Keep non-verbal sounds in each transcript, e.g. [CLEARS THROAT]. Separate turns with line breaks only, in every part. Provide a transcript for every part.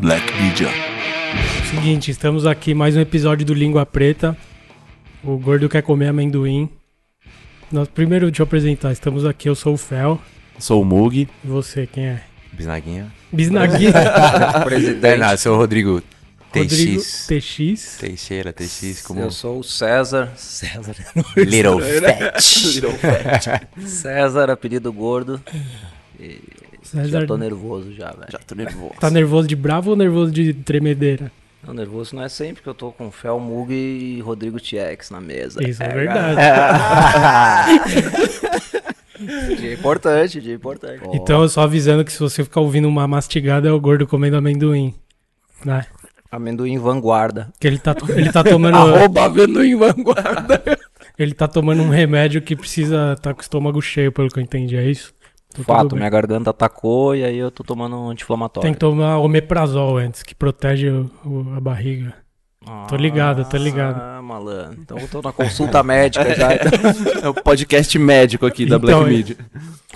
Black Media.
Seguinte, estamos aqui mais um episódio do Língua Preta. O gordo quer comer amendoim. Nós, primeiro, deixa eu apresentar. Estamos aqui, eu sou o Fel.
Sou o Mug.
E você, quem é?
Bisnaguinha.
[LAUGHS]
Bisnaguinha.
É, não, eu sou o Rodrigo
Rodrigo
TX.
TX.
Teixeira, TX, como
Eu sou o César. César.
[LAUGHS]
Little Fat.
[LAUGHS] César, apelido gordo.
César
Já tô nervoso já, velho.
tô nervoso.
tá nervoso de bravo ou nervoso de tremedeira?
Não, nervoso não é sempre que eu tô com Fel Mug e Rodrigo TX na mesa.
Isso é,
cara.
verdade.
é, Dia importante, dia importante.
Então, só avisando que se você ficar ouvindo uma mastigada, é o gordo comendo amendoim. Né?
Amendoim vanguarda.
Que ele tá, ele tá
[LAUGHS]
tomando.
vendo em vanguarda.
Ele tá tomando um remédio que precisa tá com o estômago cheio, pelo que eu entendi, é isso? Então, tudo
Fato,
bem.
minha garganta atacou e aí eu tô tomando um anti-inflamatório.
Tem que tomar omeprazol antes, que protege o- o- a barriga. Tô ligado, tô ligado.
Ah, malandro. Então eu tô na consulta médica já.
É o podcast médico aqui da
Então,
Black
é.
Media.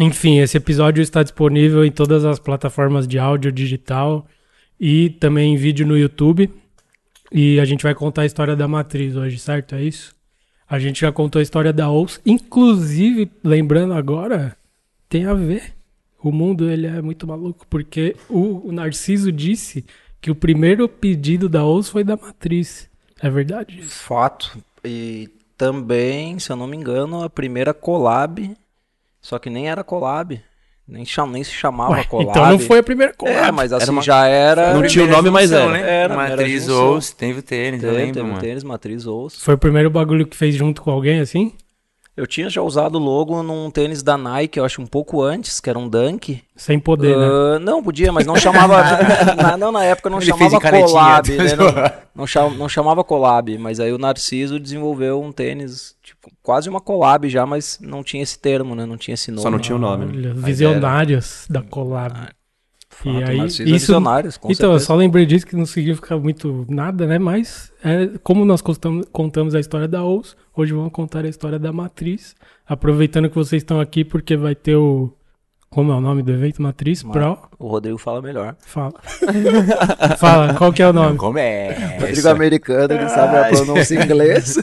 Enfim, esse episódio está disponível em todas as plataformas de áudio digital e também em vídeo no YouTube. E a gente vai contar a história da Matriz hoje, certo? É isso? A gente já contou a história da Ous, inclusive, lembrando agora, tem a ver. O mundo ele é muito maluco porque o, o Narciso disse que o primeiro pedido da Ous foi da Matriz. É verdade? isso?
Fato. E também, se eu não me engano, a primeira collab, só que nem era collab, nem, cham, nem se chamava
Ué,
collab.
então não foi a primeira collab.
É, mas assim
uma-
já
é.
era.
Não tinha o nome, mas
junção,
era.
né? Era, era
Matriz
junção.
ou teve o tênis, eu
Teve,
lembro,
teve
mano.
tênis, matriz ouço.
Foi o primeiro bagulho que fez junto com alguém assim?
Eu tinha já usado o logo num tênis da Nike, eu acho um pouco antes, que era um Dunk.
Sem poder, né?
Ah, Não, podia, mas
[LAUGHS]
não chamava. na, não, na época não
Ele fez
chamava
em canetinha,
collab.
tá
né? não, não, cha- não chamava collab, mas aí o Narciso desenvolveu um tênis, tipo, quase uma collab já, mas não tinha esse termo, né? Não tinha esse nome.
Só não tinha
Ah,
o nome. né?
Olha, visionários da Collab.
Fato,
e
né?
aí,
Narciso é
isso-
visionários, com
então, eu
certeza.
só lembrei disso que não significa muito nada, né? Mas é, como nós contamos, contamos a história da OUS, hoje vamos contar a história da Matriz. Aproveitando que vocês estão aqui, porque vai ter o. Como é o nome do evento? Matriz Pro.
O Rodrigo fala melhor.
Fala. [LAUGHS] Fala, qual que é o nome?
Como é?
Rodrigo americano, ele
[LAUGHS]
sabe a pronúncia em inglês.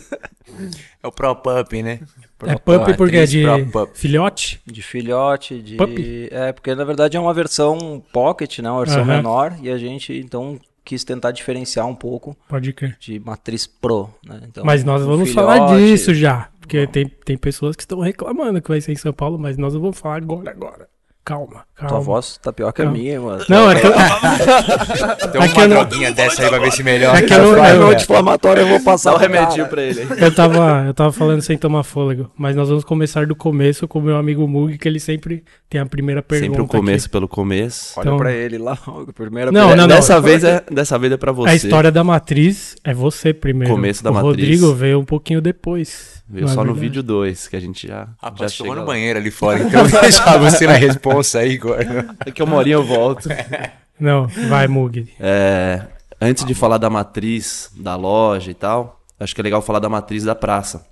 É o Pro Pup, né?
É Pup porque é
Matriz
de
Pro Pup.
filhote?
De filhote, de.
Puppy?
É, porque na verdade é uma versão pocket, né? Uma versão
Aham.
menor. E a gente, então, quis tentar diferenciar um pouco
Pode crer.
de matriz pro, né? Então,
Mas nós
um
vamos
filhote-
falar disso já. Porque tem, tem pessoas que estão reclamando que vai ser em São Paulo, mas nós não vamos falar agora, agora. Calma, calma.
Tua voz tá pior que a
Não.
minha, mano.
Não, é que eu,
Tem uma
É que eu não-
droguinha dessa aí pra ver se melhor.
é que eu não-
Vai meu
eu-
anti-inflamatório,
é
eu vou passar
Dá o
um
pra
remedinho
cara.
pra ele. aí.
[LAUGHS] eu tava, eu tava falando sem tomar fôlego, mas nós vamos começar do começo com o meu amigo Mug, que ele sempre tem a primeira pergunta.
Sempre o
aqui.
começo pelo começo.
Olha
Então-
pra ele lá, [LAUGHS] logo, primeira
Não,
pergunta.
não, não.
Dessa vez é, dessa vez é pra você.
A história da matriz é você primeiro.
Começo da
o
matriz.
Rodrigo veio um pouquinho depois.
Veio
não é
só no
verdade?
vídeo 2, que a gente já, já
Rapaz, eu
chegou
vou no banheiro ali fora, então [LAUGHS] eu vou deixar você na responsa aí, agora.
Daqui a uma horinha eu [LAUGHS] volto.
Não, vai Mug.
É, antes de falar da matriz da loja e tal, acho que é legal falar da matriz da praça,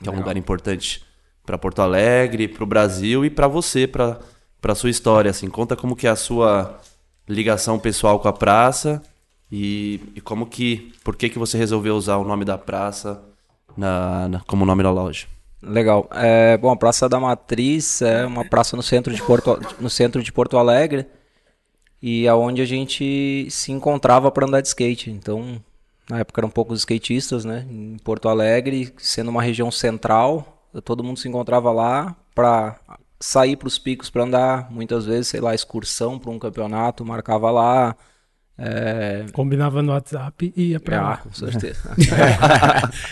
que é um lugar importante para Porto Alegre, para o Brasil e para você, para para sua história. Assim, conta como que é a sua ligação pessoal com a praça e, e como que, por que que você resolveu usar o nome da praça na, na- como nome da loja?
Legal. É, bom, a Praça da Matriz é uma praça no centro de Porto, no centro de Porto Alegre e aonde a gente se encontrava para andar de skate. Então, na época eram poucos skatistas, né? Em Porto Alegre, sendo uma região central, todo mundo se encontrava lá para sair para os picos para andar. Muitas vezes, sei lá, excursão para um campeonato, marcava lá. É,
Combinava no WhatsApp e ia pra
ah,
lá.
[LAUGHS]
com certeza.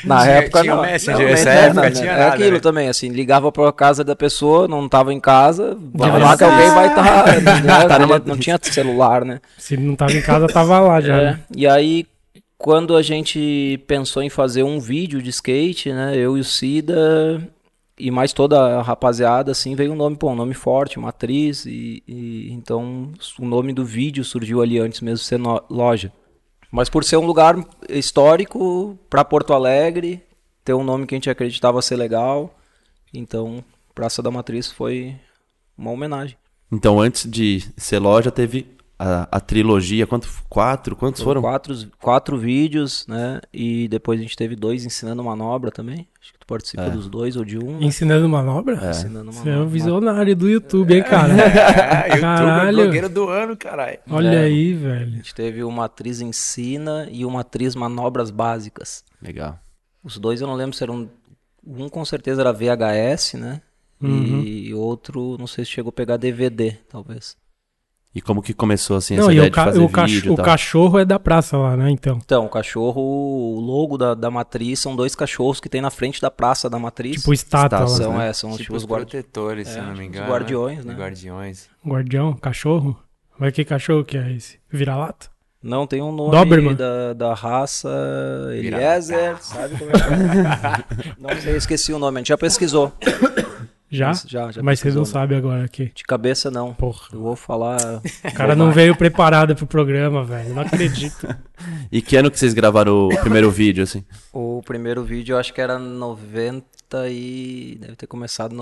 na
Tinha-
época
tinha
não.
Messenger,
Não,
essa
não,
época
não,
tinha
é
nada,
aquilo
né?
também, assim, ligava pra casa da pessoa, não tava em casa, vai lá
lá.
que alguém vai estar.
[LAUGHS]
Tá numa-
Não tinha celular, né?
Se não tava em casa, tava lá
[LAUGHS]
já.
É,
né?
E aí, quando a gente pensou em fazer um vídeo de skate, né? Eu e o Cida e mais toda a rapaziada, assim, veio um nome, pô, um nome forte, uma atriz, e, e então o nome do vídeo surgiu ali antes mesmo de ser no- loja. Mas por ser um lugar histórico para Porto Alegre, ter um nome que a gente acreditava ser legal, então Praça da Matriz foi uma homenagem.
Então, antes de ser loja, teve a, a trilogia, quanto, quatro, quantos foram?
Quatro, quatro vídeos, né? E depois a gente teve dois ensinando manobra também. Acho que tu participa dos dois ou de um. né?
Ensinando manobra?
Ensinando
Você é
manobra.
um visionário do YouTube, hein, cara?
Ah, youtuber
Caralho.
blogueiro do ano, caralho.
[LAUGHS] Olha
É.
aí,
A
velho.
gente teve uma atriz ensina e uma atriz manobras básicas.
Legal.
Os dois eu não lembro se eram. Um com certeza era VHS, né?
Uhum.
E outro, não sei se chegou a pegar DVD, talvez.
E como que começou assim
Não,
essa
e
ideia
o,
de
ca-
fazer
o,
vídeo
cach-
e
o
tal?
cachorro é da praça lá, né? Então.
Então, o cachorro, o logo da, da matriz são dois cachorros que tem na frente da praça da matriz.
Tipo estátua
Estátua,
lá.
são,
né?
é, são
Tipo
tipo, os
os
guardiões.
protetores, se eu não me
É, tipo os
engano.
guardiões, né?
Guardiões.
é.
Guardião, cachorro? Mas que cachorro que é esse? Vira-lata?
Não, tem um nome
Doberman.
da, da raça Eliezer, sabe como é que é? Não sei, eu esqueci o nome, a gente já pesquisou.
Já?
Já, já
Mas vocês não
pesquisou, né?
sabem agora aqui.
Tipo,
De cabeça não.
Porra.
Eu vou falar.
O cara não veio preparado pro programa, velho. Não
[LAUGHS]
acredito.
E que ano que vocês gravaram o primeiro vídeo, assim?
O primeiro vídeo eu acho que era 90 e. Deve ter começado em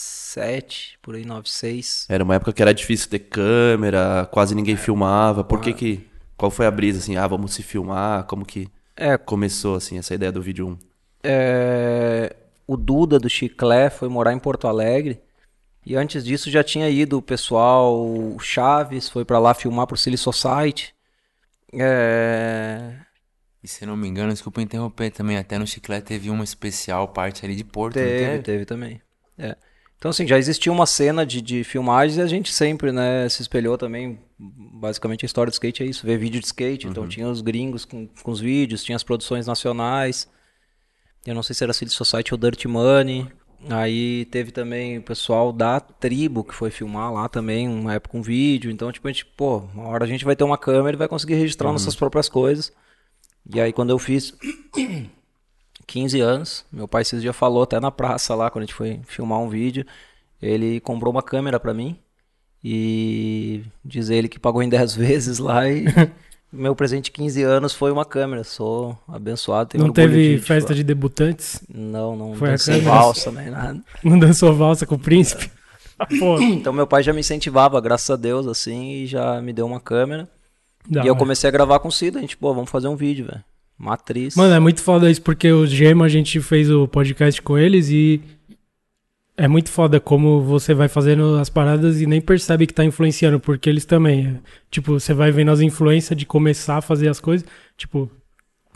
97, por aí, 96.
Era uma época que era difícil ter câmera, quase ninguém
É.
filmava. Por
Ah.
que que... Qual foi a brisa, assim? Ah, vamos se filmar? Como que
É,
começou, assim, essa ideia do vídeo 1?
é, o Duda do Chiclé foi morar em Porto Alegre. E antes disso já tinha ido o pessoal, o Chaves foi pra lá filmar pro Silly Society. É,
E se eu não me engano, desculpa interromper também, até no Chiclete teve uma especial parte ali de Porto, não
teve,
teve?
teve também. É. Então, assim, já existia uma cena de, de filmagens e a gente sempre, né, se espelhou também. Basicamente, a história do skate é isso, ver vídeo de skate. Então, tinha os gringos com, com os vídeos, tinha as produções nacionais. Eu não sei se era City Society ou Dirty Money. Aí teve também o pessoal da tribo que foi filmar lá também, uma época um vídeo. Então, tipo, a gente, pô, uma hora a gente vai ter uma câmera e vai conseguir registrar nossas próprias coisas. E aí, quando eu fiz 15 anos. Meu pai esses dias falou até na praça lá, quando a gente foi filmar um vídeo. Ele comprou uma câmera pra mim e diz ele que pagou em 10 [LAUGHS] vezes
[LAUGHS]
lá e meu presente de 15 anos foi uma câmera. Sou abençoado. tenho
não
orgulho
teve
de- de
festa
falar.
de debutantes? [LAUGHS]
Não, não
Foi a
dancei
câmera?
valsa nem nada.
Não dançou valsa com o
[LAUGHS]
príncipe? Pô,
Então meu pai já me incentivava, graças a Deus, assim, e já me deu uma câmera.
da
e eu
hora.
comecei a gravar com o Cida. A gente, pô, vamos fazer um vídeo, velho. Matriz.
Mano, é muito foda isso, porque o Gema, a gente fez o podcast com eles e é muito foda como você vai fazendo as paradas e nem percebe que tá influenciando, porque eles também. é, Tipo, você vai vendo as influências de começar a fazer as coisas. Tipo,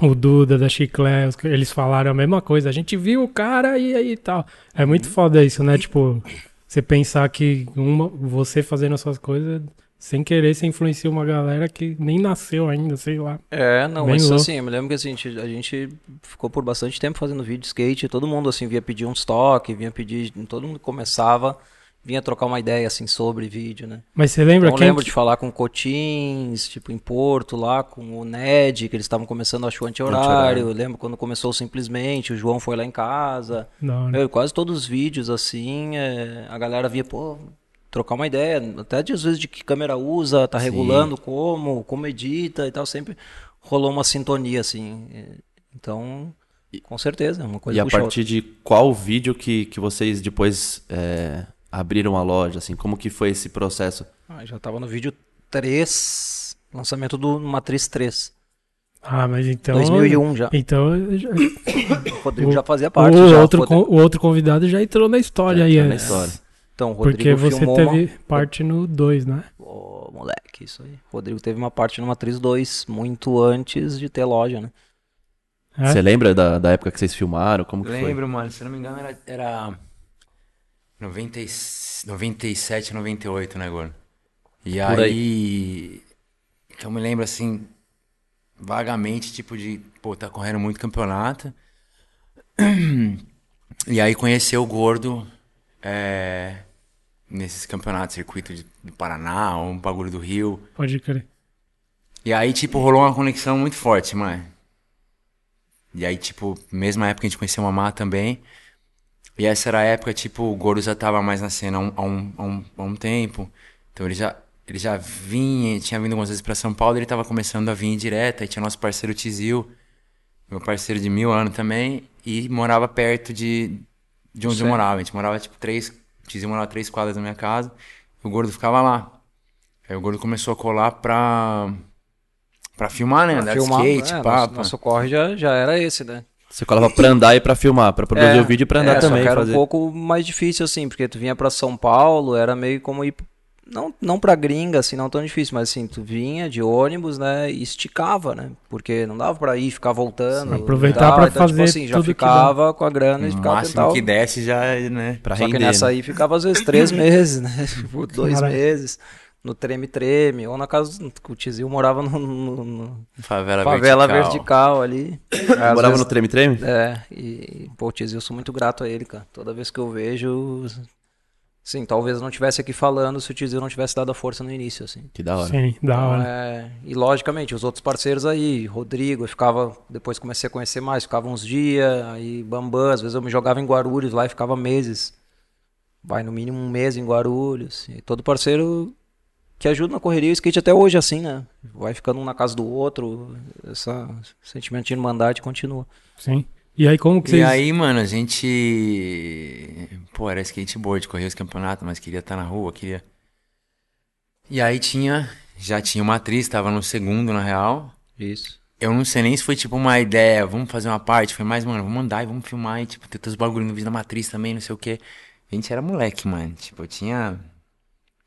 o Duda da Chiclé, os- eles falaram a mesma coisa. A gente viu o cara e aí e tal. É muito foda isso, né? Tipo, você pensar que uma, você fazendo as suas coisas. Sem querer, você influencia uma galera que nem nasceu ainda, sei lá.
É, não,
Bem
mas
louco.
assim, eu me lembro que assim, a gente- a gente ficou por bastante tempo fazendo vídeo de skate, todo mundo assim vinha pedir um estoque, vinha pedir, todo mundo começava, vinha trocar uma ideia assim sobre vídeo, né?
Mas você lembra
Então, eu
quem
lembro
que-
de falar com o Cotins, tipo em Porto lá, com o Ned, que eles estavam começando acho o anti-horário, eu lembro quando começou o simplesmente, o João foi lá em casa.
Da hora.
Meu, quase todos os vídeos, assim, é, a galera vinha, pô, trocar uma ideia, até de, às vezes de que câmera usa, tá regulando como, como edita e tal, sempre rolou uma sintonia, assim. é, Então, com certeza, é uma coisa
E a
puxa
partir de qual vídeo que, que vocês depois é, abriram a loja, assim? Como que foi esse processo?
outra. Ah, já tava no vídeo 3, lançamento do Matriz 3,
Ah, mas então.
2001 já.
Então, eu já-
O Rodrigo
o-
já fazia um. parte.
o,
já,
outro,
Rodrigo.
con- o outro convidado já entrou na história aí é.
Tá na
antes.
história.
Então, o Rodrigo
Porque você
filmou uma-
teve parte no 2, né?
Ô, moleque, isso aí. O Rodrigo teve uma parte no Matriz 2, muito antes de ter loja, né?
É?
Você lembra da, da época que vocês filmaram? Como que foi?
Lembro, mano, se eu não me engano era, era 90, e s- 97, 98, né, Gordo? E
Por
aí, que eu me lembro, assim, vagamente, tipo de, pô, tá correndo muito campeonato. [CLEARS THROAT] E aí conheceu o Gordo é, nesses campeonatos, circuito de- do Paraná, ou um bagulho do Rio.
Pode crer.
E aí, tipo, rolou uma conexão muito forte, mano. E aí, tipo, mesma época a gente conheceu o Mamá também. E essa era a época, tipo, o Goro já tava mais na cena há um, há um, há um, há um tempo. Então ele já, ele já vinha, tinha vindo algumas vezes pra São Paulo, ele tava começando a vir direto. Aí tinha nosso parceiro Tizil, meu parceiro de mil anos também, e morava perto de, de onde eu morava. A gente morava, tipo, três. Tizil morava três quadras da minha casa, e o Gordo ficava lá. Aí o Gordo começou a colar pra. pra filmar, né? Andar de
Filmar,
skate,
é,
pá,
nosso,
pá.
nosso corre já, já era esse, né?
Você colava pra andar e pra filmar, pra produzir o vídeo e pra andar
é,
também.
Só que era
fazer.
um pouco mais difícil, assim, porque tu vinha pra São Paulo, era meio como ir. Não, não pra gringa, assim, não tão difícil, mas assim, tu vinha de ônibus, né? E esticava, né? Porque não dava pra ir, ficar voltando.
Sim, aproveitar
e tal,
pra
então, tipo
fazer
assim, já
tudo que
ficava com a grana e
O
ficava
máximo
tentando.
que desse já, né?
Pra
Só
render.
que nessa
né?
aí ficava às vezes três meses, né? Tipo, dois
Caralho.
meses. No treme-treme, ou na casa do que o Tizil morava no, no- no-
Favela,
favela
vertical.
vertical, ali. Às
Morava
vezes-
no treme-treme?
é, e, pô, Tiz, eu sou muito grato a ele, cara. Toda vez que eu vejo. Sim, talvez eu não estivesse aqui falando se o Tizil não tivesse dado a força no início, assim.
Que da hora.
Sim, da
Então,
hora.
é, e logicamente, os outros parceiros aí, Rodrigo, eu ficava. Depois comecei a conhecer mais, ficava uns dias, aí Bambam, às vezes eu me jogava em Guarulhos lá e ficava meses. Vai no mínimo um mês em Guarulhos. E todo parceiro que ajuda na correria, o skate até hoje é assim, né? Vai ficando um na casa do outro, essa- esse sentimento de irmandade continua.
Sim. E aí, como que
E
vocês.
aí, mano, a gente. Pô, era skateboard, corria os campeonatos, mas queria estar na rua, queria. E aí tinha. Já tinha uma atriz, tava no segundo, na real.
Isso.
Eu não sei nem se foi tipo uma ideia, vamos fazer uma parte. Foi mais, mano, vamos andar e vamos filmar. E tipo, tem os bagulho no vídeo da Matriz também, não sei o quê. A gente era moleque, mano. Tipo, eu tinha.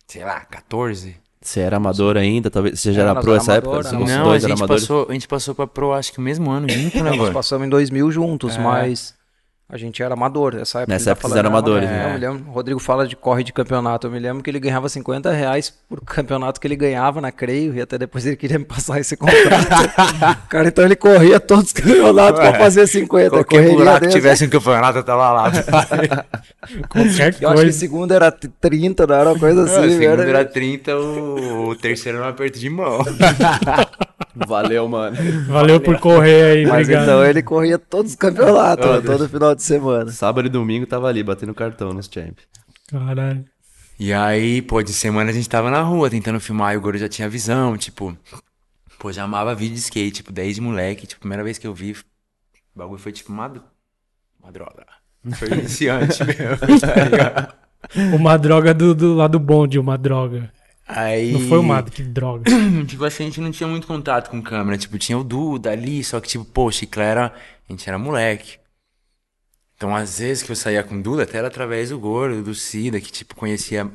Sei lá, 14.
Você era amador ainda? Talvez você já
É,
era
nós
pro
era
essa época?
amador,
Você
né?
não,
Não, a
dois eram
gente,
amadores?
passou, a gente passou pra pro, acho que o mesmo ano junto,
[COUGHS]
né,
Nós
agora?
passamos em 2000 juntos,
É.
mas a gente era amador. Essa época
Nessa
ele tá
época vocês
falando,
eram amadores,
né?
né?
Eu me lembro, o Rodrigo fala de corre de campeonato. Eu me lembro que ele ganhava 50 reais por campeonato que ele ganhava na Creio, e até depois ele queria me passar
[LAUGHS]
esse contrato. Cara, então ele corria todos os campeonatos pra fazer 50.
É. Qualquer
Correria
buraco que
dele.
tivesse um campeonato, eu tava lá.
Qualquer
Eu acho que
coisa.
segunda era t- 30, não era uma coisa
o
assim,
É, segundo era
era...
30, o, o terceiro era um aperto de mão.
[LAUGHS] Valeu, mano.
Valeu por correr aí,
[LAUGHS] Mas
obrigado.
então ele corria todos os campeonatos,
Ah,
né, todo final de semana.
Sábado e domingo tava ali, batendo cartão nos champ.
Caralho.
E aí, pô, de semana a gente tava na rua tentando filmar e o Goro já tinha visão, tipo. Pô, já amava vídeo de skate, tipo, desde moleque. Tipo, primeira vez que eu vi, o bagulho foi tipo uma, dro- uma droga. Foi iniciante mesmo. tá ligado?
Uma droga do, do lado bom de uma droga.
Aí.
Não foi o Mado, que
[COUGHS]
droga.
Tipo assim, a gente não tinha muito contato com câmera. Tipo, tinha o Duda ali, só que, tipo, pô, Chiclé era. A gente era moleque. Então, às vezes que eu saía com o Duda, até era através do Goro, do Cida, que, tipo, conhecia.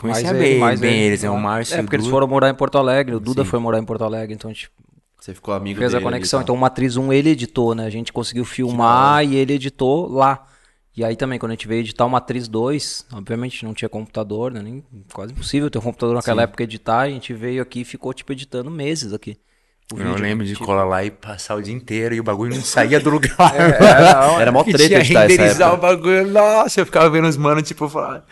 Conhecia
Mais
bem,
ele, mais
bem
ele.
eles, é o Márcio.
É,
e o
porque eles
Duda.
foram morar em Porto Alegre, o Duda foi morar em Porto Alegre, então, tipo,
Você ficou amigo
fez a
dele
conexão.
ali, tá?
Então, o Matriz 1 ele editou, né? A gente conseguiu filmar e ele editou lá. E aí também, quando a gente veio editar o Matriz 2, obviamente não tinha computador, né? Nem, quase impossível ter um computador naquela época editar. A gente veio aqui e ficou, tipo, editando meses aqui. O
Eu
vídeo.
lembro de colar lá e passar o dia inteiro e o bagulho [LAUGHS] não saía do lugar. É, [LAUGHS]
Era mó
Que
treta
tinha
editar essa
renderizar o
época.
bagulho. Nossa, eu ficava vendo os manos, tipo, falar.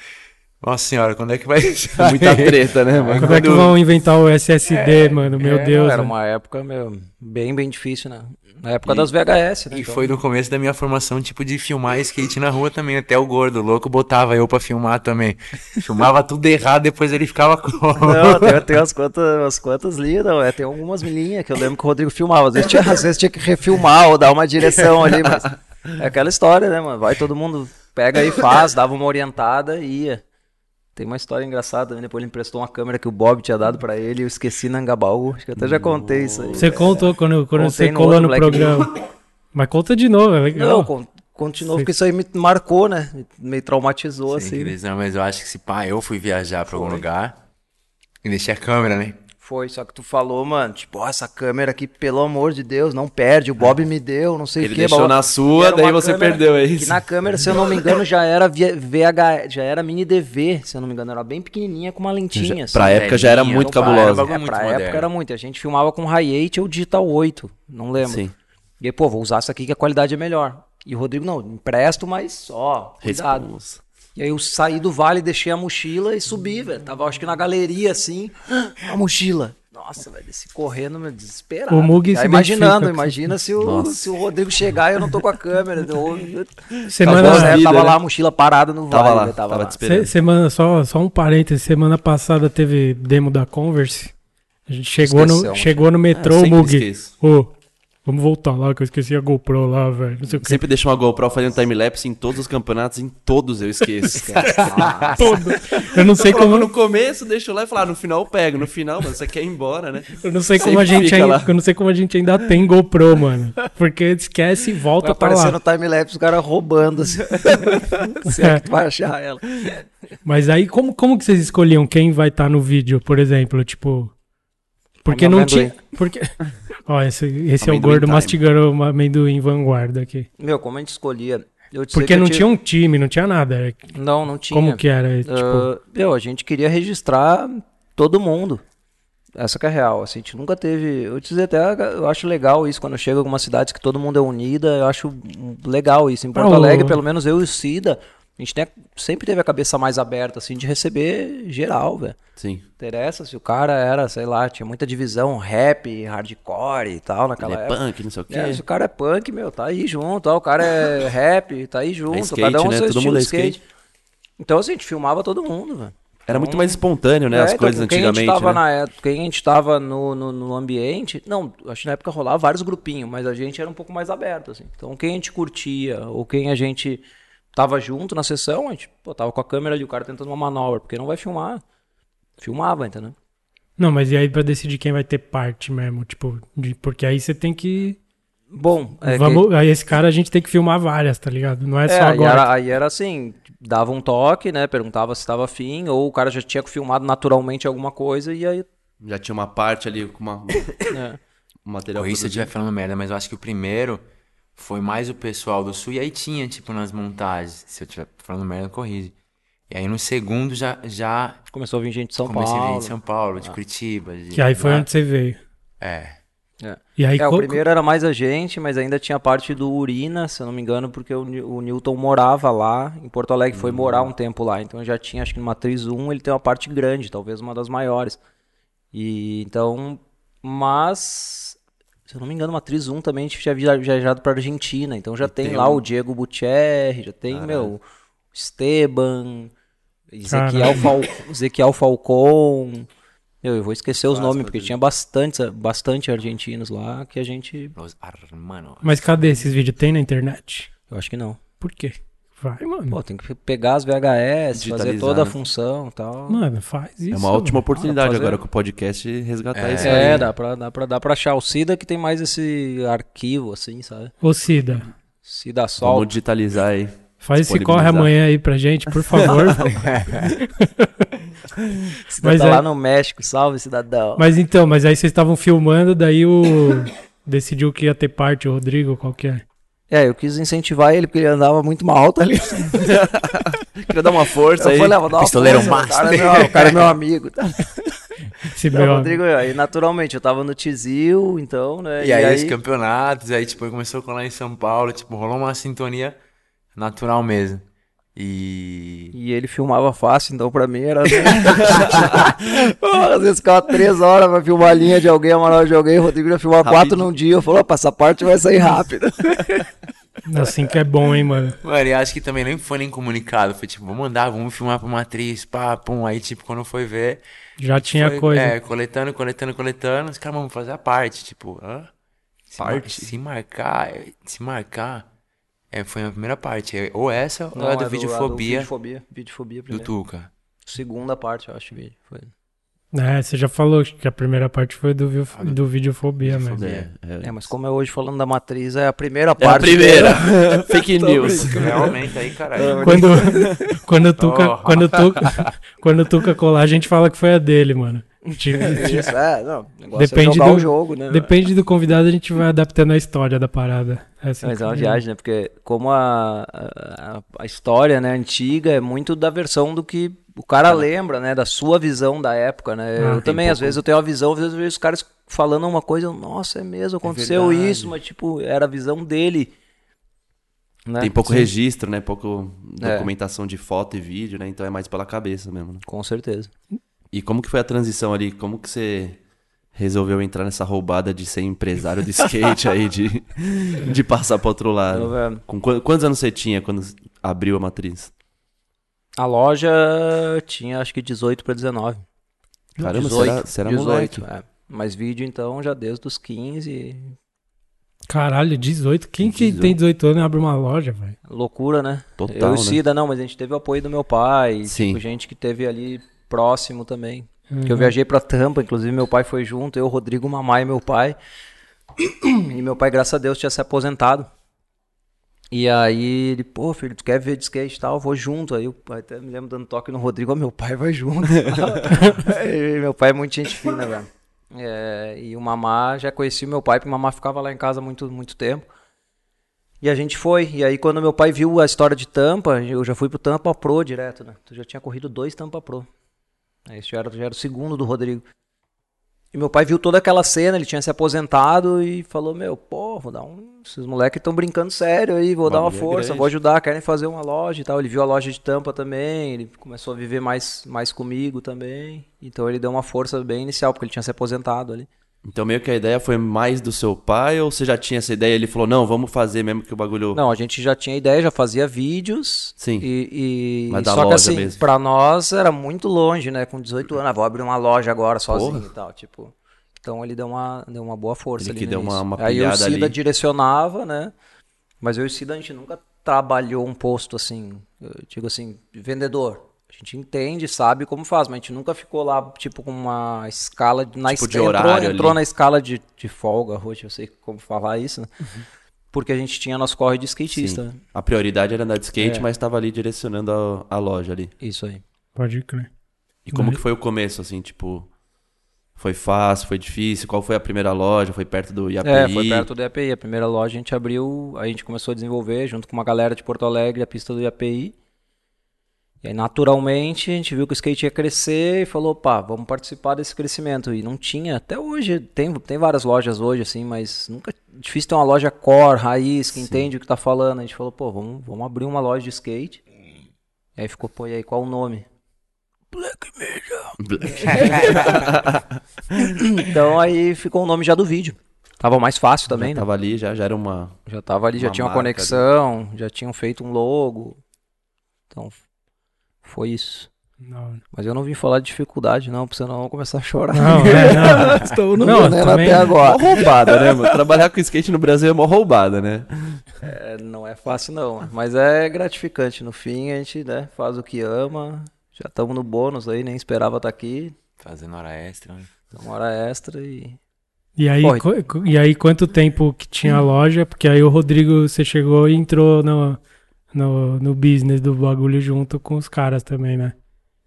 Nossa senhora, quando é que vai [LAUGHS] sair?
[LAUGHS] Muita treta, né, mano?
Como é que vão inventar o SSD, mano? Meu
É,
Deus. né?
Era uma época, meu, bem, bem difícil, né? Na época das VHS, né?
E
então.
foi no começo da minha formação, tipo, de filmar skate na rua também. Até o gordo louco botava eu pra filmar
[LAUGHS]
também. Filmava tudo errado, depois ele ficava com. [LAUGHS]
Não, tem, tem umas quantas, umas quantas linhas, não, é, tem algumas linhas que eu lembro que o Rodrigo filmava, às vezes tinha, às vezes tinha que refilmar ou dar uma direção ali, mas é aquela história, né, mano, vai todo mundo, pega e faz, dava uma orientada e ia. Tem uma história engraçada também, depois ele emprestou uma câmera que o Bob tinha dado pra ele e eu esqueci na Angabaú, acho que eu até já contei isso aí.
Você contou quando, quando
Contei
você
no
colou
outro
no
Black
programa.
[COUGHS]
Mas conta de novo, é legal.
Não, con- continuou, porque isso aí me marcou, né, me traumatizou, assim, né?
Mas eu acho que se pá, eu fui viajar pra algum lugar e deixei a câmera, né?
Foi, só que tu falou, mano, tipo, ó, essa câmera aqui, pelo amor de Deus, não perde, o Bob me deu, não sei o
Ele
que.
deixou na sua, daí você perdeu, é isso?
Que na câmera, se eu não me engano, já era vi- VH, já era mini DV, se eu não me engano, era bem pequenininha com uma lentinha.
pra
assim.
época já era
velhinha,
muito
opa, era um
cabulosa.
bagulho
É,
muito
pra
moderno.
época era muito, a gente filmava com Hi8 ou Digital 8, não lembro.
Sim.
E aí, pô, vou usar isso aqui que a qualidade é melhor. E o Rodrigo, não, empresto, mas só, cuidado.
Responsa.
E aí eu saí do vale, deixei a mochila e
Hum.
subi, velho. Tava acho que na
[GASPS]
galeria, assim. A mochila. Nossa, velho, se correndo, meu, desesperado.
O Mugi
Já
se identifica
imaginando,
com
imagina se o, se o Rodrigo chegar e eu não tô com a câmera. né? Eu,
Semana,
Acabou,
Né,
vida,
tava
né?
lá a mochila parada no
Tava
vale,
lá,
velho,
tava, te
se-
esperando.
semana só, só um parênteses. Semana passada teve demo da Converse. A gente chegou
Esqueceu,
no, chegou no metrô,
Ah, sempre
Mug.
esqueço.
Ô, Vamos voltar lá, que eu esqueci a GoPro lá, velho. Não sei o que.
Sempre deixo uma GoPro fazendo timelapse em todos os campeonatos, em todos
[LAUGHS]
eu esqueço.
Todo. Eu não sei
[LAUGHS] Como
como,
no começo, deixo lá e falo, ah, no final eu pego. No final, mano, você quer ir embora, né?
eu não sei como a
Sempre
gente
fica
ainda,
lá.
eu não sei como a gente ainda tem GoPro, mano. Porque esquece e volta
Vai
pra
aparecer no
tá lá.
timelapse o cara
[LAUGHS]
roubando. Assim. [LAUGHS] Se é que tu vai achar ela.
Mas aí como como que vocês escolhiam quem vai estar no vídeo, por exemplo, tipo porque
Vamos
não
amendoim.
tinha. Porque... [LAUGHS] Ó, esse, esse é o
Amendoim
gordo
time.
mastigando uma amendoim vanguarda aqui.
Meu, como a gente escolhia? Eu te sei que
Porque
eu
não
tive-
tinha um time, não tinha nada. era-
Não, não tinha.
Como que era? Tipo,
Ah, meu, a gente queria registrar todo mundo. Essa que é a real. Assim, a gente nunca teve. Eu te dizer até, eu acho legal isso quando chega em algumas cidades que todo mundo é unida. Eu acho legal isso. Em Porto
Ah, o-
Alegre, pelo menos eu e o Cida, a gente tem- sempre teve a cabeça mais aberta, assim, de receber geral, velho.
Sim.
Interessa se o cara era, sei lá, tinha muita divisão rap, hardcore e tal naquela
Ele é
época.
punk, não sei o quê.
É, se o cara é punk, meu, tá aí junto. ó, o cara é [LAUGHS] rap, tá aí junto.
skate,
cada um
né?
seu
Todo
estilo
mundo é
de skate. Então, assim, a gente filmava todo mundo, velho.
Era muito mais espontâneo, né?
É,
as
então,
coisas
com
antigamente.
Quem a gente tava,
né?
na época, quem a gente tava no, no, no ambiente. Não, acho que na época rolava vários grupinhos, mas a gente era um pouco mais aberto, assim. Então, quem a gente curtia ou quem a gente tava junto na sessão, a gente pô, tava com a câmera ali, o cara tentando uma manobra, porque não vai filmar. Filmava, entendeu?
Não, mas e aí pra decidir quem vai ter parte mesmo? Tipo, de- porque aí você tem que.
Bom, é que-
Vamos, Aí esse cara a gente tem que filmar várias, tá ligado? Não é só
É, aí
agora.
era, aí era assim, dava um toque, né? Perguntava se estava afim, ou o cara já tinha filmado naturalmente alguma coisa, e aí.
Já tinha uma parte ali com uma,
né?
um material.
O Richard
produzido.
vai falando merda, mas eu acho que o primeiro foi mais o pessoal do Sul. E aí tinha, tipo, nas montagens. Se eu estiver falando merda, corrige. E aí no segundo já, já
Começou a vir gente de São
comecei a vir
Paulo. Ah.
de São Paulo, de Curitiba. De,
Que aí foi um onde você veio.
É.
É.
E aí
É, o
co-
primeiro era mais a gente, mas ainda tinha a parte do Urina, se eu não me engano, porque o, Ni- o Newton morava lá, em Porto Alegre, foi morar
Hum.
um tempo lá. Então já tinha, acho que no Matriz 1 ele tem uma parte grande, talvez uma das maiores. E então, mas. Se eu não me engano, Matriz 1 também a gente tinha via- viajado pra Argentina. Então já tem,
tem
lá
um-
o Diego Butcher, já tem, meu, Esteban, Ezequiel, Fal... Ezequiel Falcon. Meu, eu vou esquecer os nomes, porque tinha bastante, bastante argentinos lá que a gente.
Los Hermanos.
Mas cadê esses vídeos? Tem na internet?
Eu acho que não.
Por quê? Vai, mano.
Pô, tá tem que pegar as VHS, fazer
Digitalizar,
toda a
né?
função e tal.
Mano, faz isso.
É uma ótima
mano.
oportunidade
fazer.
agora com o podcast resgatar isso aí.
É,
né?
dá pra, dá, pra, dá pra achar o Cida que tem mais esse arquivo, assim, sabe?
Ô, Cida,
Cida Sol.
Vamos digitalizar aí.
faz esse corre
Disponibilizar.
amanhã aí pra gente, por
[LAUGHS]
favor.
Cida
mas
tá
é-
lá no México, salve cidadão.
mas então, mas aí vocês estavam filmando, daí o. Decidiu que ia ter parte, o Rodrigo, qual que é?
É, eu quis incentivar ele porque ele andava muito mal, tá ligado?
[LAUGHS] Queria dar uma força
Eu
aí.
falei, ah, vou dar uma
pistoleiro
força, o, cara é
master.
meu, o
[LAUGHS]
cara é meu amigo. Tá?
Esse
Não,
meu-
É, Rodrigo, aí naturalmente eu tava no Tizil, então, né?
E aí, os campeonatos, aí tipo, começou a colar em São Paulo, tipo, rolou uma sintonia natural mesmo. E.
E ele filmava fácil, então pra mim era.
[LAUGHS]
Porra, Às vezes ficava três horas pra filmar a linha de alguém, a manobra de alguém, o Rodrigo já filmava quatro
Rapidinho. é
num dia. Eu falo, opa, essa parte vai sair rápido.
Assim que é bom, hein, mano.
Mano, e acho que também nem foi nem comunicado. Foi tipo, vamos mandar, vamos filmar pra uma atriz, pá, pum. Aí, tipo, quando foi ver.
Já tinha
foi,
coisa.
É, coletando, coletando, coletando. Os caras vão fazer a parte, tipo, hã? Se mar-
Parte?
se marcar, é, se marcar. É, foi a primeira parte. é, Ou essa, ou a do Videofobia
Videofobia, videofobia, videofobia
do
primeiro.
Tuca.
Segunda parte, eu acho. vídeo, Foi.
É, você já falou que a primeira parte foi do, vi- do videofobia, mesmo.
É, é.
É, mas como é hoje falando da matriz, é a primeira
É a
parte.
[LAUGHS] primeira. Fake news. né?
Realmente aí, caralho.
[LAUGHS] Quando, quando, [LAUGHS] o Tuca,
Oh.
quando, o Tuca, quando o Tuca colar, a gente fala que foi a dele, mano. Tipo,
Isso, é, não. O negócio
Depende
é jogar
do-
o jogo, né?
Depende do convidado, a gente vai adaptando a história da parada. É assim
Mas
que-
é uma viagem, né? Porque como a, a, a história né, antiga é muito da versão do que o cara lembra, né? Da sua visão da época, né? eu
tem
também, às vezes, eu tenho uma visão, às vezes eu vejo os caras falando uma coisa, eu, nossa, é mesmo, aconteceu
verdade.
isso, mas tipo, era a visão dele. Né?
Tem pouco registro, né? Pouco
É.
documentação de foto e vídeo, né? Então é mais pela cabeça mesmo. né?
Com certeza.
E como que foi a transição ali? Como que você resolveu entrar nessa roubada de ser empresário [LAUGHS] de skate aí, de, de passar pro outro
Eu,
lado?
é,
Com quan- quantos anos você tinha quando abriu a matriz?
a loja tinha acho que 18 para 19.
Caramba, você era, você era moleque.
é. Mas vídeo então já desde os 15.
Caralho, 18. Quem que
18.
tem 18 anos e abre uma loja, velho?
Loucura, né?
Total,
Eu
né?
e Cida, não, mas a gente teve o apoio do meu pai,
Sim.
tipo, gente que teve ali próximo também. Que eu viajei pra Tampa, inclusive meu pai foi junto, eu, Rodrigo Mamai, meu pai. [CLEARS THROAT] E meu pai, graças a Deus, tinha se aposentado. E aí ele, pô, filho, tu quer ver de skate e tal? Eu vou junto. Aí eu até me lembro dando toque no Rodrigo, ó, meu pai vai junto. [LAUGHS] E meu pai é muito gente fina, velho. É, e o Mamá, já conheci o meu pai, porque o Mamá ficava lá em casa há muito, muito tempo. E a gente foi. E aí, quando meu pai viu a história de Tampa, eu já fui pro Tampa Pro direto, né? Tu já tinha corrido dois Tampa Pro. Aí Esse já era, já era o segundo do Rodrigo. E meu pai viu toda aquela cena, ele tinha se aposentado e falou: Meu, pô, vou dar um. Esses moleques estão brincando sério aí, vou dar uma
Bagulho é
força,
grande.
vou ajudar, querem fazer uma loja e tal. Ele viu a loja de Tampa também, ele começou a viver mais, mais comigo também. Então ele deu uma força bem inicial, porque ele tinha se aposentado ali.
Então meio que a ideia foi mais do seu pai ou você já tinha essa ideia e ele falou, não, vamos fazer mesmo que o bagulho...
Não, a gente já tinha ideia, já fazia vídeos.
Sim.
E, e-
Mas
e
da
só que
loja
assim,
mesmo.
pra nós era muito longe, né? Com 18 anos, ah, vou abrir uma loja agora sozinho
Porra.
e tal, tipo. Então ele deu uma, deu uma boa força
Ele
ali
que
no
deu uma-
início.
uma
Aí eu e o
pilhada
Cida
ali.
direcionava, né? Mas eu e o Cida, a gente nunca trabalhou um posto assim, eu digo assim, de vendedor. A gente entende, sabe como faz, mas a gente nunca ficou lá, tipo, com uma escala de- na
Tipo,
es-
de
entrou-
horário ali.
entrou, na escala de, de folga, hoje eu sei como falar isso, né? Porque a gente tinha nosso corre de skatista, né?
A prioridade era andar de skate, mas estava ali direcionando a, a loja ali.
Isso aí.
Pode crer.
E como que foi o começo, assim, tipo... Foi fácil, foi difícil? Qual foi a primeira loja? Foi perto do IAPI?
É, foi perto do IAPI. A primeira loja a gente abriu, aí a gente começou a desenvolver junto com uma galera de Porto Alegre a pista do IAPI. E aí, naturalmente, a gente viu que o skate ia crescer e falou, pá, vamos participar desse crescimento. E não tinha, até hoje, tem, tem várias lojas hoje, assim, mas nunca. Difícil ter uma loja core, raiz, que entende o que tá falando. A gente falou, pô, vamos, vamos abrir uma loja de skate. E aí ficou, pô, e aí qual o nome? [LAUGHS] Então aí ficou o nome já do vídeo. Tava mais fácil também, né?
Tava ali, já, já era uma...
Já tava ali, já
Uma
tinha uma
marca ali.
conexão, já tinham feito um logo. Então, foi isso.
Não,
Mas eu não vim falar de dificuldade, não, pra você não começar a chorar.
não, é,
[LAUGHS]
não.
Estou no
Não,
Vilela
também- né?
até agora.
Mó roubada, né, mano? Trabalhar com skate no Brasil é mó roubada, né?
É, não é fácil, não. Mas é gratificante. No fim, a gente né, faz o que ama. Já estamos no bônus aí, nem esperava estar aqui.
Fazendo hora extra. né?
Então, hora extra e.
E aí,
Corre.
qu- qu- e aí, quanto tempo que tinha a loja? Porque aí o Rodrigo, você chegou e entrou no, no, no business do bagulho junto com os caras também, né?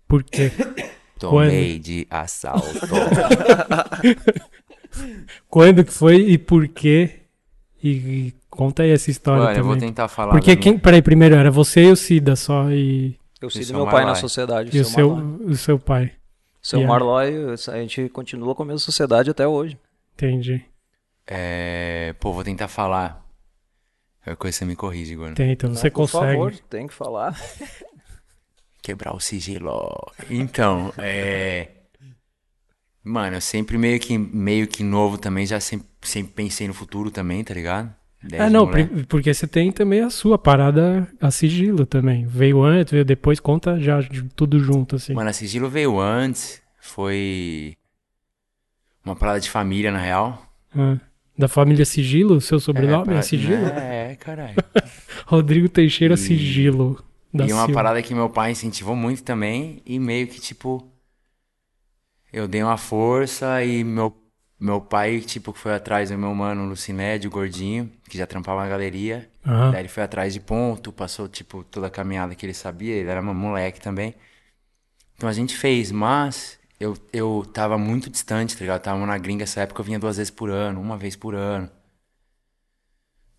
Por
[LAUGHS]
quê?
Tomei
[LAUGHS]
de assalto.
Quando que foi e por quê? E, e conta aí essa história
Mano, eu vou
também.
tentar falar.
Porque
da
quem... Peraí, primeiro, era você e o Cida só e,
Eu sei
Isso
do
é
meu
uma
pai na
live.
sociedade.
e o, seu,
Marlon.
o seu pai.
Seu
Yeah.
Marlói, a gente continua com a mesma sociedade até hoje.
Entendi.
É, pô, vou tentar falar. Eu coisa você me corrige, Igor.
Tem, então você
Por
consegue.
favor, tem que falar.
[LAUGHS] Quebrar o sigilo. Então, é. Mano, eu sempre meio que, meio que novo também, já sempre, sempre pensei no futuro também, tá ligado? Desde
Ah, não,
moleque.
pri- porque você tem também a sua parada a sigilo também. Veio antes, veio depois, conta já de- tudo junto, assim.
Mano, a sigilo veio antes, foi. Uma parada de família, na real.
Ah, Da família Sigilo, seu sobrenome é,
parada-
Sigilo?
É, é, caralho.
Rodrigo Teixeira Sigilo. Da
e uma
Silva.
parada que meu pai incentivou muito também, e meio que, tipo, eu dei uma força e meu, meu pai, tipo, que foi atrás do meu mano Lucinédio, gordinho, que já trampava na galeria.
Aham.
Daí ele foi atrás de ponto, passou, tipo, toda a caminhada que ele sabia, ele era moleque também. Então a gente fez, mas eu, eu tava muito distante, tá ligado? Eu tava na gringa essa época, eu vinha duas vezes por ano, uma vez por ano.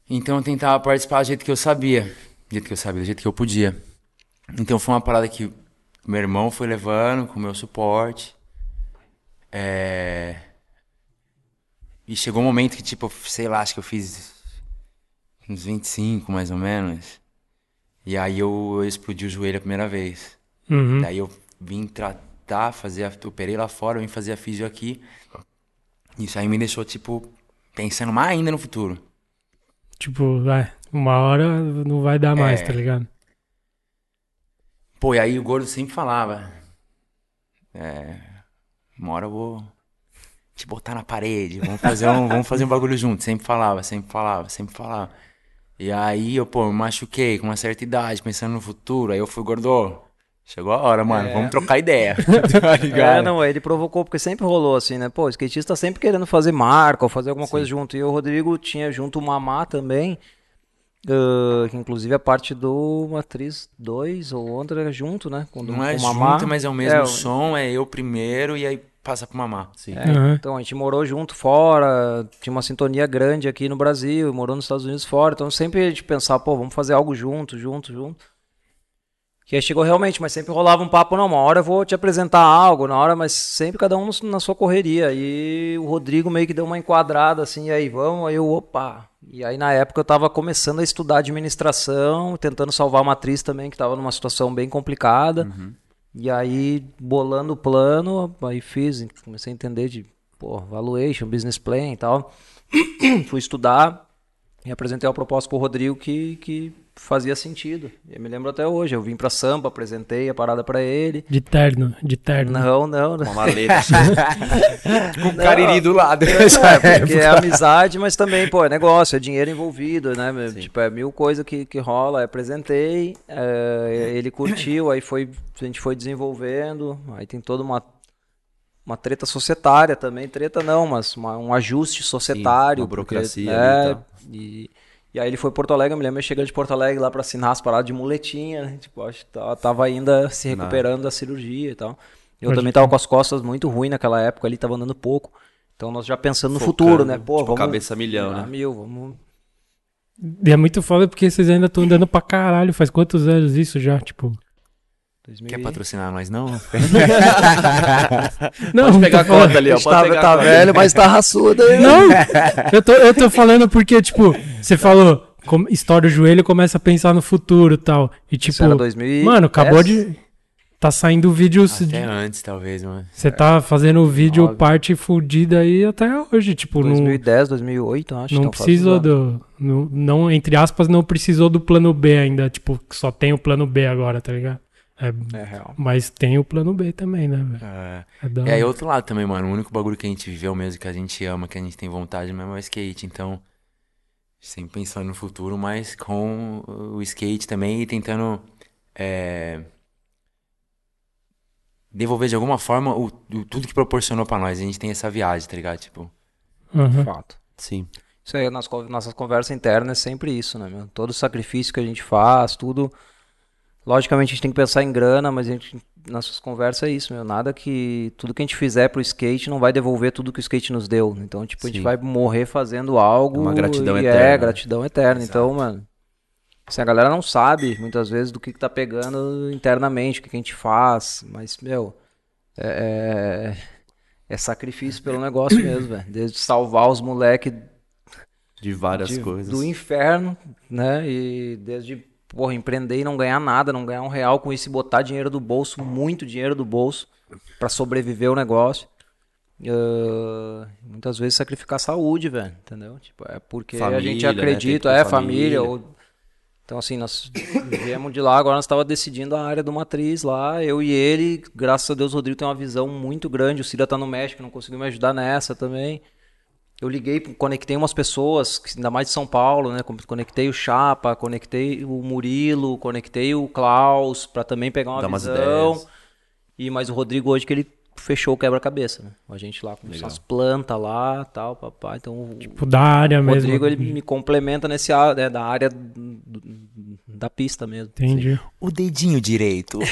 Então eu tentava participar do jeito que eu sabia, do jeito que eu sabia, do jeito que eu podia. Então foi uma parada que meu irmão foi levando, com meu suporte. É... E chegou um momento que, tipo, sei lá, acho que eu fiz uns 25 mais ou menos. E aí eu, eu explodi o joelho a primeira vez.
Uhum.
Daí eu vim tratar, fazer a, operei lá fora, eu vim fazer a físio aqui. Isso aí me deixou, tipo, pensando mais ainda no futuro.
Tipo, é, uma hora não vai dar mais, tá ligado?
Pô, e aí o gordo sempre falava. É. Uma hora eu vou. te botar na parede, vamos fazer um, vamos fazer um bagulho junto. Sempre falava, sempre falava, sempre falava. E aí eu, pô, me machuquei com uma certa idade, pensando no futuro. Aí eu fui, gordo, chegou a hora, mano, vamos trocar
[LAUGHS]
ideia. tá ligado?
É, não, ele provocou, porque sempre rolou assim, né? Pô, o skatista sempre querendo fazer marca ou fazer alguma coisa junto. E o Rodrigo tinha junto o Mamá também, ah, que inclusive a parte do Matriz 2 ou outra era junto, né? Com,
Não é
com o Mamá.
junto, mas é o mesmo
o-
som, é eu primeiro e aí passa pro mamá.
Sim.
É,
Aham.
Então a gente morou junto fora, tinha uma sintonia grande aqui no Brasil, morou nos Estados Unidos fora. Então sempre a gente pensava, pô, vamos fazer algo junto, junto, junto. Que aí chegou realmente, mas sempre rolava um papo, não, uma hora eu vou te apresentar algo, na hora, mas sempre cada um no- na sua correria. E o Rodrigo meio que deu uma enquadrada assim, e aí vamos, aí eu, opa. E aí na época eu tava começando a estudar administração, tentando salvar uma atriz também que tava numa situação bem complicada. E aí, bolando o plano, aí fiz, comecei a entender de, pô, valuation, business plan e tal. [CLEARS THROAT] Fui estudar e apresentei a proposta pro Rodrigo que, que fazia sentido. E eu me lembro até hoje, eu vim pra Sampa, apresentei a parada pra ele.
De terno, de terno.
Não, não,
Uma
[LAUGHS]
um
não.
[LAUGHS] maleta.
Com o cariri do
[LAUGHS]
lado.
[LAUGHS] É, porque é amizade, mas também, pô, é negócio, é dinheiro envolvido, né? meu? Tipo, é mil coisas que, que rola. Aí apresentei, é, ele curtiu, aí foi, a gente foi desenvolvendo, aí tem toda uma, uma treta societária também, treta não, mas uma- um ajuste societário.
uma
porque,
burocracia
né,
ali e tal.
e, e aí ele foi Porto Alegre, eu me lembro, eu cheguei de Porto Alegre lá pra assinar as paradas de muletinha, né? Tipo, acho que tava, tava ainda se recuperando da cirurgia e tal. Eu
Pode
também tava com as costas muito ruim naquela época ali, tava andando pouco. Então nós já pensando no
Focando,
futuro, né? Pô,
tipo,
vamos...
cabeça milhão,
Ah,
né?
mil, vamos...
E é muito foda porque vocês ainda estão andando pra caralho. Faz quantos anos isso já? Tipo.
2000
Quer
e-
patrocinar nós não?
Não,
Pode pegar a
tô falando-
cota ali, ó. Pode
Tá,
pegar a
tá
cota.
é
velho, mas tá raçudo aí.
Não! Eu tô, eu tô falando porque, tipo, você falou, com, estoura o joelho e começa a pensar no futuro e tal. E tipo.
era 2010?
Mano, acabou de. Tá saindo vídeos. de-
Até antes, talvez, mano.
Você tá fazendo o vídeo
Óbvio.
parte fudida aí até hoje. Tipo, não,
2010, 2008, acho.
não
então faz
precisou
um ano.
do. Não, não, entre aspas, não precisou do plano B ainda. Tipo, que só tem o plano B agora, tá ligado? É,
É real.
mas tem o plano B também, né, velho?
É,
É da
e aí
hora.
outro lado também, mano. O único bagulho que a gente viveu mesmo, que a gente ama, que a gente tem vontade mesmo é o skate. Então, sempre pensando no futuro, mas com o skate também e tentando é, devolver de alguma forma o, o- tudo que proporcionou pra nós. A gente tem essa viagem, tá ligado? Tipo,
Aham.
Fato.
Sim.
Isso aí, nas co- nossas conversas internas é sempre isso, né, meu? Todo sacrifício que a gente faz, tudo. Logicamente a gente tem que pensar em grana, mas a gente, nossas conversas é isso, meu. Nada que. Tudo que a gente fizer pro skate não vai devolver tudo que o skate nos deu. Então, tipo, a gente
Sim.
vai morrer fazendo algo.
Uma gratidão
e É,
eterna. né?
gratidão eterna. Então, mano. Assim, a galera não sabe, muitas vezes, do que, que tá pegando internamente, o que, que a gente faz. Mas, meu. É, é, é sacrifício pelo negócio mesmo, velho. Desde salvar os moleques
De várias
de-
coisas.
do inferno, né? E desde, porra, empreender e não ganhar nada, não ganhar um real com isso e botar dinheiro do bolso, muito dinheiro do bolso, pra sobreviver o negócio. Ah, muitas vezes sacrificar a saúde, velho, entendeu? Tipo, é porque a
Família,
gente
né?
acredita,
Tem que ter
é família.
família.
ou- Então, assim, nós viemos de lá, agora nós estava decidindo a área de uma atriz lá, eu e ele, graças a Deus, o Rodrigo tem uma visão muito grande, o Cida tá no México, não conseguiu me ajudar nessa também. Eu liguei, conectei umas pessoas, que- ainda mais de São Paulo, né? Con- Conectei o Chapa, conectei o Murilo, conectei o Klaus, pra também pegar uma
Dar umas
visão.
ideias.
E mas o Rodrigo hoje que ele fechou o quebra-cabeça, né? A gente lá com as plantas lá, tal, papai. Então o
Tipo, da área
o
mesmo.
Rodrigo ele me complementa nesse a- né, da área do- da pista mesmo. assim.
Entendi.
o dedinho direito.
[LAUGHS]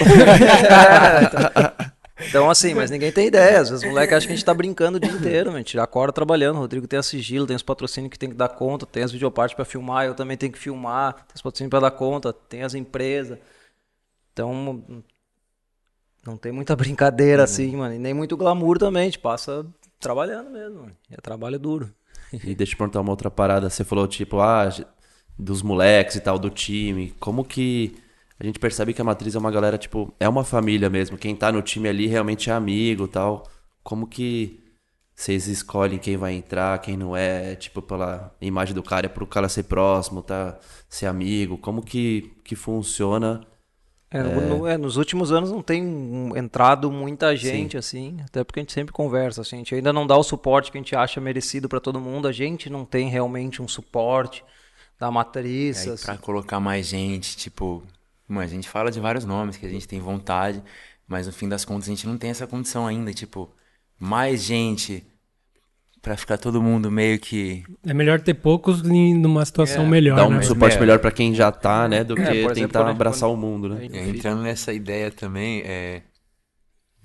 Então, assim, mas ninguém tem ideia. Às vezes o moleque acha que a gente tá brincando o dia inteiro, mano. A gente acorda trabalhando. O Rodrigo tem a sigilo, tem os patrocínios que tem que dar conta, tem as videopartes pra filmar, eu também tenho que filmar, tem os patrocínios pra dar conta, tem as empresas. Então, não tem muita brincadeira assim, mano. E nem muito glamour também. A gente passa trabalhando mesmo. mano. É trabalho duro.
E deixa eu perguntar uma outra parada. Você falou, tipo, ah, ge- dos moleques e tal, do time. Como que a gente percebe que a Matriz é uma galera, tipo, é uma família mesmo. Quem tá no time ali realmente é amigo e tal. Como que vocês escolhem quem vai entrar, quem não é? Tipo, pela imagem do cara, é pro cara ser próximo, tá? Ser amigo. Como que, que funciona
É, no- é, nos últimos anos não tem um- entrado muita gente, assim, até porque a gente sempre conversa, assim, a gente ainda não dá o suporte que a gente acha merecido pra todo mundo, a gente não tem realmente um suporte da matriz,
Aí
assim.
pra colocar mais gente, tipo, mano, a gente fala de vários nomes que a gente tem vontade, mas no fim das contas a gente não tem essa condição ainda, tipo, mais gente pra ficar todo mundo meio que
É melhor ter poucos em numa situação melhor,
Dá um
né?
suporte
É.
melhor pra quem já tá, né? Do que
É, por exemplo,
tentar
quando-
abraçar o mundo, né?
É, entrando nessa ideia também, é.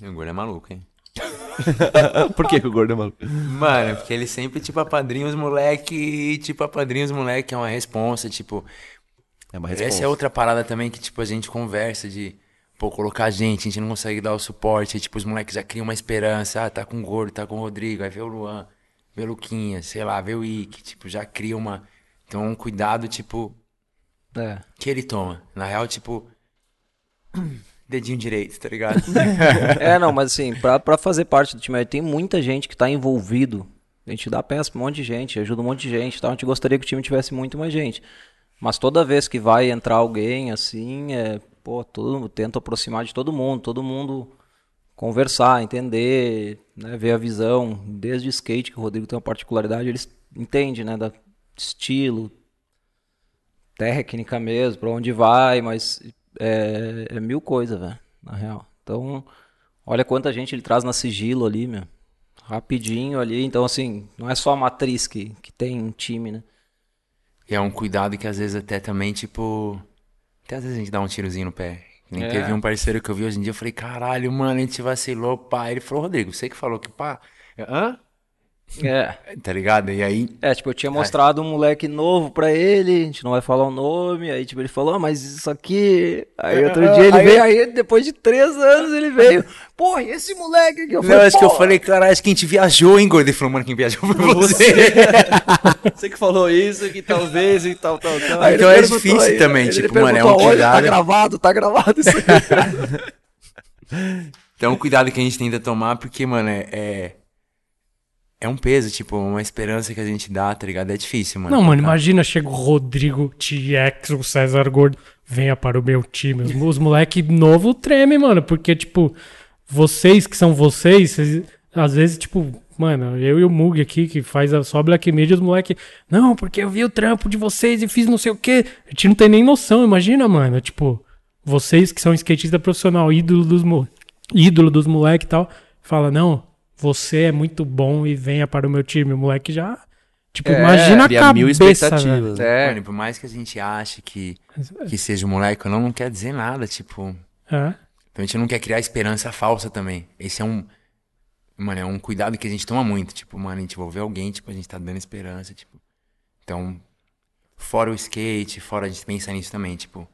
O gordo é maluco, hein?
[LAUGHS] Por que, que o gordo é maluco?
Mano, porque ele sempre, tipo, apadrinha os moleque, e, tipo, apadrinha os moleque, é uma responsa, tipo.
É uma
Essa
resposta.
é outra parada também que, tipo, a gente conversa de, pô, colocar a gente, a gente não consegue dar o suporte, aí, tipo, os moleques já criam uma esperança, ah, tá com o Gordo, tá com o Rodrigo, aí vê o Luan, vê o Luquinha, sei lá, vê o Ike, tipo, já cria uma. Então, um cuidado, tipo,
É.
que ele toma. Na real, tipo. [CLEARS THROAT] Dedinho direito, tá ligado?
É, não, mas assim, pra, pra fazer parte do time, aí tem muita gente que tá envolvido. A gente dá peça pra um monte de gente, ajuda um monte de gente, e tal. A gente gostaria que o time tivesse muito mais gente. Mas toda vez que vai entrar alguém, assim, é, pô, todo, tenta aproximar de todo mundo, todo mundo conversar, entender, né, ver a visão. Desde skate, que o Rodrigo tem uma particularidade, eles entendem, né, da estilo, técnica mesmo, pra onde vai, mas é, é mil coisas, velho, na real. Então, olha quanta gente ele traz na sigilo ali, meu. Rapidinho ali. Então, assim, não é só a matriz que, que tem um time, né?
E é um cuidado que às vezes até também, tipo. Até às vezes a gente dá um tirozinho no pé. Nem
É.
teve um parceiro que eu vi hoje em dia, eu falei, caralho, mano, a gente vacilou, pá. Ele falou, Rodrigo, você que falou que pá. Eu, Hã?
É.
Tá ligado? E aí.
É, tipo, eu tinha mostrado um moleque novo pra ele, a gente não vai falar o nome, aí, tipo, ele falou, ah, mas isso aqui. Aí
É,
outro dia ele veio, aí depois de três anos ele veio. Porra, e esse moleque aqui? Eu
Não,
falei,
acho que eu
"Pô,
falei, caralho, acho que a gente viajou, hein, gordo? Ele falou, mano, quem viajou foi
é
você.
Você que falou isso, que talvez e tal, tal, tal.
Aí ele
Então é
perguntou,
difícil
aí-
também,
ele
tipo, mano, é um
perguntou, "Olha, Tá
cuidado."
gravado, tá gravado isso aqui.
[LAUGHS] Então, o cuidado que a gente tenta tomar, porque, mano, é. É, é um peso, tipo, uma esperança que a gente dá, tá ligado? É difícil, mano.
Não, mano,
Tá.
imagina, chega o Rodrigo, TX, o César Gordo, venha para o meu time. Os, os moleque novo treme, mano, porque, tipo, vocês que são vocês, vocês- às vezes, tipo, mano, eu e o Mug aqui, que faz a, só Black Media, os moleque, não, porque eu vi o trampo de vocês e fiz não sei o quê. A gente não tem nem noção, imagina, mano, tipo, vocês que são skatista profissional, ídolo dos, mo- ídolo dos moleque e tal, fala, não, você é muito bom e venha para o meu time. O moleque já... Tipo, imagina a
Cria
cabeça,
É, mil
velho.
expectativas. né?
É. Mano, e por mais que a gente ache que, que seja um moleque, ou não, não quer dizer nada, tipo.
É.
Então a gente não quer criar esperança falsa também. Esse é um. Mano, é um cuidado que a gente toma muito. Tipo, mano, a gente envolver alguém, tipo, a gente tá dando esperança, tipo. Então, fora o skate, fora a gente pensar nisso também, tipo.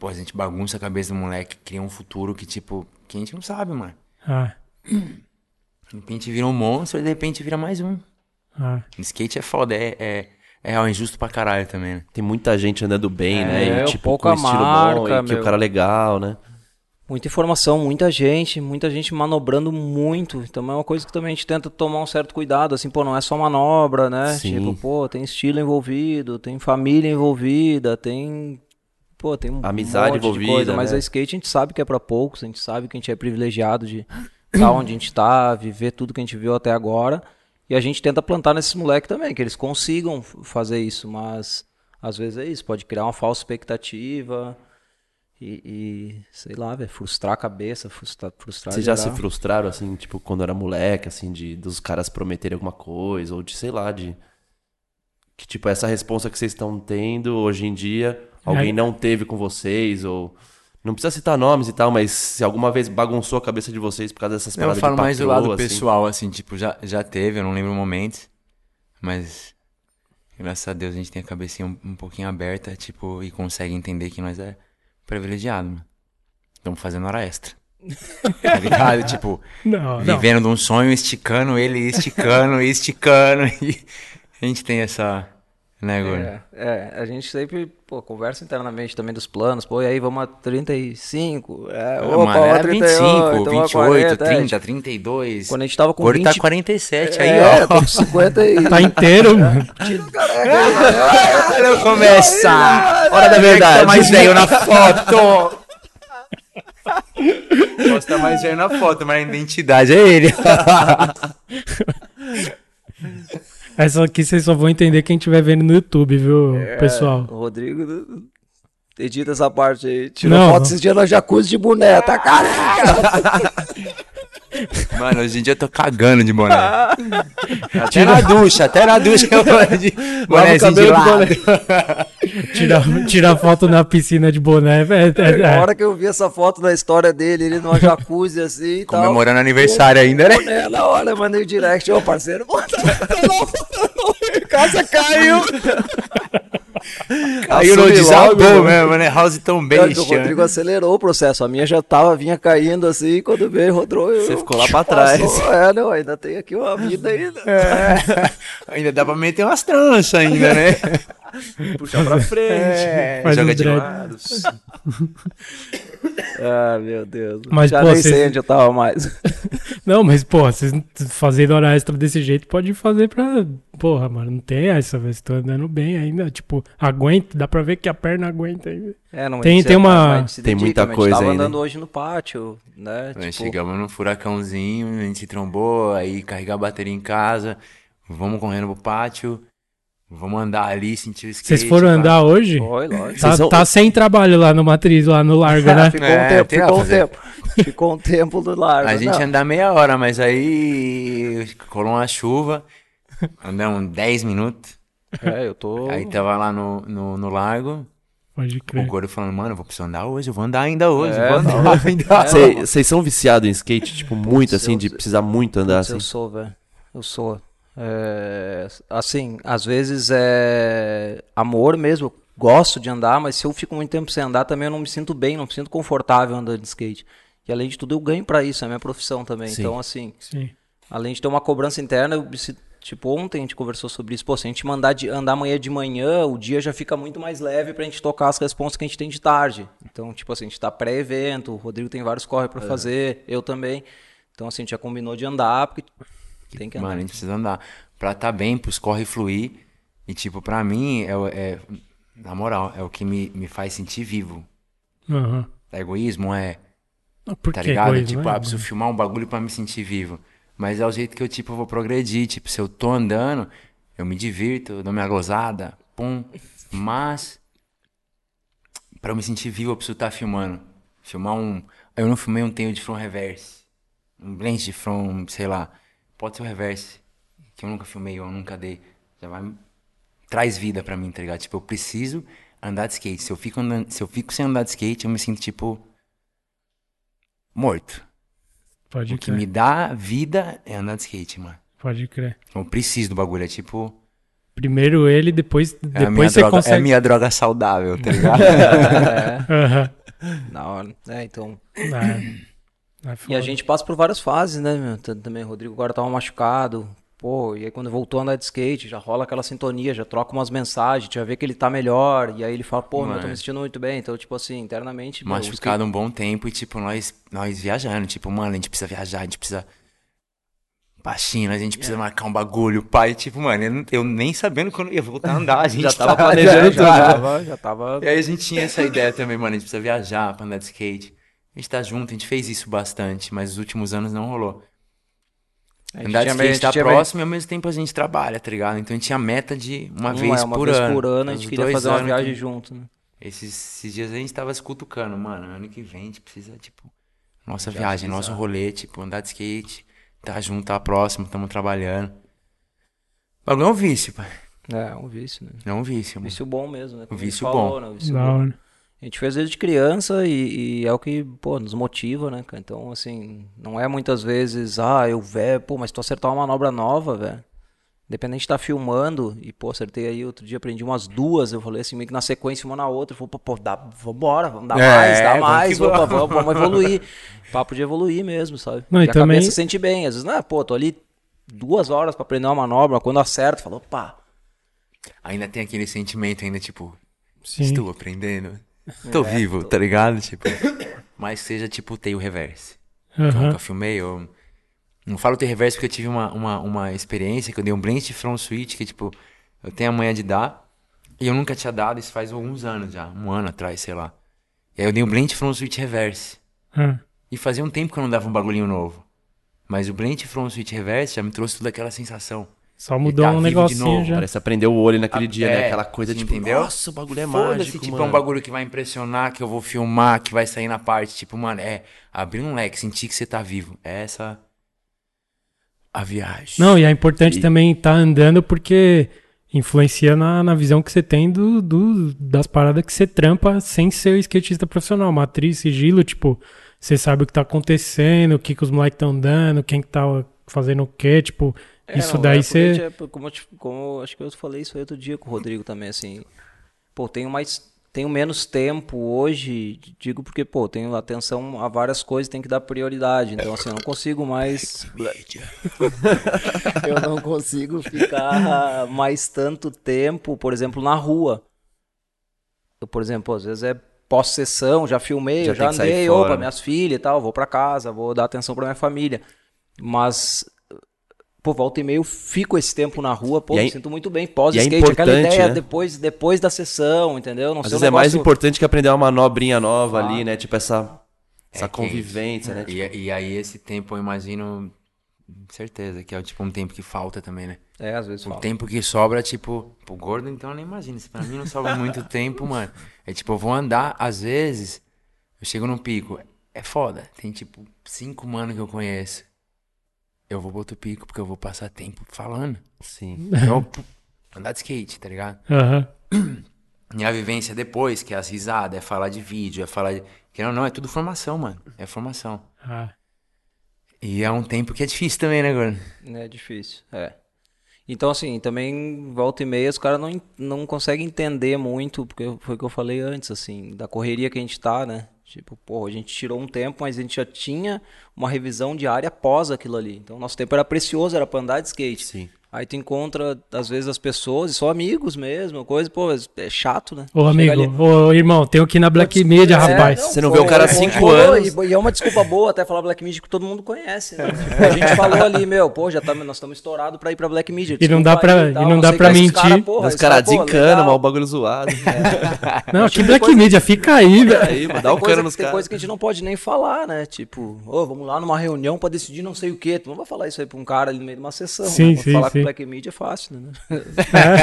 Pô, a gente bagunça a cabeça do moleque, cria um futuro que, tipo, que a gente não sabe, mano.
Ah,
De repente vira um monstro e de repente vira mais um.
ah.
Skate é foda, é, é, é real, injusto pra caralho também, né?
Tem muita gente andando bem, né?
É,
E,
um
tipo,
pouco
com
a
estilo bom,
marca,
e que o
meu.
cara é legal, né?
Muita informação, muita gente, muita gente manobrando muito. Então é uma coisa que também a gente tenta tomar um certo cuidado, assim, pô, não é só manobra, né?
Sim.
Tipo, pô, tem estilo envolvido, tem família envolvida, tem pô, tem um
Amizade
monte de
envolvida,
coisa, mas
né?
a skate a gente sabe que é pra poucos, a gente sabe que a gente é privilegiado de estar onde a gente tá, viver tudo que a gente viu até agora. E a gente tenta plantar nesses moleques também, que eles consigam f- fazer isso, mas às vezes é isso, pode criar uma falsa expectativa e, e, sei lá, velho, frustrar a cabeça, frustrar, frustrar
Vocês já se
geral.
frustraram, assim, tipo, quando era moleque, assim, de dos caras prometerem alguma coisa, ou de, sei lá, de. Que, tipo, essa responsa que vocês estão tendo hoje em dia, alguém
Aí-
não teve com vocês, ou. Não precisa citar nomes e tal, mas se alguma vez bagunçou a cabeça de vocês por causa dessas
Eu
paradas
falo
de
mais do
patroa,
lado
assim.
pessoal, assim, tipo, já, já teve, eu não lembro o momento, mas graças a Deus a gente tem a cabecinha um, um pouquinho aberta, tipo, e consegue entender que nós é privilegiado, mano. Estamos fazendo hora
[LAUGHS]
extra. tá ligado? Tipo,
Não, não.
vivendo de um sonho, esticando ele,
[LAUGHS]
esticando, esticando, e a gente tem essa, né, Gordo?
É, é, a gente sempre, pô, conversa internamente também dos planos, pô, e aí vamos a 35, é,
Ah,
opa,
mano,
ó,
era
38,
25,
então ó,
28,
40, é,
30, 32.
Quando a gente tava com
Gordo
20,
tá 47 aí,
é,
ó.
tô com 50 e...
Tá
[LAUGHS]
inteiro, mano.
Começa! Hora da
verdade.
Mais velho na foto! Posso estar mais velho na foto, mas a identidade é ele.
Essa aqui vocês É só vão entender quem estiver vendo no YouTube, viu,
É.
pessoal?
O Rodrigo edita essa parte aí. Tirou
Não,
foto
não.
esses dias na jacuzzi de boné, tá caraca!
Mano, hoje em dia eu tô cagando de boné. até na ducha, até na ducha eu vou de [LAUGHS] bonézinho de
cabelo do
lado.
Tirar, tirar foto na piscina de boné. É, é- é.
Na hora que eu vi essa foto da história dele, ele numa jacuzzi assim e tal.
Comemorando aniversário ainda, né?
É, na hora, eu mandei o direct, ô
[LAUGHS]
parceiro, [LAUGHS] pô, tá- tá louco, casa caiu.
Aí o Lodi
Assume logo,
desabou
mano.
mesmo, né? House tão
Cara,
bem,
O Rodrigo acelerou o processo, a minha já tava, vinha caindo assim, quando veio, rodou. eu-
Você ficou lá pra trás.
Passou, [LAUGHS] é, não, ainda tem aqui uma vida ainda.
Ainda dá pra meter umas tranças ainda, [LAUGHS] né?
Puxar pra frente.
Faz
Joga
um
de
dread.
lado.
Ah, meu Deus.
Mas,
já
pô,
nem
vocês-
sei onde eu
[LAUGHS]
tava mais.
Não, mas, pô, vocês fazendo hora extra desse jeito, pode fazer pra. Porra, mano, não tem essa, velho. Vocês estão andando bem ainda. Tipo, aguenta, dá pra ver que a perna aguenta ainda.
É, não,
Tem-
isso
tem
é-
uma-
mas a gente se
Tem
dedica,
muita
a gente
coisa
tava
ainda,
andando hoje no pátio, né?
Então, Nós
tipo,
chegamos num furacãozinho, a gente se trombou, aí carregar a bateria em casa, vamos correndo pro pátio, vamos andar ali, sentir o skate.
Vocês foram
pá.
andar hoje?
foi, lógico.
Tá, tá sem trabalho lá no Matriz, lá no Largo,
[LAUGHS]
né?
[LAUGHS] ficou
É,
um tempo,
tem a
ficou um
fazer.
tempo. Ficou um tempo do largo.
A gente
não.
ia andar meia hora, mas aí colou uma chuva, andamos 10 minutos,
É, eu tô.
aí tava lá no, no, no largo,
Pode
o
crer.
gordo falando, mano, eu vou precisar andar hoje, eu vou andar ainda hoje, eu
É,
vou andar [LAUGHS] ainda hoje.
Vocês Ah, são viciados em skate,
[LAUGHS]
tipo, muito assim, de precisar muito andar
Putz,
assim.
Eu sou, velho. Eu sou. É, assim, às vezes é amor mesmo. eu Gosto de andar, mas se eu fico muito tempo sem andar, também eu não me sinto bem, não me sinto confortável andando de skate. E além de tudo, eu ganho pra isso, é a minha profissão também. Então, assim,
Sim.
além de ter uma cobrança interna, eu me sinto- tipo, ontem a gente conversou sobre isso. Pô, se a gente mandar de, andar amanhã de manhã, o dia já fica muito mais leve pra gente tocar as respostas que a gente tem de tarde. Então, tipo assim, a gente tá pré-evento, o Rodrigo tem vários corre pra fazer, eu também. Então, assim, a gente já combinou de andar, porque tem que andar.
Mano, a gente precisa andar. Pra tá bem, pros corre fluir. E, tipo, pra mim, é, o- é- na moral, é o que me, me faz sentir vivo.
Aham.
Egoísmo é,
Por
tá
que
ligado?
egoísmo,
tipo,
né,
ah, preciso
mano?
filmar um bagulho pra me sentir vivo. Mas é o jeito que eu, tipo, vou progredir. Tipo, se eu tô andando, eu me divirto, eu dou minha gozada, pum. Mas, pra eu me sentir vivo, eu preciso estar filmando. Filmar um... Eu não filmei um tail de front reverse. Um blend de front, sei lá. Pode ser o reverse. Que eu nunca filmei, eu nunca dei. Já vai... me- Traz vida pra mim, tá ligado? Tipo, eu preciso andar de skate. Se eu fico, andando, se eu fico sem andar de skate, eu me sinto, tipo... Morto.
Pode
O que
crer.
me dá vida é andar de skate, mano.
Pode crer.
Eu preciso do bagulho, é tipo.
Primeiro ele, depois,
É a, minha
depois você
droga, é a
consegue.
minha droga saudável, tá ligado?
[LAUGHS]
[LAUGHS]
Aham.
É, Na hora. É, então.
Ah, é
E a
foda.
gente passa por várias fases, né, meu? T- Também, o Rodrigo agora tava machucado. Pô, e aí quando voltou a andar de skate, já rola aquela sintonia, já troca umas mensagens, já vê que ele tá melhor. E aí ele fala, pô, meu, eu tô me
Mas-
sentindo muito bem. Então, tipo assim, internamente. pô, o skate-
Machucado um bom tempo e, tipo, nós, nós viajando. Tipo, mano, a gente precisa viajar, a gente precisa. Pra China, a gente precisa marcar um bagulho, pai. Tipo, mano, eu, não- eu nem sabendo quando eu ia voltar
[LAUGHS]
a andar, a gente
Já tava
tá- já
planejando, já
tava-
tava, já tava.
E aí a gente tinha essa ideia também, mano, a gente precisa viajar pra andar de skate. A gente tá junto, a gente fez isso bastante, mas nos últimos anos não rolou.
A
Andar de
tinha- a
skate tá
tinha-
próximo e ao mesmo tempo a gente trabalha, tá ligado? Então a gente tinha meta de uma,
Não é,
vez,
uma
por,
vez
ano.
por ano, a gente
Os
queria
dois
fazer uma
anos
viagem
que-
junto, né?
Esses, esses dias a gente tava se cutucando, mano. Ano que vem a gente precisa, tipo, nossa viagem, nosso rolê, tipo, andar de skate, tá junto, tá próximo, tamo trabalhando. O bagulho é um vício, pai.
É, um vício, né?
É um vício, mano.
Vício bom mesmo, né? Como a gente
Vício bom.
falou, né? Vício
Da
bom.
hora.
A gente fez desde criança e, e é o que, pô, nos motiva, né, cara? Então, assim, não é muitas vezes, ah, eu velho, pô, mas tu acertar uma manobra nova, velho. Independente de tá filmando, e pô, acertei aí outro dia, aprendi umas duas, eu falei assim, meio que na sequência, uma na outra, eu falei, pô, pô, dá, vambora, vamos dar
É,
mais, dá
vamos que
mais, opa,
vamos.
vamos, vamos
[LAUGHS]
evoluir. Papo de evoluir mesmo, sabe?
Não, e
e a
também-
cabeça sente bem, às vezes, né, pô, tô ali duas horas pra aprender uma manobra, quando acerto, falo, opa,
Ainda tem aquele sentimento, ainda, tipo,
Sim.
estou aprendendo.
É,
Tô vivo, tá ligado? Tipo. [COUGHS] Mas seja tipo o reverse. Então, que eu
Aham.
nunca filmei. Eu... Não falo ter reverso porque eu tive uma, uma, uma experiência que eu dei um blend from switch que, tipo, eu tenho a manha de dar e eu nunca tinha dado isso faz alguns anos já, um ano atrás, sei lá. E aí eu dei um blend from switch reverse.
Ah,
E fazia um tempo que eu não dava um bagulhinho novo. Mas o Blend From Switch Reverse já me trouxe toda aquela sensação.
só mudou
tá
um
vivo de
negocinho
novo,
já.
Parece aprender o olho naquele
Ah,
dia,
é,
né? Aquela coisa
você
tipo,
entendeu?
nossa, o bagulho é
Foda-se,
mágico,
tipo,
mano.
é um bagulho que vai impressionar, que eu vou filmar, que vai sair na parte. Tipo, mano, é abrir um leque, sentir que você tá vivo. É essa a viagem.
Não, e é importante também estar andando porque influencia na, na visão que você tem do, do- das paradas que você trampa sem ser skatista profissional. Matriz, sigilo, tipo, você sabe o que tá acontecendo, o que, que os moleques estão dando, quem que tá fazendo o quê, tipo,
É,
isso
não,
daí
é, porque a gente
você.
é- como, eu te- como acho que eu falei isso aí outro dia com o Rodrigo também, assim. Pô, tenho mais. Tenho menos tempo hoje, digo porque, pô, tenho atenção a várias coisas, tem que dar prioridade. Então, assim, eu não consigo
[LAUGHS]
mais. [LAUGHS] eu não consigo ficar mais tanto tempo, por exemplo, na rua. Eu, por exemplo, às vezes é pós-sessão, já filmei,
Já
eu já
tem que sair
andei,
fora,
opa,
né?
minhas filhas e tal, vou pra casa, vou dar atenção pra minha família. Mas, pô, volta e meia eu fico esse tempo na rua, pô,
E é
me
im-
sinto muito bem. Pós-skate,
importante,
aquela ideia
né?
depois, depois da sessão, entendeu? Não
Às
sei, um
vezes é mais
negócio-
importante que aprender uma manobrinha nova ali, né? Tipo essa, essa
É que-
convivência, né? Tipo,
E, e aí esse tempo eu imagino, certeza, que é tipo um tempo que falta também, né?
É, às vezes
O
falta.
tempo que sobra, tipo, pro gordo então eu nem imagino. Isso pra mim não sobra
[LAUGHS]
muito tempo, mano. É tipo, eu vou andar, às vezes, eu chego num pico, é foda. Tem tipo cinco mano que eu conheço. Eu vou pro outro pico porque eu vou passar tempo
[LAUGHS]
falando.
Sim.
Então, pu- andar de skate, tá ligado?
Aham.
E a vivência depois, que é as risadas, é falar de vídeo, é falar de. Querendo ou não, é tudo formação, mano. É formação.
Ah,
E é um tempo que é difícil também, né, gordo?
É difícil, é. Então, assim, também volta e meia, os caras não, en- não conseguem entender muito, porque foi o que eu falei antes, assim, da correria que a gente tá, né? Tipo, pô, a gente tirou um tempo, mas a gente já tinha uma revisão diária após aquilo ali. Então, nosso tempo era precioso, era pra andar de skate.
Sim.
Aí tu encontra, às vezes, as pessoas, e só amigos mesmo, coisa, pô, é chato, né?
Ô,
Chega
amigo,
ali-
ô, irmão, tem que ir na Black Media, Tá rapaz.
Você não vê o cara há cinco
É, pô,
anos.
E, e é uma desculpa boa até falar Black Media que todo mundo conhece, né? Tipo, a
[LAUGHS]
gente falou ali, meu, pô, já tá, nós estamos estourados pra ir pra Black Media.
E não
desculpa
dá pra-
aí
e
tal,
não dá
sei o
pra
que, mas os
mentir.
cara, porra,
Os
os
caras
cara, pô,
desencanam,
legal.
mal o bagulho zoado.
Não, que Black Media, fica
[LAUGHS]
aí, velho.
Aí, mano, dá o
Tem coisa
cano
que-
nos
Tem
caras.
coisa que a gente não pode nem falar, né? Tipo, ô, vamos lá numa reunião pra decidir não sei o quê. Tu não vai falar isso aí pra um cara ali no meio de uma sessão.
Sim,
né? Pra
sim,
falar
sim.
com Black Media é fácil,
[LAUGHS]
né?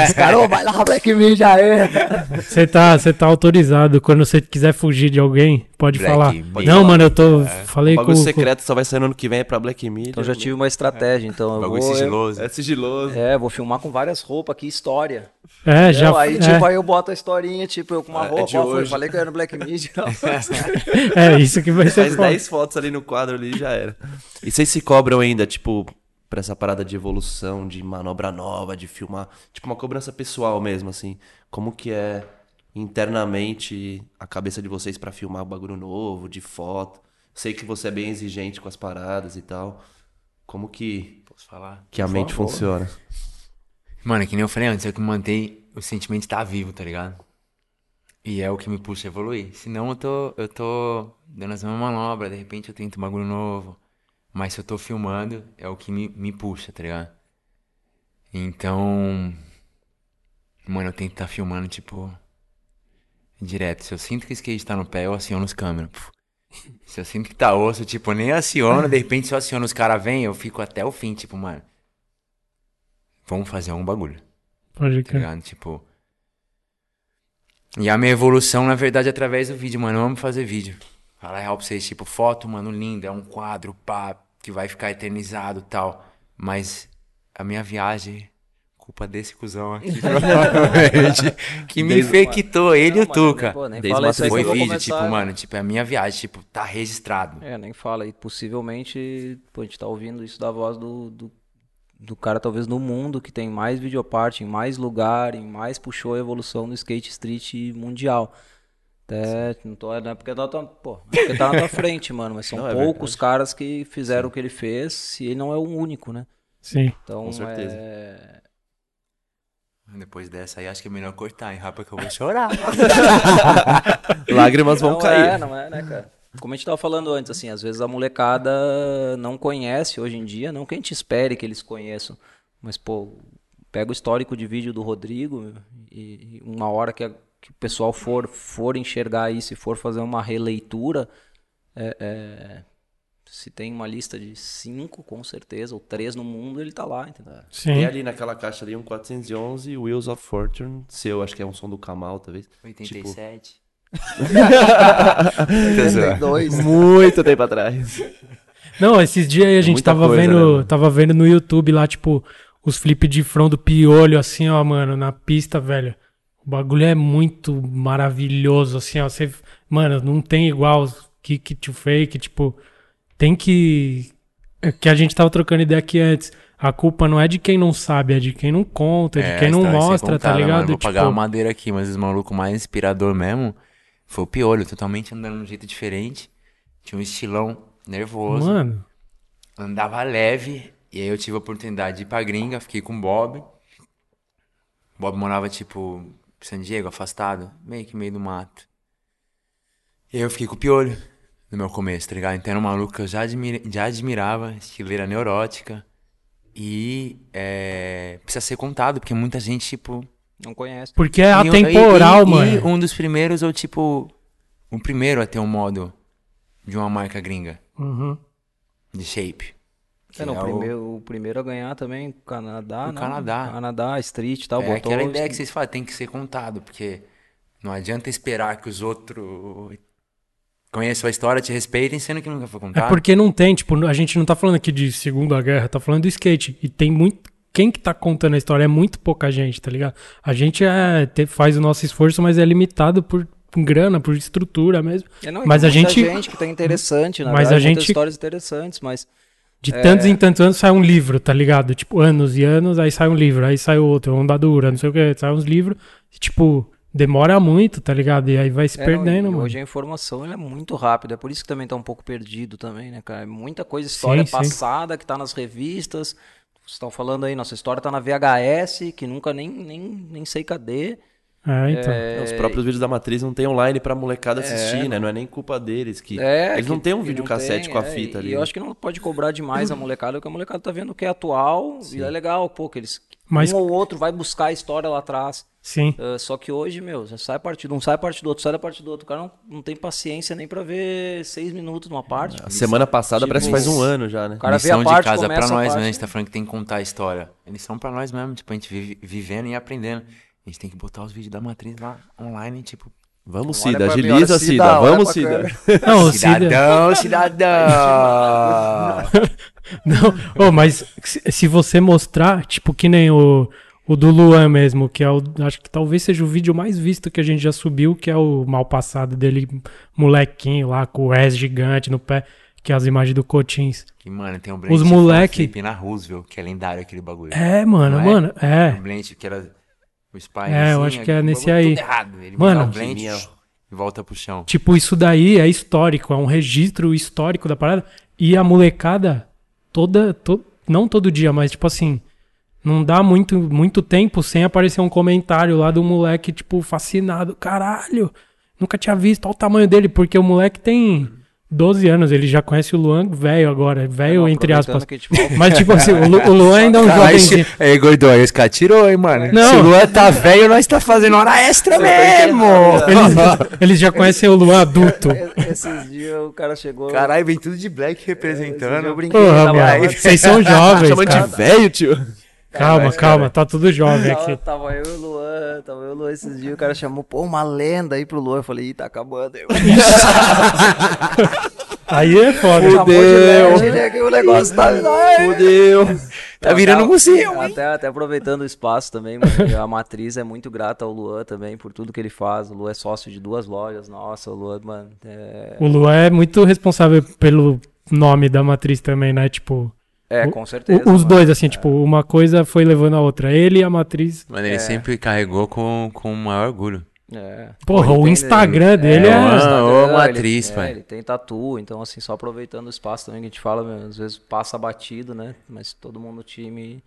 Os caras, ô, vai lá, Black Media aí.
É, Você tá, você tá autorizado. Quando você quiser fugir de alguém, pode
Black
falar.
Media.
Não, mano, eu tô. Falei
O
com
É. Um bagulho
com-
secreto só vai sair no ano que vem é pra Black Media.
Então já tive uma estratégia, então eu
Bagulho
vou...
sigiloso.
É sigiloso.
É, vou filmar com várias roupas aqui, história.
É, já.
Não, aí,
é.
tipo, aí eu boto a historinha, tipo, eu com uma
É,
roupa,
de
ó, fui-
hoje.
falei que eu era no Black
[LAUGHS]
Media.
É isso que vai ser
Faz
foda.
10 fotos ali no quadro ali e já era. E vocês se cobram ainda, tipo, pra essa parada de evolução, de manobra nova, de filmar? Tipo, uma cobrança pessoal mesmo, assim. Como que é internamente a cabeça de vocês pra filmar bagulho novo, de foto? Sei que você é bem exigente com as paradas e tal. Como que,
Posso falar?
que a mente funciona?
Mano, que nem eu falei antes, é o que mantém o sentimento de estar vivo, tá ligado? E é o que me puxa a evoluir. Senão eu tô, eu tô dando as mesmas manobras, de repente eu tento um bagulho novo. Mas se eu tô filmando, é o que me, me puxa, tá ligado? Então. Mano, eu tento estar filmando, tipo. Direto. Se eu sinto que o skate tá no pé, eu aciono os câmeras. Puf. Se eu sinto que tá osso, tipo, eu nem aciono, de repente se eu aciono os caras vêm, eu fico até o fim, tipo, mano. Vamos fazer algum bagulho
Pode
tá
crer.
ligado? Tipo. E a minha evolução, na verdade, é através do vídeo, mano. Eu amo fazer vídeo. Falar real pra vocês, tipo, foto, mano, linda, é um quadro, pá, que vai ficar eternizado e tal. Mas a minha viagem, culpa desse cuzão aqui, provavelmente, que me infectou, ele e o Tuca.
Pô, nem
Desde
fala isso aí que
Foi
eu vou
vídeo,
começar-
tipo, mano, tipo, é a minha viagem, tipo, tá registrado.
É, nem fala. E possivelmente, pô, a gente tá ouvindo isso da voz do, do, do cara, talvez, no mundo, que tem mais videoparte, em mais lugar, em mais puxou a evolução do skate street mundial. Até, não tô, não é porque tá, tá- pô, é porque tá na tua frente, [LAUGHS] mano, mas são
Não, é
poucos caras que fizeram o que ele fez e ele não é o único, né?
Sim.
Então,
Com certeza.
é...
Depois dessa aí, acho que é melhor cortar, hein, rapaz, que eu vou chorar.
Lágrimas [LAUGHS] vão
não
cair.
É, não é, né, cara? Como a gente tava falando antes, assim, às vezes a molecada não conhece hoje em dia, não que a gente espere que eles conheçam, mas, pô, pega o histórico de vídeo do Rodrigo e e uma hora que, a- que o pessoal for, for enxergar isso e for fazer uma releitura, é, é, se tem uma lista de cinco, com certeza, ou três no mundo, ele tá lá, entendeu?
Sim.
E ali naquela caixa ali, um 411 Wheels of Fortune, seu, acho que é um som do Kamal, [LAUGHS] talvez. Tipo,
87. é
82. Muito tempo atrás.
Não, esses dias
É
aí a gente
muita
tava
coisa,
vendo,
né?
tava vendo no YouTube lá, tipo, os flip de front do piolho, assim, ó, mano, na pista, velho. O bagulho é muito maravilhoso, assim, ó. Você, mano, não tem igual os kick to fake, tipo, tem que. é Que a gente tava trocando ideia aqui antes. A culpa não é de quem não sabe, é de quem não conta, de
É,
quem não mostra, tá ligado?
então, né, Mano, vou pagar
Tipo,
uma madeira aqui, mas os malucos mais inspirador mesmo foi o Piolho, totalmente andando de um jeito diferente. Tinha um estilão nervoso.
mano,
andava leve. E aí eu tive a oportunidade de ir pra gringa, fiquei com o Bob. O Bob morava, tipo, em San Diego, afastado, meio que meio do mato. E aí eu fiquei com o piolho no meu começo, tá ligado? Então era um maluco que eu já, admira- já admirava, estileira neurótica. E é, precisa ser contado, porque muita gente, tipo,
Não conhece.
porque é
e um-
atemporal,
e- e-
mano.
E um dos primeiros, ou tipo, o primeiro a ter um modo de uma marca gringa,
Uhum.
de shape.
É, não,
é
o,
o-
primeiro, o primeiro a ganhar também, Canadá,
O
né?
Canadá.
Canadá, Street e tal,
É
botou...
aquela ideia que vocês falam, tem que ser contado, porque não adianta esperar que os outros conheçam a história, te respeitem, sendo que nunca foi
É
Tá?
contado.
porque não tem, tipo, a gente não tá falando aqui de Segunda Guerra, tá falando do skate. E tem muito. Quem que tá contando a história? É muito pouca gente, tá ligado? A gente é, te- faz o nosso esforço, mas é limitado por grana, por estrutura mesmo.
É, não, e
mas
tem
a
muita
gente-
gente que tá interessante, na
Mas
verdade,
a
muitas
gente-
histórias interessantes, mas...
De
é.
tantos em tantos anos sai um livro, tá ligado? Tipo, anos e anos, aí sai um livro, aí sai outro, onda dura, não sei o que, sai uns livros. E, tipo, demora muito, tá ligado? E aí vai se
É, não,
perdendo,
e
mano.
Hoje a informação ela é muito rápida, é por isso que também tá um pouco perdido também, né, cara? Muita coisa, história
Sim, sim.
passada que tá nas revistas. Vocês estão falando aí, nossa história tá na VHS, que nunca nem, nem, nem sei cadê.
É, então.
É, Os próprios vídeos da Matriz não tem online pra molecada assistir, né? Não é nem culpa deles. que
É,
Eles não
que-
têm um
que
videocassete
tem,
com a
é,
fita
e
ali.
eu
né?
acho que não pode cobrar demais a
Uhum.
molecada, porque a molecada tá vendo o que é atual e é legal, pô, que eles.
Mas-
Um ou outro vai buscar a história lá atrás. [LAUGHS]
Sim.
Ah, só que hoje, meu, você sai a parte de um, sai a parte do outro, sai a parte do outro. O cara não, não tem paciência nem pra ver seis minutos numa parte.
A É, semana passada
Tipo,
parece que faz um ano já, né?
O cara vê
Lição
a parte,
de casa
começa
pra
a
nós,
parte.
né? A gente tá falando que tem que contar a história. Eles são pra nós mesmo, tipo, a gente vive- vivendo e aprendendo. A gente tem que botar os vídeos da matriz lá online, tipo,
Vamos,
Olha
Cida.
pra mim,
Agiliza,
olha, Cida,
Cida.
olha
Vamos,
pra
Cida.
câmera.
Não, o Cida-
cidadão, [LAUGHS] cidadão!
Não, ô, mas se se você mostrar, tipo, que nem o, o do Luan mesmo, que é o. Acho que talvez seja o vídeo mais visto que a gente já subiu, que é o mal passado dele, molequinho lá, com o S gigante no pé, que é as imagens do Cotins.
que, mano, tem um
Os moleque-
Felipe na Roosevelt, que é lendário aquele bagulho.
É, mano,
Não é?
mano, é.
O Blend, que era o Spy.
É, eu acho que é nesse aí.
Tudo errado. Ele
Mano.
mano, o Blend
Minha-
e volta pro chão.
Tipo, isso daí é histórico, é um registro histórico da parada. E a molecada, toda. to- não todo dia, mas tipo assim. Não dá muito, muito tempo sem aparecer um comentário lá do moleque, tipo, fascinado. Caralho, nunca tinha visto, olha o tamanho dele, porque o moleque tem 12 anos, ele já conhece o Luan velho agora, velho
Não,
entre
aproveitando
aspas.
que, tipo, ó,
Mas tipo assim, o, Lu- o Luan ainda é um jovenzinho.
Ei, gordão, esse cara tirou, hein, mano.
Não. Se o
Luan tá velho, nós tá fazendo hora extra mesmo.
Eles, eles já conhecem o Luan adulto.
[LAUGHS] Esses dias o cara chegou.
Caralho, vem tudo de black representando. Eu brinquei.
Porra,
tava lá,
meu, vocês
[LAUGHS]
são
Tá
jovens,
Chamando
cara.
de velho, tio.
Calma, calma, tá tudo jovem
Tava,
aqui.
tava eu e o Luan, tava eu e o Luan esses dias, o cara chamou, pô, uma lenda aí pro Luan. Eu falei, ih, tá acabando. Eu,
Aí é foda.
chamou de lenda, ele é que o negócio tá.
Fudeu.
Tá virando um museu, hein?
Então, Até, até aproveitando o espaço também, mano, a Matriz é muito grata ao Luan também por tudo que ele faz. O Luan é sócio de duas lojas. Nossa, o Luan, mano. É,
O Luan é muito responsável pelo nome da matriz também, né? Tipo,
é,
O-
com certeza.
o- os
mano.
dois, assim, tipo, uma coisa foi levando a outra. Ele e a matriz.
Mano, ele sempre carregou com, com o maior orgulho.
É.
Porra,
Ele
o
tem-
Instagram dele
é,
é.
o Luan.
Instagram,
ô,
ele-
matriz,
é,
pai.
Ele tem tatu, então assim, só aproveitando o espaço também que a gente fala, meu, às vezes passa batido, né? Mas todo mundo no time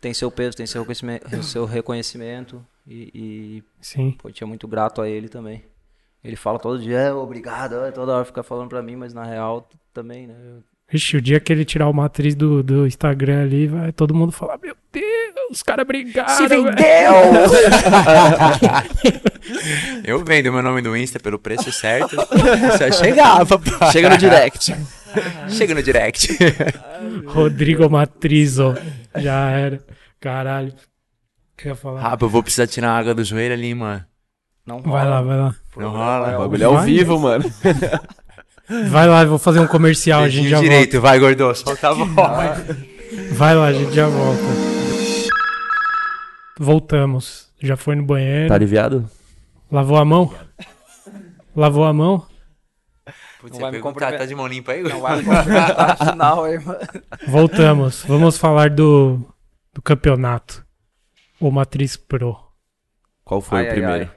tem seu peso, tem
[COUGHS]
seu reconhecimento, seu reconhecimento e, e
Sim.
pô, a gente é muito grato a ele também. Ele fala todo dia, "É, obrigado, é", toda hora fica falando pra mim, mas na real t- também, né?
Ixi, o dia que ele tirar o matriz do, do Instagram ali, vai todo mundo falar: Meu Deus. os caras brigaram.
Se
velho."
vendeu! eu vendo meu nome do Insta pelo preço [LAUGHS] certo. Só [LAUGHS] chegava, pá.
Chega no direct.
[LAUGHS] Chega no [LAUGHS] direct.
Rodrigo Matriz, ó. Já era. Caralho. O que eu ia falar?
Rapaz, eu vou precisar tirar a água do joelho ali, mano.
Não
Vai lá, vai lá.
Não rola.
O bagulho é ao vivo,
[LAUGHS]
mano.
Vai lá, eu vou fazer um comercial, a gente já
Beijinho direito, vai, tá gordô. Solta a voz.
volta. Vai lá, a gente já volta. Voltamos. Já foi no banheiro.
Tá aliviado?
Lavou a mão? Lavou a mão?
Putz,
Não
você
vai me
perguntar,
comprometer.
tá de mão limpa aí?
Não vai me complementar no final aí, mano.
Voltamos. Vamos falar do, do campeonato. O Matriz Pro.
Qual foi
Ai,
o
ai,
primeiro?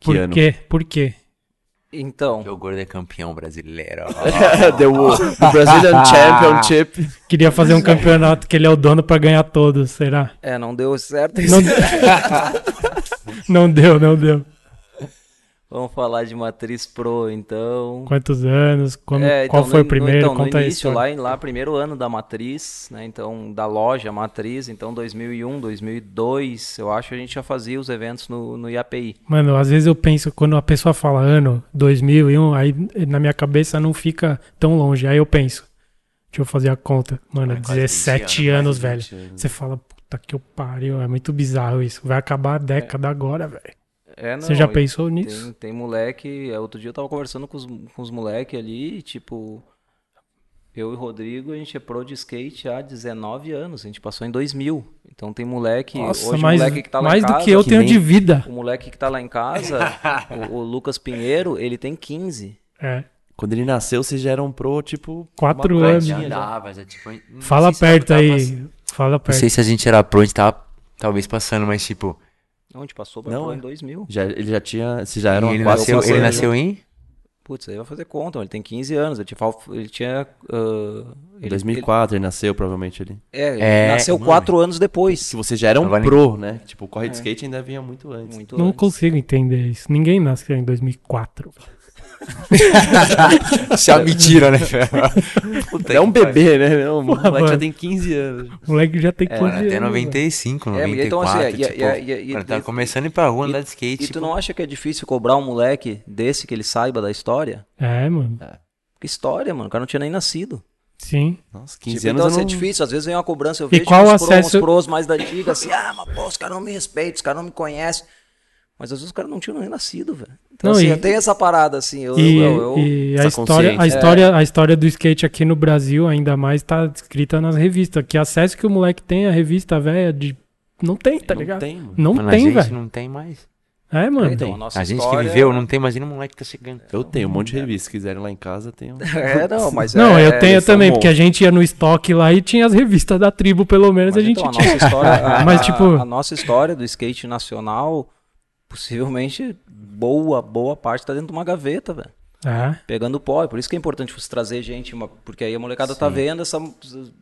Que
Por
ano?
quê? Por quê?
Então,
Porque o gordo é campeão brasileiro.
Deu o o
[LAUGHS]
Brazilian Championship.
Queria fazer um campeonato que ele é o dono pra ganhar todos, será?
é, não deu certo [LAUGHS] isso.
Não, não deu, não deu.
Vamos falar de Matriz Pro, então.
Quantos anos? Como,
É, então,
qual foi
no-
o primeiro?
Então, no
Conta isso.
início, lá, em- lá, primeiro ano da Matriz, né? Então, da loja Matriz, então 2001, 2002, eu acho, a gente já fazia os eventos no, no IAPI.
Mano, às vezes eu penso, quando a pessoa fala ano 2001, aí na minha cabeça não fica tão longe. Aí eu penso, deixa eu fazer a conta. Mano,
quase
17
20
anos,
anos,
velho.
quase 20 anos.
Você fala, puta que eu pariu, é muito bizarro isso. Vai acabar a década agora, velho.
É,
Você já
não,
pensou
e
nisso?
Tem, tem moleque, é, outro dia eu tava conversando com os, com os moleque ali, e, tipo, eu e o Rodrigo, a gente é pro de skate há 19 anos, a gente passou em 2000. Então tem moleque,
Nossa,
hoje
mais,
o moleque que tá lá
mais
em
do
casa,
que eu
que
tenho
nem-
de vida.
O moleque que tá lá em casa, o, o Lucas Pinheiro, ele tem 15.
É,
Quando ele nasceu, vocês já eram pro, tipo.
quatro
uma
anos.
molecadinha já.
Dava, já, tipo, não
Fala
sei se
perto
tava
aí.
passando.
Fala
Não
perto.
sei se a gente era pro, a gente tava talvez passando, mas tipo.
Não, a gente passou pra
Não,
pro
é.
em 2000.
Já, ele já tinha. Vocês já eram
ele
quase
nasceu,
quatro
ele
anos,
nasceu em?
Putz, aí vai fazer conta, ele tem 15 anos, ele tinha. fal- Ele tinha ah,
né?
ele-
2004 ele nasceu, provavelmente ali.
ele- é, ele
É,
nasceu
mano.
4 anos depois.
Se vocês já eram
Não vale-
pro, né? Tipo, o corre de skate ainda vinha muito antes.
É. Muito
Não
antes.
consigo entender isso. Ninguém nasceu em 2004.
[LAUGHS] Isso é uma mentira, né?
Ele é um bebê, né? O moleque já
mano.
tem 15 anos.
O moleque já tem 15
Mano, até
anos.
95,
É,
94,
mas então, assim, é,
tipo,
é, é, é,
mano,
e-
tava começando a ir pra rua, andar de
E
skate,
tu
tipo,
não acha que é difícil cobrar um moleque desse que ele saiba da história?
É, mano.
Que história, mano? O cara não tinha nem nascido.
Sim.
Nossa, 15
Tipo,
anos
então,
eu
assim,
não...
é difícil. Às vezes vem uma cobrança, eu
E
vejo
qual
uns,
acesso-
pros, uns pros mais da antiga, assim, ah, mas pô, os caras não me respeitam, os caras não me conhecem. Mas às vezes os caras não tinham nem nascido, velho. Então,
Não,
assim,
e-
eu tenho essa parada, assim, eu...
E,
eu- É. eu-
e a
essa
história, a
consciência.
história, a história do skate aqui no Brasil ainda mais tá escrita nas revistas. Que acesso que o moleque tem à revista velha de não tem, tá
não
ligado?
tem, mano.
Não
mano, a
tem,
gente
velho.
não tem mais.
É, mano.
então, a nossa
a gente
história-
que viveu não tem, imagina um moleque que tá chegando.
Eu tenho um monte de revista. Se quiserem lá em
[LAUGHS]
casa, tem um.
É, não, mas
Não,
é,
eu tenho
eles são
também,
bons.
porque a gente ia no estoque lá e tinha as revistas da tribo, pelo menos
Mas
a gente
então, a
[LAUGHS] tinha.
nossa história, a,
Mas,
a-
tipo-
a nossa história do skate nacional, possivelmente boa, boa parte tá dentro de uma gaveta, velho.
É.
Pegando pó, é por isso que é importante você trazer gente, uma- porque aí a molecada tá vendo essa,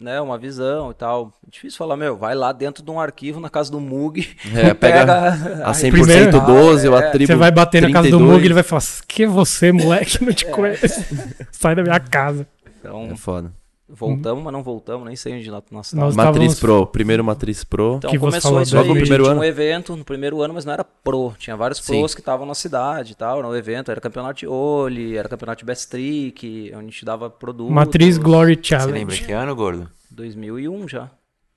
né, uma visão e tal. É difícil falar, meu, vai lá dentro de um arquivo na casa do Mug,
[LAUGHS]
[LAUGHS]
É,
e
pega [LAUGHS]
pega
a 100%
ah,
Primeiro-
12, ou
é.
a tribo.
Você vai bater na casa do
32.
Mug, ele vai falar: Que você, moleque, não te
É.
conheço.
[LAUGHS]
Sai da minha casa.
Então,
um
É foda.
voltamos, mas não voltamos, nem sei onde nós nós
Nós
estávamos.
Matriz
estávamos-
Pro, primeiro Matriz Pro.
Então
que você
começou
falou
isso
bem.
aí,
Logo no
primeiro
tinha
ano?
um evento no primeiro ano, mas não era pro, tinha vários pros que estavam na cidade e tal, era um evento, era campeonato de olho, era campeonato de best trick, onde a gente dava produto.
Matriz Glory
Você lembra
Challenge.
que ano, gordo?
2001 já.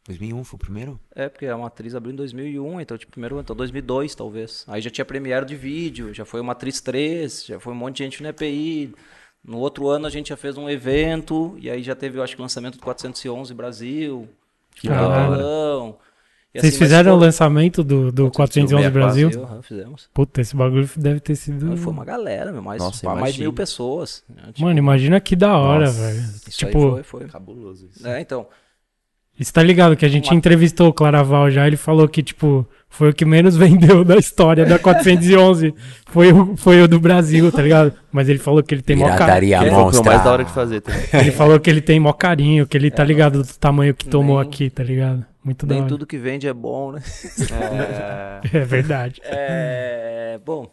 2001 foi o primeiro?
É, porque a Matriz abriu em 2001, então tipo primeiro ano, então 2002 talvez. Aí já tinha Premiere de vídeo, já foi o Matriz 3, já foi um monte de gente no EPI. No outro ano a gente já fez um evento, e aí já teve, eu acho que o lançamento do 411 Brasil, tipo, que
da hora. Vocês
fizeram
fizeram o lançamento do,
tipo,
do 411 Brasil?
Brasil? aham, fizemos.
Puta, esse bagulho deve ter sido.
Mas Foi uma galera, meu, mais,
Nossa,
pá, mais de
imagina.
mil pessoas. né? Tipo,
Mano, imagina que da hora,
Nossa,
velho.
isso
Tipo,
aí foi, foi.
Cabuloso isso.
É, então,
Você tá ligado que a gente entrevistou o Claraval já, ele falou que, tipo, foi o que menos [LAUGHS] vendeu da história da 411. foi, o, foi o do Brasil, tá ligado? Mas ele falou que ele tem mó carinho.
Pirataria
Ele foi é o que eu
monstra.
mais da hora de fazer tá também.
Ele falou que ele tem mó carinho, que ele tá ligado do tamanho que tomou aqui, tá ligado? Muito da
nem
hora.
tudo que vende é bom,
[LAUGHS]
né?
[LAUGHS]
É verdade.
É, bom,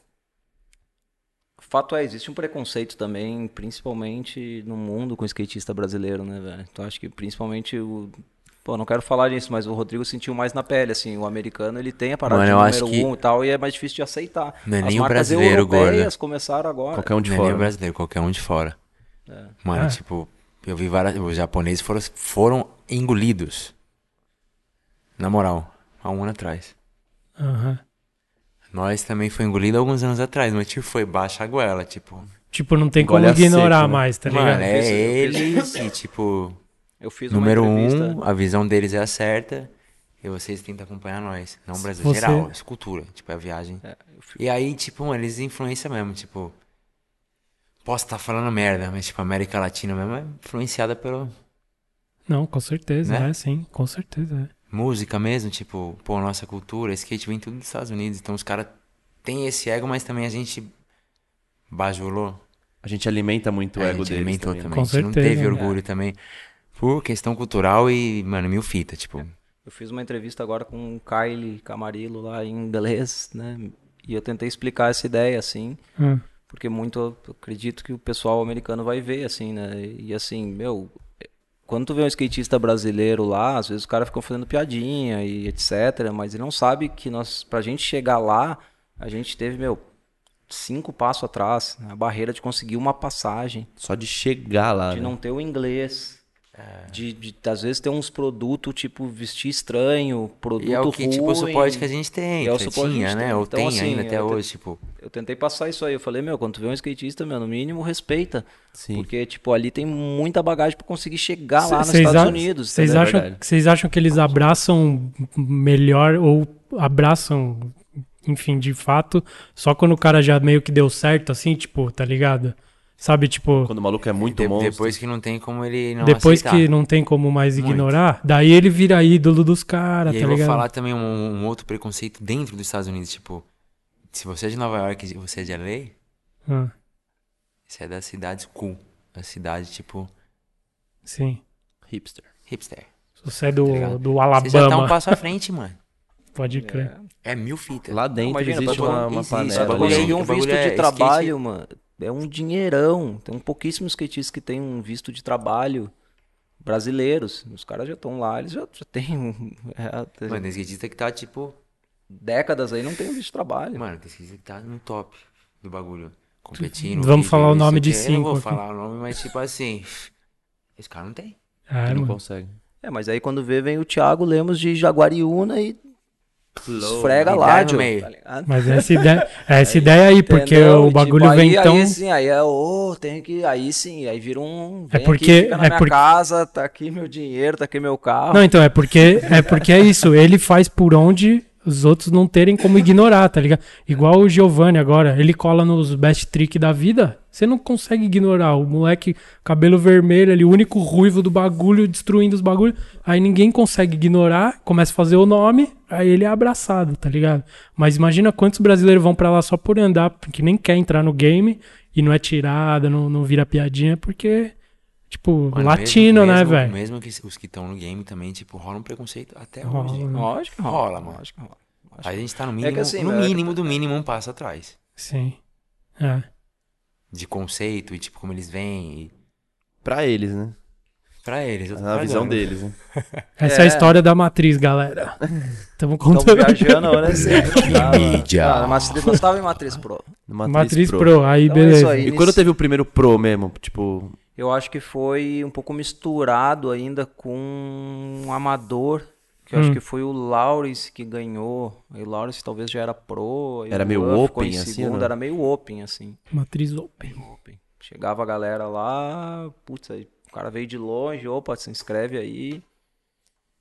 o fato é, existe um preconceito também, principalmente no mundo com o skatista brasileiro, né, velho? Então acho que principalmente o, Pô, não quero falar nisso, mas o Rodrigo sentiu mais na pele, assim, o americano ele tem a parada
Mano,
de
eu
número
acho que-
um e tal, e é mais difícil de aceitar.
Não é
As
nem o
marcas
brasileiro,
europeias
gordo.
começaram agora.
Qualquer um de
Não é nem
fora.
brasileiro, qualquer um de fora. Mano, tipo, eu vi várias. Os japoneses foram, foram engolidos. Na moral, há um ano atrás.
Aham.
Nós também foi engolido alguns anos atrás, mas tipo, foi baixa a goela, tipo.
Tipo, não tem como
Engole a seco,
ignorar
né?
mais, tá ligado?
mano, é
fiz- eu
eles e tipo,
Eu fiz
número
uma entrevista.
um, a visão deles é a certa. E vocês tentam acompanhar nós. Não o Brasil.
Você-
Geral, escultura, tipo, é a viagem.
É, eu fi-
E aí, tipo, mano, eles influenciam mesmo, tipo. Posso estar falando merda, mas tipo, a América Latina mesmo é influenciada pelo,
Não, com certeza,
Né?
é sim, com certeza. é.
música mesmo, tipo, pô, nossa cultura, skate vem tudo dos Estados Unidos, então os caras têm esse ego, mas também a gente bajulou.
A gente alimenta
É,
muito o
É, a
ego
gente
deles
alimentou
também.
também.
Com
a gente não
certeza,
teve
né?
orgulho também. Por questão cultural e, mano, mil fita, tipo.
Eu fiz uma entrevista agora com o Kyle Camarillo lá em inglês, né? E eu tentei explicar essa ideia, assim,
Ah,
porque muito eu acredito que o pessoal americano vai ver, assim, né? E assim, meu, quando tu vê um skatista brasileiro lá, às vezes o cara fica fazendo piadinha e etc, mas ele não sabe que nós, pra gente chegar lá, a gente teve, meu, cinco passos atrás, né? a barreira de conseguir uma passagem,
Só de chegar
Ah,
lá,
de
né?
não ter o inglês.
É.
De, de, às vezes ter uns produtos, tipo, vestir estranho, produto
E é o que, tipo, o suporte que a gente tem,
E é o
que
suporte que a
tinha,
gente
né?
tem.
Ou
Então,
tem
assim,
ainda até
eu te-
hoje, tipo.
Eu tentei passar isso aí. Eu falei, meu, quando tu vê um skatista, meu, no mínimo respeita.
Sim.
Porque, tipo, ali tem muita bagagem pra conseguir
tá
chegar lá nos
Cês
Estados
a-
Unidos.
Vocês
É
entendeu? É
acham,
verdade.
vocês acham que eles abraçam melhor ou abraçam, enfim, de fato, só quando o cara já meio que deu certo, assim, tipo, tá ligado? Sabe, tipo,
Quando o maluco é muito
de-
monstro.
depois que não tem como ele não
depois
aceitar.
que não tem como mais
Muito.
ignorar, daí ele vira ídolo dos caras,
E aí
tá
eu vou
ligado?
falar também um, um outro preconceito dentro dos Estados Unidos, tipo, se você é de Nova York e você é de LA,
Ah,
você é da cidade cool. Da cidade, tipo,
sim.
Hipster.
hipster.
Se Você é
Tá
do,
ligado?
do
Você já tá um
Alabama,
passo à frente, mano.
pode crer.
É mil fitas.
Lá dentro
Imagina,
existe
tá bom,
uma,
existe,
uma
Isso,
É,
panela.
tá
pra
bom.
ali.
conseguir um
o bagulho
visto
é
de
skate-
trabalho, mano, é um dinheirão. Tem um pouquíssimos skatistas que tem um visto de trabalho brasileiros. Os caras já estão lá, eles já, já têm um- [LAUGHS] é, tem
Mano, tem skatista que tá, tipo...
décadas aí, não tem um visto de trabalho.
Mano, tem skatista que tá no top do bagulho. Competindo.
Vamos
vídeo,
falar o
isso
nome de
aqui. Eu não vou
cinco aqui.
falar o nome, mas tipo assim... Esse cara não tem. tá
Ah,
Não
mano.
consegue.
É, mas aí quando vê, vem o Thiago Lemos de Jaguariúna e esfrega
me
lá,
dá no
Joe,
meio.
tá ligado?
Mas essa
[LAUGHS]
ideia, é essa ideia aí, porque
Entendeu?
o
E,
bagulho
tipo,
vem
aí,
tão.
Aí sim, aí é, ô, tem que. Aí sim, aí vira um.
É
vem
porque-
Aqui, fica na
é
minha
porque-
casa, tá aqui meu dinheiro, tá aqui meu carro.
Não, então, é porque é porque é isso. Ele faz por onde os outros não terem como ignorar, tá ligado? Igual o Giovanni agora, ele cola nos best trick da vida. Você não consegue ignorar. O moleque, cabelo vermelho ali, o único ruivo do bagulho, destruindo os bagulhos. Aí ninguém consegue ignorar, começa a fazer o nome, aí ele é abraçado, tá ligado? Mas imagina quantos brasileiros vão pra lá só por andar, porque nem quer entrar no game e não é tirada, não, não vira piadinha, porque, tipo,
Mano,
latino,
mesmo-
né,
mesmo-
velho?
Mesmo que os que estão no game também, tipo, rola um preconceito até
Rola,
hoje.
né?
Lógico que
Rola, mano.
Lógico que rola.
Aí a gente tá no mínimo,
assim,
no
velho,
mínimo do mínimo um passo atrás.
Sim. É.
De conceito e tipo como eles vêm e
Pra eles, né?
pra eles. eu tô
Na visão
pagando.
deles, né?
Essa é a
É.
história da matriz, galera.
[LAUGHS]
Tamo
Estamos
contando. [LAUGHS]
viajando,
[LAUGHS]
né? sempre, cara.
Mídia.
Cara, mas eu gostava em Matriz Pro.
No
Matriz Pro, aí
Então é
beleza.
isso aí.
E quando teve o primeiro Pro mesmo? Tipo,
Eu acho que foi um pouco misturado ainda com um amador. Que
Hum.
eu acho que foi o Lawrence que ganhou. E o Lawrence talvez já era pro. e
Era
o
meio
Luan ficou em
open, assim,
segundo,
ou não?
Era meio open, assim.
Matriz Open.
Open. Chegava a galera lá, putz, aí o cara veio de longe, opa, se inscreve aí.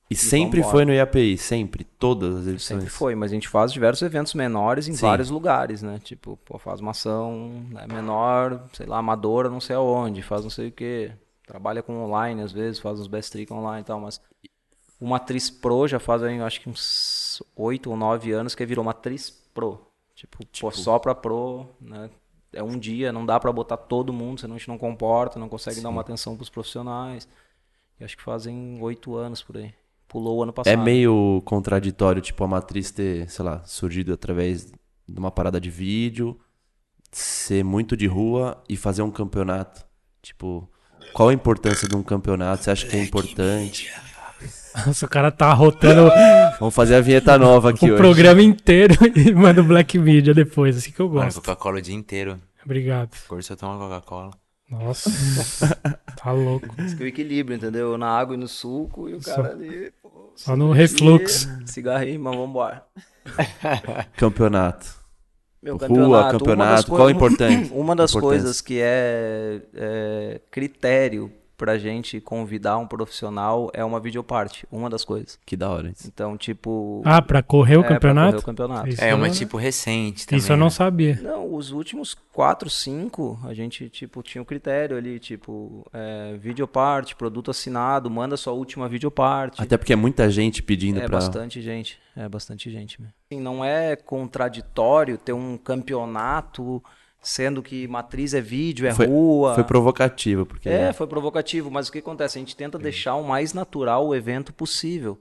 e sempre
vambora.
foi no IAPI, sempre, todas as edições.
Sempre foi, mas a gente faz diversos eventos menores em
Sim.
vários lugares, né? Tipo, pô, faz uma ação né, menor, sei lá, amadora, não sei aonde, faz não sei o quê. Trabalha com online às vezes, faz uns best trick online e tal, mas uma atriz pro já faz, aí, eu acho que uns oito ou nove anos que virou uma atriz pro. Tipo, pô, só pra pro, né? É um dia, não dá pra botar todo mundo, senão a gente não comporta, não consegue dar uma atenção pros profissionais. E acho que fazem oito anos por aí. Pulou o ano passado.
É meio contraditório, tipo, a Matriz ter, sei lá, surgido através de uma parada de vídeo, ser muito de rua e fazer
[LAUGHS]
um campeonato. Tipo, qual a importância de um campeonato? Você acha que é importante?
Nossa, o cara tá rotando
Vamos fazer a vinheta nova aqui
o
hoje.
programa inteiro [LAUGHS] e manda o Black Media depois, assim que eu
Mano,
gosto.
Coca-Cola o dia inteiro.
Obrigado.
Agora se eu tomo Coca-Cola.
[LAUGHS]
Nossa, tá louco.
Isso que é o equilíbrio, entendeu? Na água e no suco, e o cara ali. pô,
Só Tá no refluxo.
Cigarro aí, mas vambora.
Campeonato.
Meu
Rua,
campeonato, uma
campeonato,
das
qual é
coi- [LAUGHS]
o importante?
Uma das
Importância.
coisas que é, é critério pra gente convidar um profissional é uma videoparte, uma das coisas.
Que da hora. hein?
Então, tipo,
Ah, pra correr o
é, pra correr
campeonato?
o campeonato.
Isso
É,
eu
uma
não-
tipo recente também.
Isso eu não
né?
sabia.
Não, os últimos quatro, cinco, a gente, tipo, tinha o critério ali, tipo, é, videoparte, produto assinado, manda sua última videoparte.
Até porque é muita gente pedindo
É
pra.
bastante gente, é bastante gente mesmo. Assim, não é contraditório ter um campeonato, sendo que matriz é vídeo, é
Foi-
rua.
Foi provocativo, porque.
É, foi provocativo, mas o que acontece? A gente tenta deixar o mais natural o evento possível.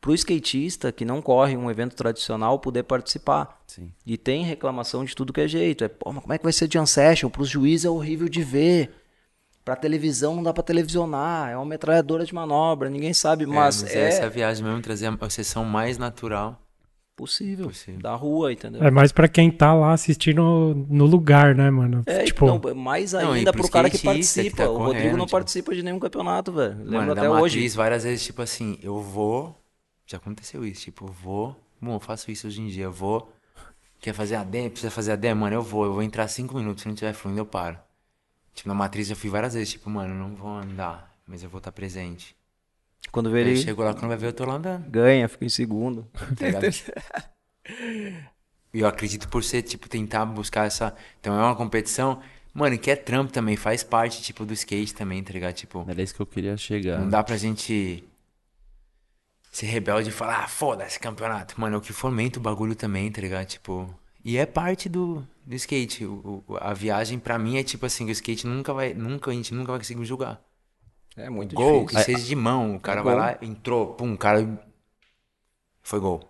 Para o skatista que não corre um evento tradicional poder participar.
Sim.
E tem reclamação de tudo que é jeito. É, pô, mas como é que vai ser jam session? Para os juízes é horrível de ver. Para televisão não dá para televisionar. É uma metralhadora de manobra, ninguém sabe,
É,
mas,
mas
é,
essa viagem mesmo trazer a a sessão mais natural.
possível,
Possível.
Da rua, entendeu?
É mais pra quem tá lá assistindo no lugar, né, mano?
É,
tipo,
então, mais
Não, e
ainda
pro
pro cara que
skatista que
participa.
tá
o Rodrigo
correndo,
não
tipo.
participa de nenhum campeonato, velho. Lembro
Mano, da
até hoje.
matriz, várias vezes, tipo assim, eu vou. Já aconteceu isso, tipo, eu vou. Bom, eu faço isso hoje em dia, eu vou. Quer fazer a DM? Precisa fazer a DM? Mano, eu vou, eu vou entrar cinco minutos, se não tiver fluindo, eu paro. Tipo, na matriz eu fui várias vezes, tipo, mano, eu não vou andar, mas eu vou estar presente.
Quando vê
Aí Eu
ele
chego lá, quando vai ver, eu tô lá andando.
ganha, fica em segundo.
tá ligado? [LAUGHS] E eu acredito por ser, tipo, tentar buscar essa. Então é uma competição. Mano, que é trampo também, faz parte, tipo, do skate também, tá ligado? Tipo,
Era isso que eu queria chegar.
não dá pra gente ser rebelde e falar, ah, foda-se campeonato. Mano, é o que fomenta o bagulho também, tá ligado? Tipo. E é parte do, do skate. O- o- a viagem, pra mim, é tipo assim, que o skate nunca vai. Nunca, a gente nunca vai conseguir julgar.
É muito
gol,
difícil.
que seja de mão. O cara
Gol.
vai lá, entrou, pum, o cara. Foi gol.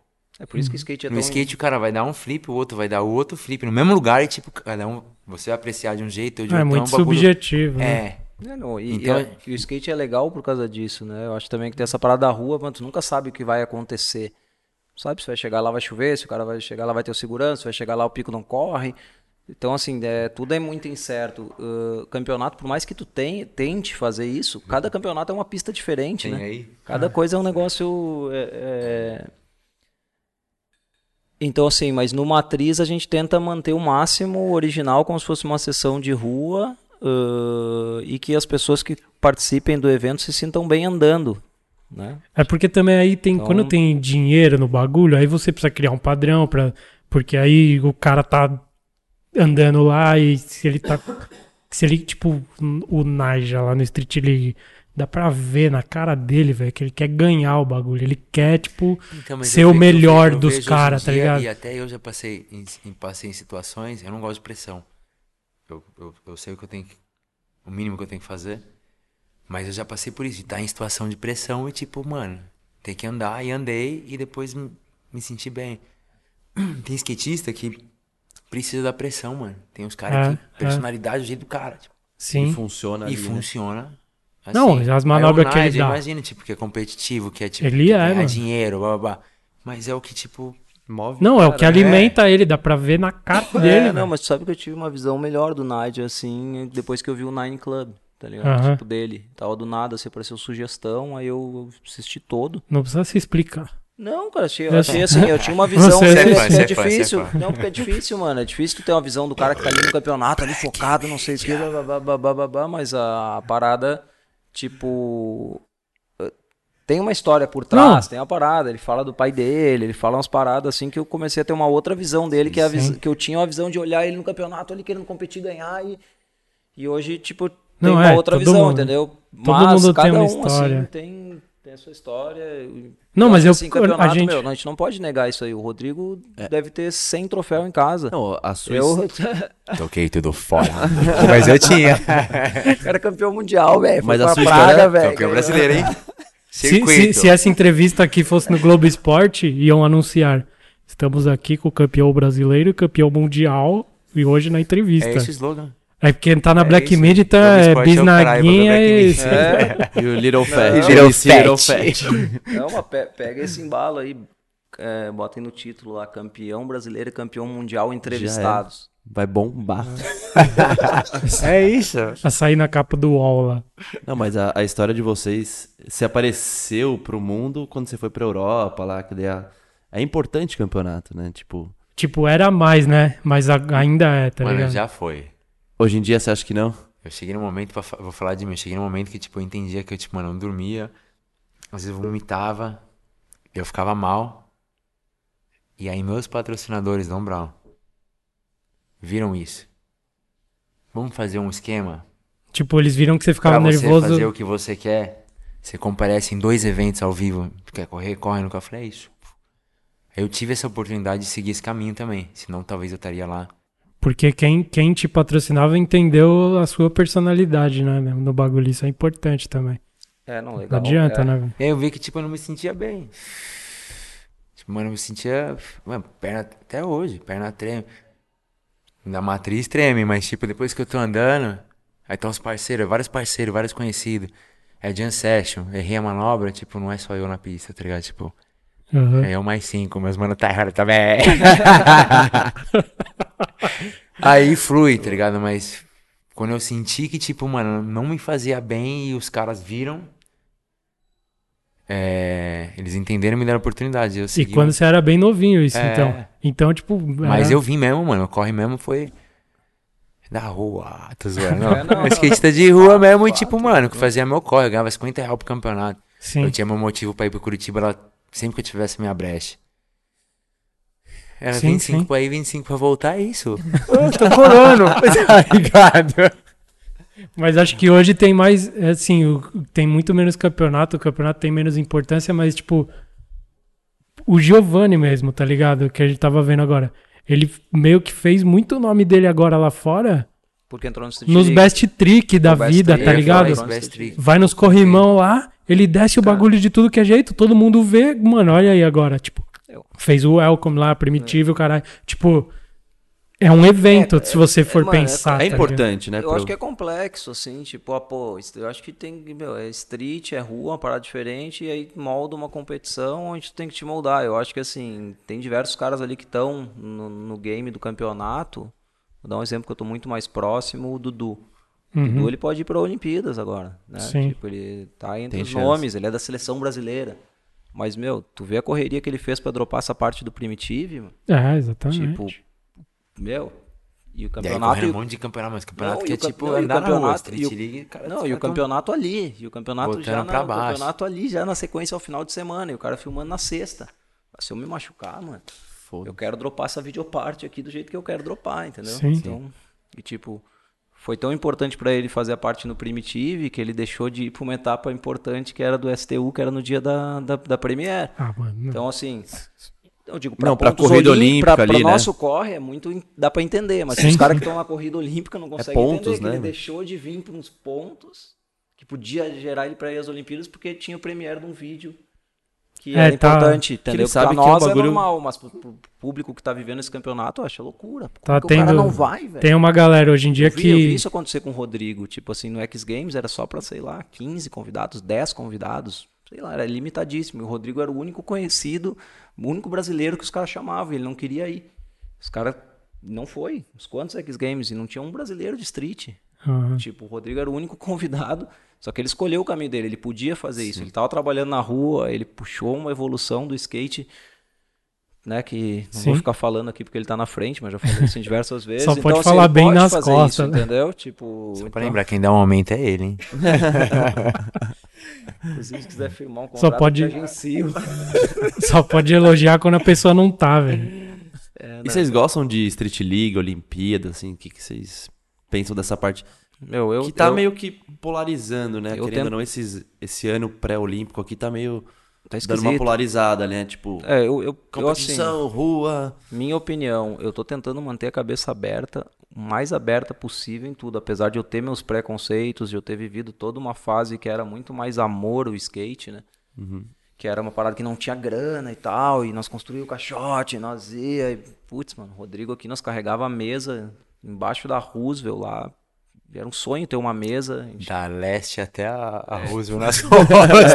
É por isso que o skate é
No
tão...
skate o cara vai dar um flip, o outro vai dar o outro flip no mesmo lugar e tipo, cada um você vai apreciar de um jeito ou de
é
outro. um
muito
bagulho-
subjetivo, né?
É,
É, não, e,
Então-
e a- e o skate é legal por causa disso, né? Eu acho também que tem essa parada da rua, mano, tu nunca sabe o que vai acontecer. Sabe, se vai chegar lá vai chover, se o cara vai chegar lá vai ter o segurança, se vai chegar lá o pico não corre. Então, assim, é, tudo é muito incerto. Ah, campeonato, por mais que tu tenha, tente fazer isso, cada campeonato é uma pista diferente,
tem
né?
aí.
Cada coisa é um negócio. é, é- Então, assim, mas no Matriz a gente tenta manter o máximo original, como se fosse uma sessão de rua, ãh, e que as pessoas que participem do evento se sintam bem andando. Né?
É porque também aí tem.
Então-
Quando tem dinheiro no bagulho, aí você precisa criar um padrão para Porque aí o cara tá andando lá e se ele tá. Se ele, tipo, o Naja lá no Street League, dá pra ver na cara dele, velho, que ele quer ganhar o bagulho. Ele quer, tipo.
Então, mas
Ser
eu
o
ve- eu
melhor
ve- eu
dos
vejo hoje em
cara, tá
dia,
ligado?
E até eu já passei em, em- passei em situações, eu não gosto de pressão. Eu, eu, eu sei o que eu tenho que. O mínimo que eu tenho que fazer. Mas eu já passei por isso, de estar em situação de pressão e tipo, mano, tem que andar, e andei, e depois me, me senti bem. [CLEARS THROAT] Tem skatista que precisa da pressão, mano. Tem uns caras
É,
que, personalidade, o jeito do cara. tipo,
E
Sim.
funciona
e
ali, né?
funciona. assim.
Não, as manobras
Aí o
que ele
Nigel,
dá.
Imagina, tipo, que é competitivo, que é tipo.
Ele
que
é,
ganhar
mano.
dinheiro, blá blá blá. Mas é o que, tipo.
Move.
Não, é o que
Cara,
alimenta ele, dá pra ver na cara dele.
É, não,
velho.
mas tu sabe que eu tive uma visão melhor do Nigel, assim, depois que eu vi o Nine Club, tá ligado?
Aham.
Tipo, dele. Tava do nada, assim, apareceu sugestão, aí eu assisti todo.
Não precisa se explicar.
Não, cara, achei, eu
Eu
achei assim, eu
[LAUGHS]
tinha uma visão.
Você é
porque
fã,
assim,
você é fã,
é
você é
difícil.
fã.
Não, porque é difícil, mano. É difícil tu ter uma visão do cara que tá ali no campeonato, ali focado, não sei o que, blá, blá, blá, blá, blá, blá, blá, mas a parada, tipo. eh, Tem uma história por trás,
Não.
tem uma parada. Ele fala do pai dele, ele fala umas paradas assim que eu comecei a ter uma outra visão dele, que, é a vis- que eu tinha uma visão de olhar ele no campeonato ali querendo competir, ganhar e. E hoje, tipo, tem
Não,
uma
é,
outra
todo
visão,
mundo-
entendeu?
todo
Mas
mundo tem
cada
uma
um,
história.
assim, tem, tem a sua história.
Não,
Eu
mas
acho
eu-
que, assim, campeonato,
a gente-
meu, a gente não pode negar isso aí. O Rodrigo deve ter 100 troféu em casa. É
Não, a sua
eu,
Toquei tudo [LAUGHS] fora. Mas eu [LAUGHS] tinha.
o cara é campeão [LAUGHS] mundial, velho. Foi
Mas a
pra
sua
Praga,
história-
velho.
Campeão brasileiro, hein?
Se,
Circuito.
se, se essa entrevista aqui fosse no Globo Esporte, iam anunciar. Estamos aqui com o campeão brasileiro, campeão mundial, e hoje na
É
entrevista.
esse o slogan.
É porque tá na
É
Black
isso,
Media, tá
Globo
é
Esporte é o caraiba da
bisnaguinha
Black
e...
Media.
É,
[LAUGHS] E o Little Fat.
E
Little,
Little
Fat.
não, mas É pe- pega esse embalo aí, é, botem no título lá, campeão brasileiro e campeão mundial entrevistados.
Vai bombar.
Uhum.
É isso.
Tá A sair na capa do UOL lá.
Não, mas a, a história de vocês, você apareceu pro mundo quando você foi pra Europa lá, que daí a- é importante campeonato, né? Tipo,
Tipo, era mais, né? Mas a- ainda é, tá
Mano,
ligado?
já foi.
hoje em dia você acha que não?
Eu cheguei num momento, pra, fa- vou falar de mim, eu cheguei num momento que, tipo, eu entendia que eu, tipo, mano, eu dormia, às vezes eu vomitava, eu ficava mal. E aí meus patrocinadores, Dom Brown, viram isso. Vamos fazer um esquema?
Tipo, eles viram que você
Pra
ficava
você
nervoso.
fazer o que você quer, você comparece em dois eventos ao vivo. Quer correr, corre no café, é isso. Eu tive essa oportunidade de seguir esse caminho também, senão talvez eu estaria lá.
Porque quem, quem te patrocinava entendeu a sua personalidade, né? meu, No bagulho, isso é importante também.
É, não,
Não
legal.
adianta,
é.
né? velho?
E aí eu vi que, tipo, eu não me sentia bem. Tipo, mano, eu me sentia. Mano, perna. Até hoje, perna treme. Na matriz treme, mas, tipo, depois que eu tô andando, aí tá uns parceiros, vários parceiros, vários conhecidos. É jam session, errei a manobra, tipo, não é só eu na pista, tá ligado? Tipo,
Uhum.
é eu mais cinco, meus mano tá errado também. [LAUGHS] aí flui, tá ligado? Mas quando eu senti que, tipo, mano, não me fazia bem e os caras viram. é, eles entenderam e me deram a oportunidade. Eu
E
segui,
quando você era bem novinho, isso,
É.
então. Então, tipo.
Mas
era-
eu vim mesmo, mano. O corre mesmo foi. Da rua, tô zoando. Não.
É, não,
Eu
não.
skatista de rua mesmo e, tipo, mano, que fazia meu corre, eu ganhava 50 reais pro campeonato.
Sim.
Eu tinha meu motivo pra ir pra Curitiba lá sempre que eu tivesse minha brecha. Era
Sim,
25
sim.
pra ir, 25 pra voltar, é isso. Eu [LAUGHS] tô colando, tá ligado?
Mas acho que hoje tem mais, é, assim, o- tem muito menos campeonato, o campeonato tem menos importância, mas, tipo, o Giovanni mesmo, tá ligado? Que a gente tava vendo agora. Ele meio que fez muito o nome dele agora lá fora,
Porque entrou no Street
nos
League.
best trick da
No best
vida,
trick,
tá
é,
eu ia falar
ligado?
isso.
Vai nos corrimão lá, ele desce o bagulho de tudo que é jeito, todo mundo vê, mano, olha aí agora, tipo,
Eu.
fez o Welcome lá, Primitivo, caralho, tipo, é um evento, se você for
mano, é-
pensar. tá
é
ligado?
importante, né?
Eu
pro-
acho que é complexo, assim, tipo, ah, pô, est- eu acho que tem, meu, é street, é rua, uma parada diferente, e aí molda uma competição onde tu tem que te moldar. Eu acho que, assim, tem diversos caras ali que estão no, no game do campeonato. Vou dar um exemplo que eu tô muito mais próximo, o Dudu. O
Uhum.
Dudu, ele pode ir pra Olimpíadas agora, né?
Sim.
Tipo, ele tá entre
Tem
os
chance.
nomes, ele é da seleção brasileira. Mas, meu, tu vê a correria que ele fez pra dropar essa parte do Primitive, mano?
É, exatamente.
tipo, meu... E o
E aí
campeonato,
correndo um
e o
monte de campeonato, mas campeonato
Não,
que
e
é
o campe-
tipo
não, e o
andar na rua,
campeonato-
Street
e o-
League, cara,
Não,
os
e o
caras tão-
campeonato ali. E o campeonato
Botando
já na,
pra
o
baixo.
campeonato ali, já na sequência ao final de semana. E o cara filmando na sexta. Se eu me machucar, mano, eu quero dropar essa videoparte aqui do jeito que eu quero dropar, entendeu?
Sim.
Então, e tipo, foi tão importante pra ele fazer a parte no Primitive que ele deixou de ir pra uma etapa importante que era do STU, que era no dia da, da, da Premiere.
Ah, mano.
Então, assim. Eu digo, pra
Não, pra
pontos
corrida
olímpicos,
olímpica
pra, pra
ali, né?
nosso corre é muito. in- dá pra entender, mas os caras que estão na corrida olímpica não conseguem entender.
pontos, né,
Que ele
mano?
deixou de vir pra uns pontos que podia gerar ele pra ir às Olimpíadas porque tinha o premiere de um vídeo que
É,
era
tá.
importante, entendeu?
ele sabe
pra
que é um
nós
bagulho-
normal, mas pro, pro público que tá vivendo esse campeonato, eu acho loucura. Como
Tá
que o cara
tendo-
não vai, velho?
Tem uma galera hoje em dia
é. Eu vi, eu vi
que.
isso acontecer com o Rodrigo, tipo assim, no X Games era só pra, sei lá, 15 convidados, 10 convidados, sei lá, era limitadíssimo. E O Rodrigo era o único conhecido, o único brasileiro que os caras chamavam, ele não queria ir. Os caras não foi, uns quantos X Games e não tinha um brasileiro de street.
[LAUGHS] Aham.
Tipo, o Rodrigo era o único [LAUGHS] convidado, só que ele escolheu o caminho dele, ele podia fazer isso. Ele tava trabalhando na rua, ele puxou uma evolução do skate, né? Que não
Sim.
vou ficar falando aqui porque ele tá na frente, mas já falei isso
[LAUGHS]
em diversas vezes.
Só pode
então, assim,
falar
ele
bem
pode
nas
fazer
costas,
isso,
né?
entendeu? Tipo,
Só pra
então,
lembrar, quem dá um aumento é ele, hein?
inclusive, se quiser firmar um contrato,
Só pode-
eu te
[LAUGHS]
agencio.
Só pode elogiar quando a pessoa não tá, velho.
é
E vocês gostam de Street League, Olimpíada, assim? O que, que vocês pensam dessa parte?
Meu, eu,
que tá
eu-
meio que polarizando, né?
eu
Querendo
tento-
ou não, esses, esse ano pré-olímpico aqui tá meio
tá
dando uma
esquisito.
polarizada, né? Tipo,
É, eu, eu, eu assim,
competição, rua.
Minha opinião, eu tô tentando manter a cabeça aberta, o mais aberta possível em tudo, apesar de eu ter meus preconceitos, de eu ter vivido toda uma fase que era muito mais amor o skate, né? Que era uma parada que não tinha grana e tal, e nós construímos o caixote, nós ia, e, putz, mano, o Rodrigo aqui nós carregava a mesa embaixo da Roosevelt lá, Era um sonho ter uma mesa. a gente-
Da leste até a, a Roosevelt [LAUGHS] nas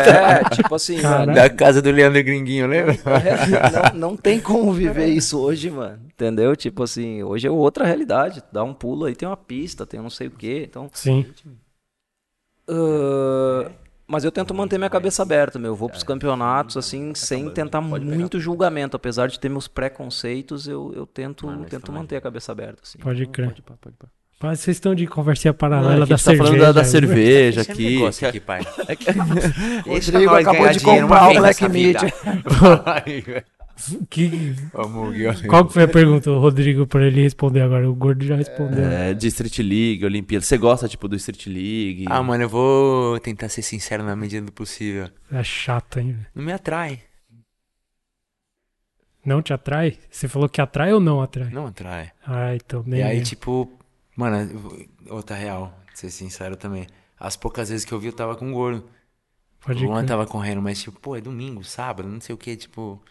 É, tipo assim, mano.
Da casa do Leandro Gringuinho, lembra?
É, não, não tem como viver isso hoje, mano. Entendeu? Tipo assim, hoje é outra realidade. Tu Dá um pulo aí, tem uma pista, tem um não sei o quê. Então,
Sim.
ah, mas eu tento manter minha cabeça aberta, meu. Eu vou pros campeonatos, assim, sem tentar muito julgamento. Apesar de ter meus preconceitos, eu, eu tento, tento manter a cabeça aberta, assim.
Pode crer. Mas vocês estão de conversinha paralela
a
da
gente tá
cerveja.
falando da, da
aí.
cerveja
Esse é um
aqui.
negócio aqui,
[LAUGHS]
pai.
É
[LAUGHS]
Rodrigo acabou de comprar o Black Media.
Que-
Vamos, Guilherme.
qual que foi a pergunta, o Rodrigo, pra ele responder agora? O Gordo já respondeu.
É, de Street League, Olimpíada. Você gosta, tipo, do Street League?
Ah, mano, eu vou tentar ser sincero na medida do possível.
É, chato, hein? velho?
Não me atrai.
Não te atrai? Você falou que atrai ou não atrai?
Não atrai.
Ah, então nem.
E aí,
eu.
tipo, mano, eu vou- outra real, pra ser sincero também. As poucas vezes que eu vi, eu tava com gordo. O
Pode
Luan
crer.
tava correndo, mas tipo, pô, é domingo, sábado, não sei o que, tipo.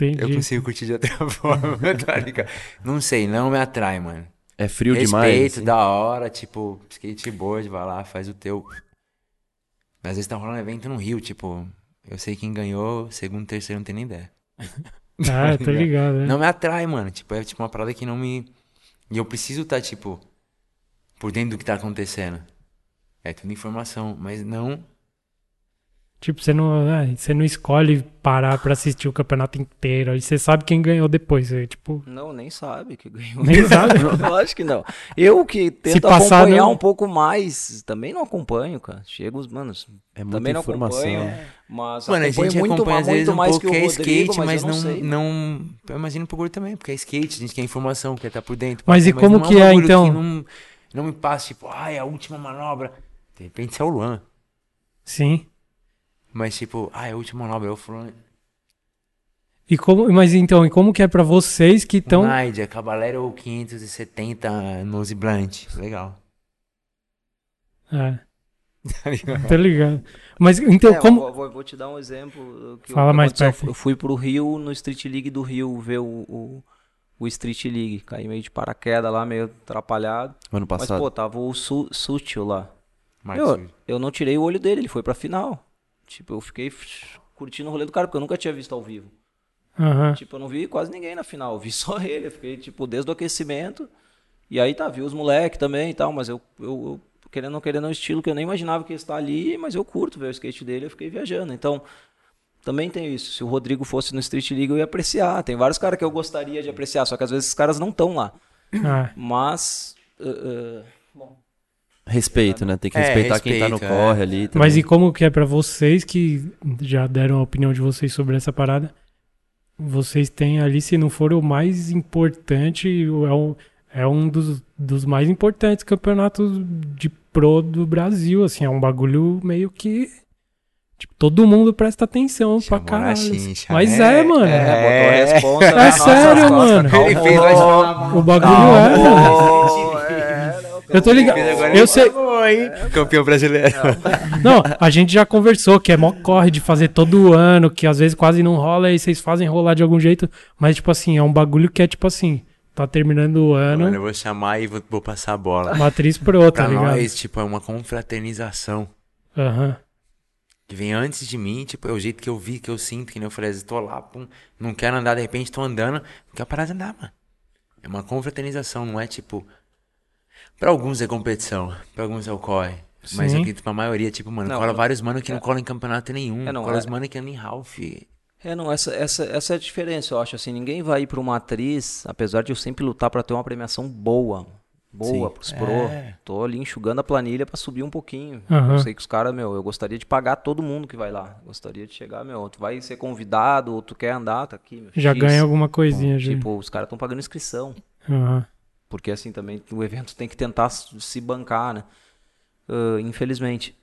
Eu
Entendi.
consigo curtir de outra [LAUGHS] forma, tá ligado? Não sei, não me atrai, mano.
É frio
Respeito, né?
demais. assim?
da hora, tipo, skateboard, vai lá, faz o teu. Mas às vezes tá rolando evento no Rio, tipo, eu sei quem ganhou, segundo, terceiro, não tem nem ideia. [LAUGHS]
Ah, tô ligado, né?
Não me atrai, mano. Tipo, é tipo uma parada que não me. E eu preciso estar, tipo, por dentro do que tá acontecendo. É tudo informação, mas não.
Tipo, você não, ah, você não escolhe parar pra assistir o campeonato inteiro. Aí você sabe quem ganhou depois. Aí, tipo,
Não, nem sabe que ganhou.
Nem sabe.
[LAUGHS] Eu acho que não. Eu que tento
passar,
acompanhar
não-
um pouco mais, também não acompanho, cara. Chego os manos,
É muita
também não
informação.
né?
acompanho, mas
Mano, a
acompanho
gente
muito,
acompanha
mas
às vezes
muito
um
mais
pouco
que
que
o
é
Rodrigo,
skate,
mas
mas
eu
não.
sei,
não... Eu imagino pro Gordo também, porque é skate, a gente quer informação, quer estar por dentro.
Mas e como
não
que é,
um bagulho
então?
que Não, não me passa, tipo, ai, a última manobra. De repente isso é o Luan.
sim.
Mas tipo, ai, a última manobra é o Fran.
E como, mas então, e como que é pra vocês que
Então...
estão.
Nádia, Cavalero 570 Nose Blunt. Legal.
É,
[LAUGHS] Tá
tô Tá ligado. Mas então,
É, eu
como.
vou, vou- vou te dar um exemplo. Que
Fala
que
mais
aconteceu.
perto.
Eu fui pro Rio, no Street League do Rio, ver o, o, o Street League. Caí meio de paraquedas lá, meio atrapalhado.
Ano
Mas,
passado.
pô, tava o Su, Sutil lá.
Marcos
Eu, eu não tirei o olho dele, ele foi pra final. Tipo, eu fiquei psh, curtindo o rolê do cara, porque eu nunca tinha visto ao vivo.
Aham.
Tipo, eu não vi quase ninguém na final, eu vi [LAUGHS] só ele. Eu fiquei, tipo, desde o aquecimento. E aí tá, vi os moleques também e tal, mas eu, eu, eu querendo ou não querendo, é um estilo que eu nem imaginava que ia estar ali, mas eu curto ver o skate dele, eu fiquei viajando. Então, também tem isso. Se o Rodrigo fosse no Street League, eu ia apreciar. Tem vários caras que eu gostaria de apreciar, só que às vezes esses caras não estão lá.
Ah,
Mas. ah, ah,
Respeito, né? Tem que
É,
respeitar quem tá no
respeito, é.
corre ali. também.
mas e como que é pra vocês que já deram a opinião de vocês sobre essa parada? Vocês têm ali, se não for o mais importante, o- é um, é um dos, dos mais importantes campeonatos de pro do Brasil. Assim, é um bagulho meio que. Tipo, todo mundo presta atenção pra
Chamou na
caralho. assim.
chincha,
Mas
né?
é, mano.
é, botou a responsa.
É sério, mano.
Ele fez nós falar
O bagulho é, mano. é, Eu tô ligado. Eu sei.
Campeão brasileiro.
Não, a gente já conversou que é mó corre de fazer todo ano, que às vezes quase não rola e vocês fazem rolar de algum jeito. Mas, tipo assim, é um bagulho que é tipo assim: tá terminando o
Mano,
ano,
eu vou chamar e vou, vou passar a bola.
matriz pro outro,
Pra
tá ligado?
nós, tipo, é uma confraternização.
Aham.
Que vem antes de mim, tipo, é o jeito que eu vi, que eu sinto, que nem eu falei, às vezes tô lá, pum, não quero andar, de repente tô andando, não quero parar de andar, mano. É uma confraternização, não é tipo. Pra alguns é competição, pra alguns é o corre. Mas
Sim.
eu acredito pra maioria, tipo, mano,
Não,
cola
não-
vários mano que não colam em campeonato nenhum.
É, não,
cola
é-
os mano que andam em Ralph.
É, não, essa, essa, essa é a diferença, eu acho. Assim, ninguém vai ir pra uma atriz, apesar de eu sempre lutar pra ter uma premiação boa. Boa, pros pro. Tô ali enxugando a planilha pra subir um pouquinho.
É. Aham.
Eu sei que os caras, meu, eu gostaria de pagar todo mundo que vai lá. Gostaria de chegar, meu, tu vai ser convidado, ou tu quer andar, tá aqui, meu.
Já
X.
ganha alguma coisinha, já.
Tipo, os caras estão pagando inscrição.
Aham.
Porque assim também o evento tem que tentar s- se bancar, né? Ah, infelizmente.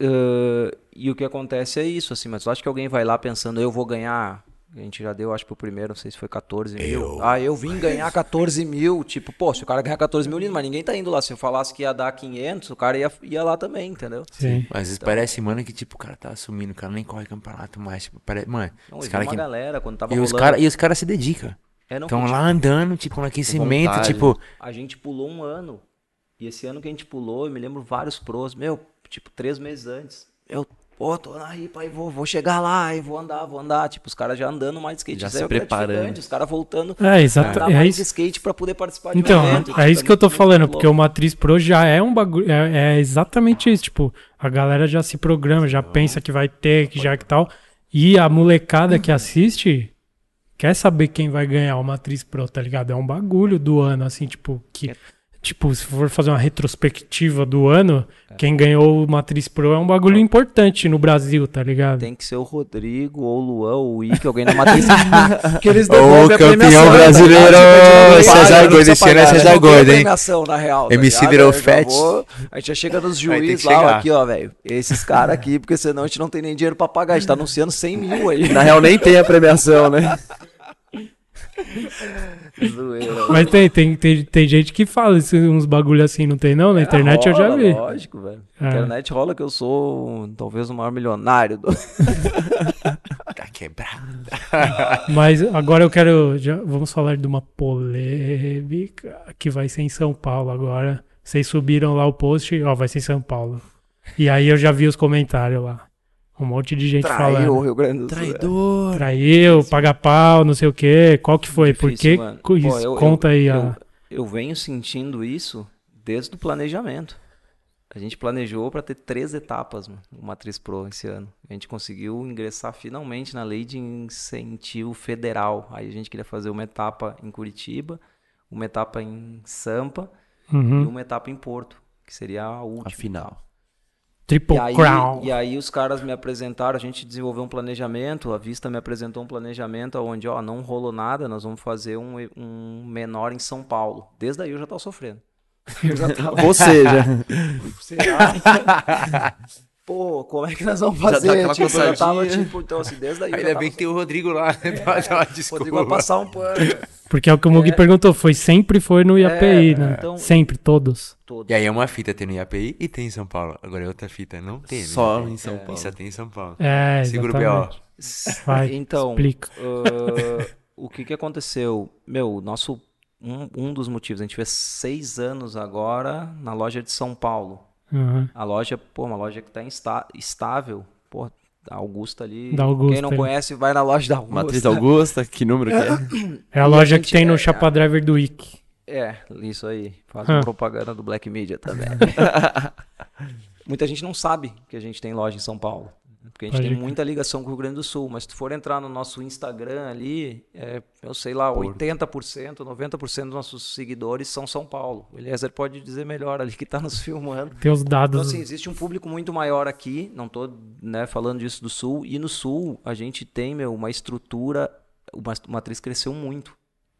Ah, e o que acontece é isso, assim, mas eu acho que alguém vai lá pensando, eu vou ganhar. A gente já deu, acho que o primeiro, não sei se foi 14 mil. Ah, eu
É
vim ganhar 14 mil. Tipo, pô, se o cara ganhar 14 mil, lindo, mas ninguém tá indo lá. Se eu falasse que ia dar 500, o cara ia, ia lá também, entendeu?
Sim.
Mas às vezes parece, mano, que tipo, o cara tá assumindo, o cara nem corre campeonato mais. Tipo, parece, mano,
Não,
os
eu vi Então, uma
caras que.
galera, quando tava
E os
rolando
caras cara se dedicam.
É, não,
Então
foi,
lá andando, tipo, no aquecimento,
vontade.
tipo.
tipo, a gente pulou um ano. E esse ano que a gente pulou, eu me lembro vários pros, meu, tipo, três meses antes. Eu, pô, tô na ripa e vou, vou chegar lá e vou andar, vou andar. Tipo, os caras já andando mais de skate.
Já
Isso
se
é o
preparando.
gratificante, Os caras voltando
É,
a
exato.
andar
É
mais
isso.
de skate pra poder participar de um
Então,
evento, tipo,
é isso que eu tô
muito
falando,
louco.
porque uma atriz pro já é um bagulho, é, é exatamente isso, tipo, a galera já se programa, já pensa que vai ter, que já que tal, e a molecada
Uhum.
que assiste quer saber quem vai ganhar uma atriz pro, tá ligado? É um bagulho do ano, assim, tipo,
É.
que, tipo, se for fazer uma retrospectiva do ano,
É.
quem ganhou uma atriz pro é um bagulho importante no Brasil, tá ligado?
Tem que ser o Rodrigo, ou o Luan, ou o Ike, alguém na
[LAUGHS]
matriz.
Que eles
Ô,
devolvem a premiação.
campeão
né?
brasileiro!
Não
César
paga, não
Gordo,
precisa
esse ano é
pagar, né?
César
Não tem
Gordo, hein?
premiação, na real, tá
MC
ligado?
virou
Eu já
fat.
vou- A gente já chega
[LAUGHS]
nos
Vai ter
juízes
que
lá, ó,
chegar.
aqui, ó, velho. Esses caras aqui, porque senão a gente não tem nem dinheiro pra pagar. A gente tá anunciando 100
[LAUGHS]
mil aí.
Na real, nem tem a premiação, né?
Zoeira.
Mas tem, tem, tem, tem gente que fala isso, uns bagulho assim, não tem não? Na internet eu já
É, Rola,
vi.
Lógico, velho.
É.
Na internet rola que eu sou um, talvez o maior milionário [LAUGHS] do.
Tá quebrado.
Mas agora eu quero. já- vamos falar de uma polêmica que vai ser em São Paulo agora. Vocês subiram lá o post, ó, vai ser em São Paulo. E aí eu já vi os comentários lá. Um monte de gente
Traiu o
falando.
Rio Grande
é
do Sul. velho.
Traidor.
Traiu, paga pau, não sei o quê. Qual que foi? Por
Difícil,
quê?
mano.
Co-
Pô,
isso?
eu-
Conta
eu-
aí.
eu-
a-
Eu venho sentindo isso desde o planejamento. A gente planejou para ter três etapas, mano, uma atriz pro esse ano. A gente conseguiu ingressar finalmente na lei de incentivo federal. Aí a gente queria fazer uma etapa em Curitiba, uma etapa em Sampa e
Uhum.
uma etapa em Porto, que seria a última.
Afinal.
Triple
E aí,
Crown.
e aí os caras me apresentaram, a gente desenvolveu um planejamento, a Vista me apresentou um planejamento onde, ó, não rolou nada, nós vamos fazer um, e- um menor em São Paulo. Desde aí eu já tava sofrendo. Eu já tava,
Ou
[LAUGHS]
seja,
será? Pô, como é que nós vamos
dá
fazer?
aquela
tipo, eu já tava,
coçadinha.
tipo, então assim, desde aí eu já
Ainda
tava,
é bem que tem o Rodrigo [LAUGHS] lá. Dá- dá uma
o Rodrigo vai
Desculpa.
passar um pano.
Porque é o que o Mugi perguntou, foi sempre foi no IAPI, né?
então-
sempre, todos.
Todo.
E aí é uma fita tem no IAPI e tem em São Paulo. Agora é outra fita. Não tem. né?
Só em São
É,
Paulo.
Só tem em São Paulo.
É,
Segura o
exatamente.
BO.
Vai,
então,
explica.
ah, o que que aconteceu? Meu, o nosso um, um dos motivos, a gente fez seis anos agora na loja de São Paulo.
Uhum.
A loja, pô, uma loja que tá insta- estável. Pô, a Augusta ali.
Da Augusta,
Quem não
né?
conhece, vai na loja da Augusta.
Matriz da Augusta, que número que é?
É a
E a
loja
gente-
que tem
é,
no Chapa Driver do Wiki.
É, isso aí. Faz
Ah.
uma propaganda do Black
[LAUGHS]
Media também. [LAUGHS] Muita gente não sabe que a gente tem loja em São Paulo. Porque a gente
Pode
tem
crer.
muita ligação com o Rio Grande do Sul. Mas se tu for entrar no nosso Instagram ali, é, eu sei lá, 80%, 90% dos nossos seguidores são São Paulo. O Eliezer pode dizer melhor ali que tá nos filmando.
Tem os
Então,
dados.
assim, existe um público muito maior aqui, não tô né, falando disso do Sul, e no Sul a gente tem, meu, uma estrutura, uma, uma atriz cresceu muito.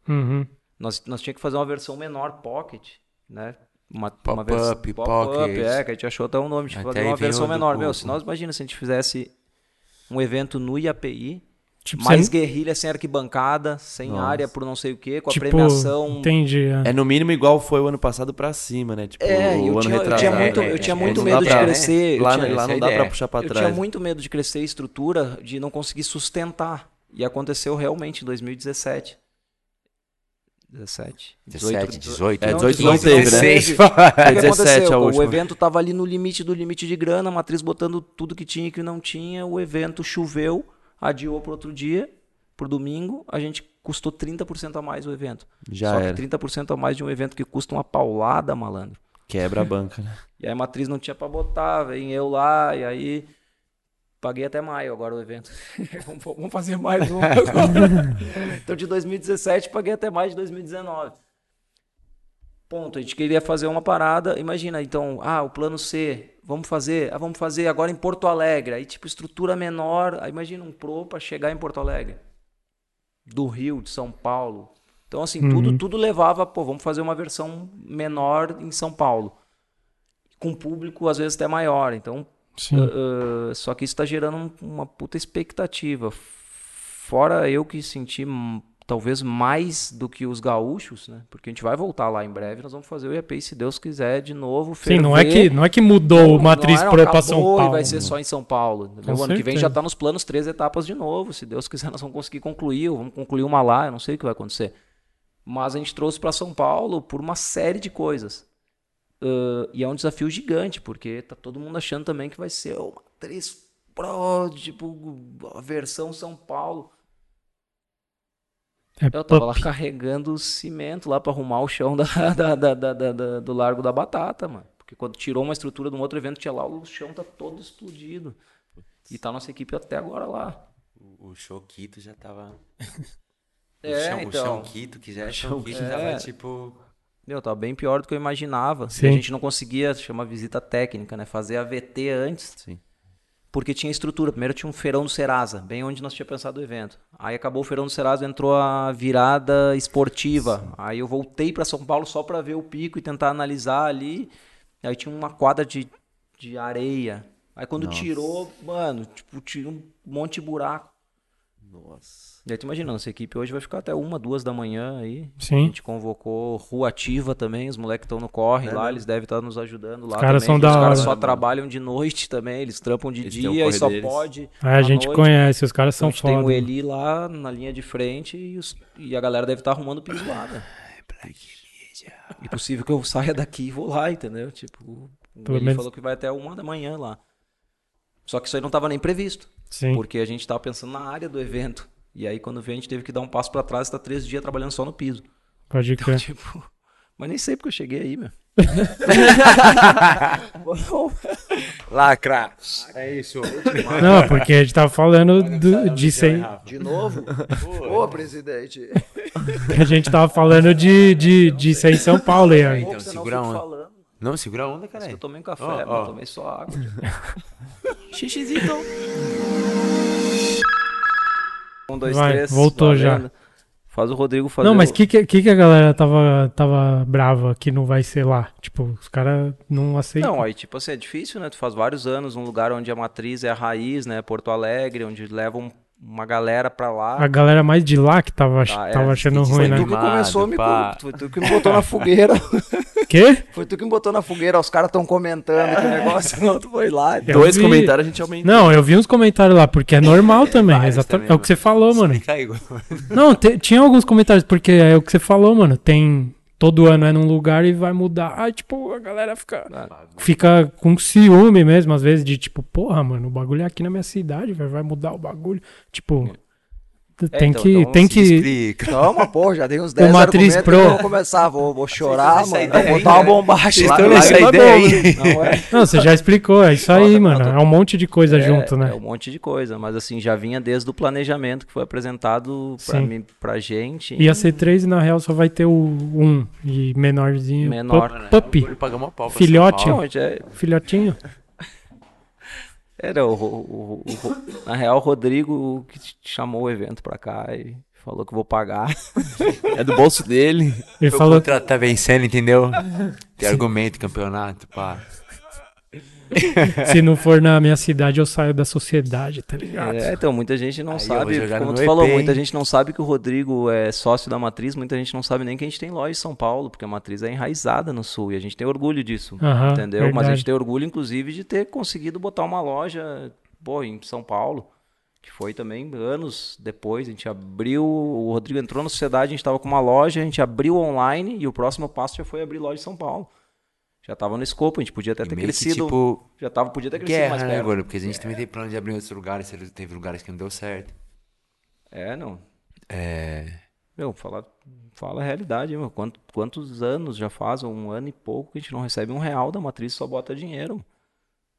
assim,
Uhum.
Nós, nós tínhamos que fazer uma versão menor, pocket, né? Uma, uma
Pop-up,
versão
pocket.
é, que a gente achou até um nome, tipo,
Até
fazer
aí
uma
veio
versão
do
menor.
Google.
Meu, se nós, imagina, se a gente fizesse um evento no IAPI,
Tipo,
mais
você-
guerrilha, sem arquibancada, sem
Nossa.
área pro não sei o quê, com a
tipo,
premiação
Entendi. é.
[LAUGHS] É no mínimo igual foi o ano passado pra cima, né? Tipo,
É,
o
eu
ano
tinha- eu tinha
retrasado. né?
muito- é,
eu tinha muito
não
medo
dá
de
pra-
crescer, eu
Lá,
tinha-
essa
lá
é
não
a
dá pra
ideia.
puxar pra
eu
trás.
tinha muito medo de crescer a estrutura, de não conseguir sustentar. E aconteceu realmente em 2017. 17.
17, 18.
É,
Não,
18 não teve, né?
16,
[LAUGHS] Foi
O que
17
aconteceu?
a
Pô, O
última.
evento tava ali no limite do limite de grana, a matriz botando tudo que tinha e que não tinha. O evento choveu, adiou pro outro dia, pro domingo. A gente custou 30% a mais o evento.
Já
Só
era.
que 30% a mais de um evento que custa uma paulada, malandro.
Quebra a banca, né?
E aí a matriz não tinha pra botar, vem eu lá, e aí paguei até maio agora o evento. [LAUGHS] Vamos- Vamos fazer mais [LAUGHS] um agora. Então de 2017 paguei até maio de 2019. Ponto, a gente queria fazer uma parada, imagina, então, ah, o plano C, vamos fazer, ah, vamos fazer agora em Porto Alegre, aí tipo estrutura menor, aí imagina um pro pra chegar em Porto Alegre. Do Rio, de São Paulo. Então assim, tudo tudo levava, pô, vamos fazer uma versão menor em São Paulo com público às vezes até maior. Então,
Sim.
ah, só que isso está gerando um- uma puta expectativa. Fora eu que senti hum, talvez mais do que os gaúchos, né? Porque a gente vai voltar lá em breve, nós vamos fazer o IAP, se Deus quiser, de novo.
Sim, não é
ferver.
que, não é que mudou
Não,
o Matriz
não,
Pro
acabou
pra São Paulo.
E vai ser só em São Paulo. entendeu?
Com
O ano que vem
certeza.
já está nos planos três etapas de novo. Se Deus quiser, [LAUGHS] nós vamos conseguir concluir. ou Vamos concluir uma lá, eu não sei o que vai acontecer. Mas a gente trouxe para São Paulo por uma série de coisas. Ah, e é um desafio gigante, porque tá todo mundo achando também que vai ser o Matriz Pro, tipo, a versão São Paulo.
É
Eu tava lá
pup.
carregando cimento lá pra arrumar o chão [LAUGHS] da, da- da- da- da- da- do Largo da Batata, mano. Porque quando tirou uma estrutura de um outro evento, tinha lá, o chão tá todo explodido. E tá nossa equipe até agora lá.
O, o show Quito já tava.
É,
o, chão,
então.
o chão Quito, que já é chão Quito,
Quito.
tava
É.
tipo.
Meu, tava bem pior do que eu imaginava.
Sim.
A gente não conseguia chamar visita técnica, né? Fazer a VT antes.
Sim.
Porque tinha estrutura. Primeiro tinha um feirão do Serasa, bem onde nós tinha pensado o evento. Aí acabou o feirão do Serasa, entrou a virada esportiva. Aí eu voltei para São Paulo só para ver o pico e tentar analisar ali. Aí tinha uma quadra de, de areia. Aí quando tirou, mano, tipo, tinha um monte de buraco.
Nossa.
E aí tu imagina, nossa equipe hoje vai ficar até uma, duas da manhã aí. A
Sim.
gente convocou Rua Ativa também, os moleques estão no corre
É
lá, eles devem estar nos ajudando lá.
caras
também,
são da
Os caras
hora,
só
mano.
trabalham de noite também, eles trampam de
Eles têm o
dia e
corre
só
deles.
pode.
Ah,
à
a gente
noite.
conhece, os caras
Então
são
a gente tem
foda.
o Eli lá na linha de frente e, os- e a galera deve estar arrumando piso lá, né? É possível que eu saia daqui e vou lá, entendeu? Tipo,
Pelo
ele
menos-
falou que vai até uma da manhã lá. Só que isso aí não estava nem previsto.
Sim.
Porque a gente tava pensando na área do evento. E aí, quando veio, a gente teve que dar um passo pra trás e tá três dias trabalhando só no piso. [LAUGHS]
Pode
Então,
crer.
tipo. Mas nem sei porque eu cheguei aí, meu.
Lacra!
É isso.
Não,
é.
porque a gente tava falando do, de sem,
De novo? Ô, presidente.
a gente tava falando de de, de ser em São Paulo, aí.
Então,
Pô, senão eu
segura a
fico
onda.
falando.
Não, segura a onda,
Mas que
caralho.
Eu tomei um café,
Ó,
mano,
ó.
tomei só [LAUGHS] água.
Xixizito.
Um, dois,
Vai,
três.
voltou
valendo. Faz o Rodrigo fazer.
Não, mas
o-
que que que que a galera tava tava brava que não vai ser lá? Tipo, os caras não aceitam.
Não, aí tipo assim, é difícil, né? Tu faz vários anos num lugar onde a matriz é a raiz, né? Porto Alegre, onde levam uma galera pra lá.
a galera mais de lá que tava, ach-
Ah, é,
tava achando ruim,
Foi
né?
tu que começou a me...
pá.
Foi tu que me botou na fogueira. [LAUGHS]
Quê?
Foi tu que me botou na fogueira, os caras estão comentando [LAUGHS] que o negócio não, tu
[LAUGHS]
foi lá.
Eu
Dois
vi-
comentários a gente aumentou.
Não, eu vi uns comentários lá, porque é
[LAUGHS]
normal também.
Vários
exatamente.
também,
né?
é o que você falou, mano.
Caiu.
Não, te- tinha alguns comentários, porque é o que você falou, mano. Tem. Todo ano é num lugar e vai mudar. Ah, tipo, a galera fica.
Ah,
Fica com ciúme mesmo, às vezes, de tipo, porra, mano, o bagulho é aqui na minha cidade, velho, vai mudar o bagulho. Tipo. t-
É,
Tem
então,
que.
então
tem
se
que.
Explica.
Calma, pô, já
[LAUGHS]
tem uns 10
Matriz
argumentos
Pro.
que eu vou começar, vou, vou chorar,
Essa
mano.
ideia
Vou
aí,
botar uma
né?
bombacha.
Vocês
lá
tão
no
nessa
meio da
ideia
bomba.
aí.
Não é?
Não, você já explicou, é isso aí, mano. É um monte de coisa
É,
junto, né?
É um monte de coisa, mas assim, já vinha desde o planejamento que foi apresentado pra,
Sim.
mim, pra gente.
Ia ser três e na real só vai ter o um e menorzinho.
Menor, né?
Pup- Pup,
Pagar uma pau pra
Filhote.
São Paulo.
Não, então, já-
filhotinho.
era o, o- o- o- na real, o Rodrigo que te- chamou o evento pra cá e falou que vou pagar.
É do bolso dele.
Ele
Meu
falou.
contrato tá vencendo, entendeu? Tem argumento, campeonato, pá.
Se não for na minha cidade, eu saio da sociedade, tá ligado?
É, então, muita gente não
Aí eu vou
sabe,
jogar
como
no
tu
EP,
falou,
hein?
muita gente não sabe que o Rodrigo é sócio da Matriz, muita gente não sabe nem que a gente tem loja em São Paulo, porque a Matriz é enraizada no Sul e a gente tem orgulho disso.
Aham,
entendeu? Mas a
verdade.
gente tem orgulho, inclusive, de ter conseguido botar uma loja pô, em São Paulo, que foi também anos depois. A gente abriu, o Rodrigo entrou na sociedade, a gente estava com uma loja, a gente abriu online e o próximo passo já foi abrir loja em São Paulo. Já estava no escopo, a gente podia até
E
ter
meio que,
crescido.
tipo,
já tava, podia ter crescido
guerra,
mais
né,
perto.
agora? Porque a gente também tem plano de abrir em outros lugares, se teve lugares que não deu certo.
É, não.
É.
Meu, fala, fala a realidade, meu. Quanto- quantos anos já faz? Um ano e pouco que a gente não recebe um real da matriz, só bota dinheiro.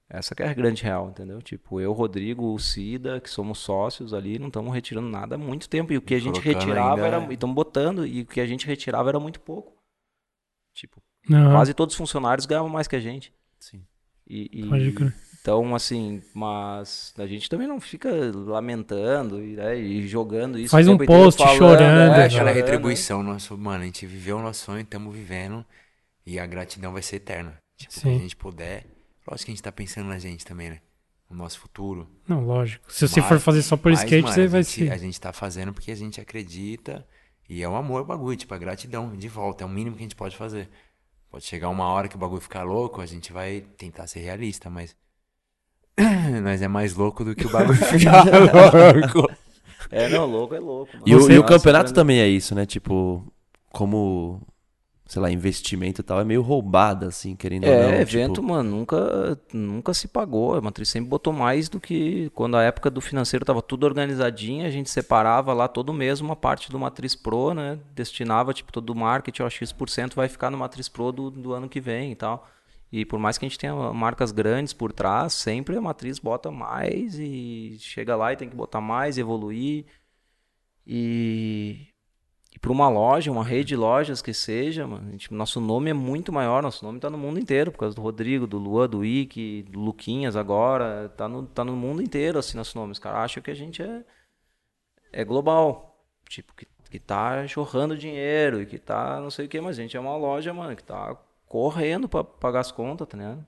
Essa que é a grande real, entendeu? Tipo, eu, Rodrigo, o Cida, que somos sócios ali, não estamos retirando nada há muito tempo. E o que a gente
Colocando
retirava
ainda,
era.
né?
E estamos botando, e o que a gente retirava era muito pouco. Tipo,
Aham,
quase todos os funcionários ganhavam mais que a gente.
Sim.
E, e-
Pode crer.
então, assim, mas a gente também não fica lamentando e, né, e jogando isso. o
Faz um
tempo inteiro
post chorando,
né,
né?
É,
Entendeu?
aquela
chorando.
retribuição, nosso, mano, a gente viveu o nosso sonho, estamos vivendo e a gratidão vai ser eterna. Tipo, se a
Sim.
gente puder, lógico que a gente tá pensando na gente também, né? No nosso futuro.
Não, lógico. Se você
Mas-
for fazer só por
mas,
skate,
mano,
você
a
vai
gente,
se.
A gente tá fazendo porque a gente acredita E é o amor o bagulho, tipo, a gratidão de volta. É o mínimo que a gente pode fazer. Pode chegar uma hora que o bagulho ficar louco, a gente vai tentar ser realista, mas. [COUGHS] Nós é mais louco do que
[LAUGHS]
o bagulho ficar louco.
É, não, louco é louco. mano.
E, o,
Nossa,
e o
nossa,
campeonato
cara,
também é isso, né? Tipo, como, sei lá, investimento e tal, é meio roubado, assim, querendo ou não.
É,
tipo,
evento, mano, nunca, nunca se pagou. A matriz sempre botou mais do que quando a época do financeiro tava tudo organizadinho, a gente separava lá todo mês uma parte do Matriz Pro, né? Destinava, tipo, todo o marketing, ó, X% vai ficar no Matriz Pro do, do ano que vem e tal. E por mais que a gente tenha marcas grandes por trás, sempre a matriz bota mais e chega lá e tem que botar mais, evoluir. E, e para uma loja, uma rede de lojas que seja, mano, a gente- nosso nome é muito maior, nosso nome tá no mundo inteiro, por causa do Rodrigo, do Luan, do Ike, do Luquinhas agora, tá no, tá no mundo inteiro, assim, nosso nome. Os caras acham que a gente é, é global, tipo, que, que tá jorrando dinheiro e que tá não sei o que, mas a gente é uma loja, mano, que tá correndo pra pagar as contas, tá ligado?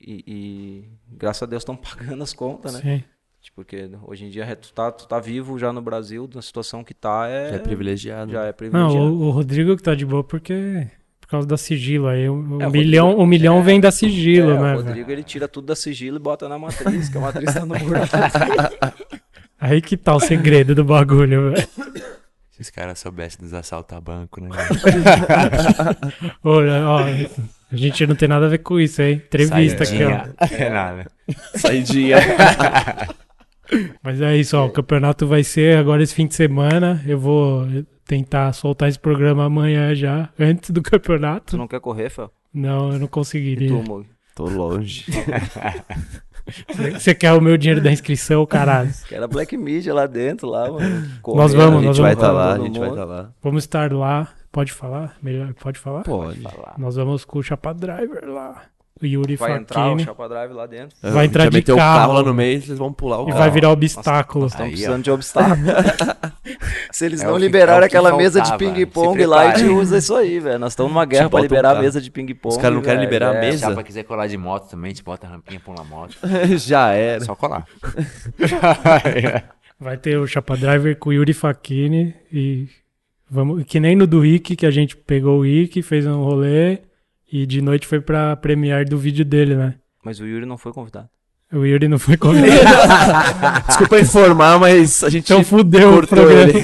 E, e graças a Deus estão [LAUGHS] pagando as contas, né?
Sim.
Tipo, Porque hoje em dia tu tá, tu tá vivo já no Brasil, na situação que tá é.
Já é privilegiado.
Já é
Não,
privilegiado.
o, o Rodrigo que tá de boa porque por causa da sigilo aí. O, o
É, o
milhão,
Rodrigo-
o milhão
é,
vem da sigilo,
É,
né?
O
velho?
Rodrigo ele tira tudo da sigilo e bota na matriz, que a matriz tá no buraco.
Aí que tá o segredo do bagulho, velho.
Se os caras soubessem dos assaltar
[LAUGHS]
banco, né?
Olha, né, ó, a gente não tem nada a ver com isso, hein? Entrevista aqui, ó.
Saidinha. É nada. [LAUGHS]
Saidinha.
Mas é isso, ó. O campeonato vai ser agora esse fim de semana. Eu vou eh, tentar soltar esse programa amanhã já, antes do [LAUGHS]
Tu
campeonato.
não quer correr, Fel?
Não, eu não
E
conseguiria.
tu, Mug?
Tô longe.
[LAUGHS] Você quer o meu dinheiro da inscrição, caralho? [LAUGHS]
Que era Black Media lá dentro, lá, mano.
Nós
Correndo,
vamos,
a
nós
gente vai
vamos.
estar lá, a
todo
gente vai
mundo.
estar lá.
Vamos estar lá. Pode falar? Melhor, pode falar?
Pode.
Nós vamos com o Chapa Driver lá. O Yuri
Vai entrar o
Fakini.
Chapa Drive lá dentro.
Eu
Vai entrar
já
de
meteu o carro lá
carro.
no meio, vocês vão pular o
E
carro.
vai virar obstáculo.
Aí,
Estão
ó.
precisando de obstáculo.
Se eles
É
não
o que-
liberaram
é o que
aquela mesa de
faltava.
ping-pong
Se
lá, a gente
preparem.
usa isso aí, velho.
Nós estamos numa guerra
Te
pra
bota um
liberar a
carro.
mesa de ping-pong.
Os caras não querem
velho. É.
liberar a
Se a
mesa.
chapa quiser colar de moto também, a gente bota a rampinha, pula a moto.
[LAUGHS] já
É
era.
só
[LAUGHS]
colar.
Vai ter o Chapa Driver com o Yuri Fakini e vamos que nem no do Rick que a gente pegou o Rick, fez um rolê e de noite foi pra premiere do vídeo dele, né?
Mas o Yuri não foi convidado.
O Yuri não foi convidado,
[LAUGHS] Desculpa informar, mas a gente
então fudeu o
cortou
programa.
ele.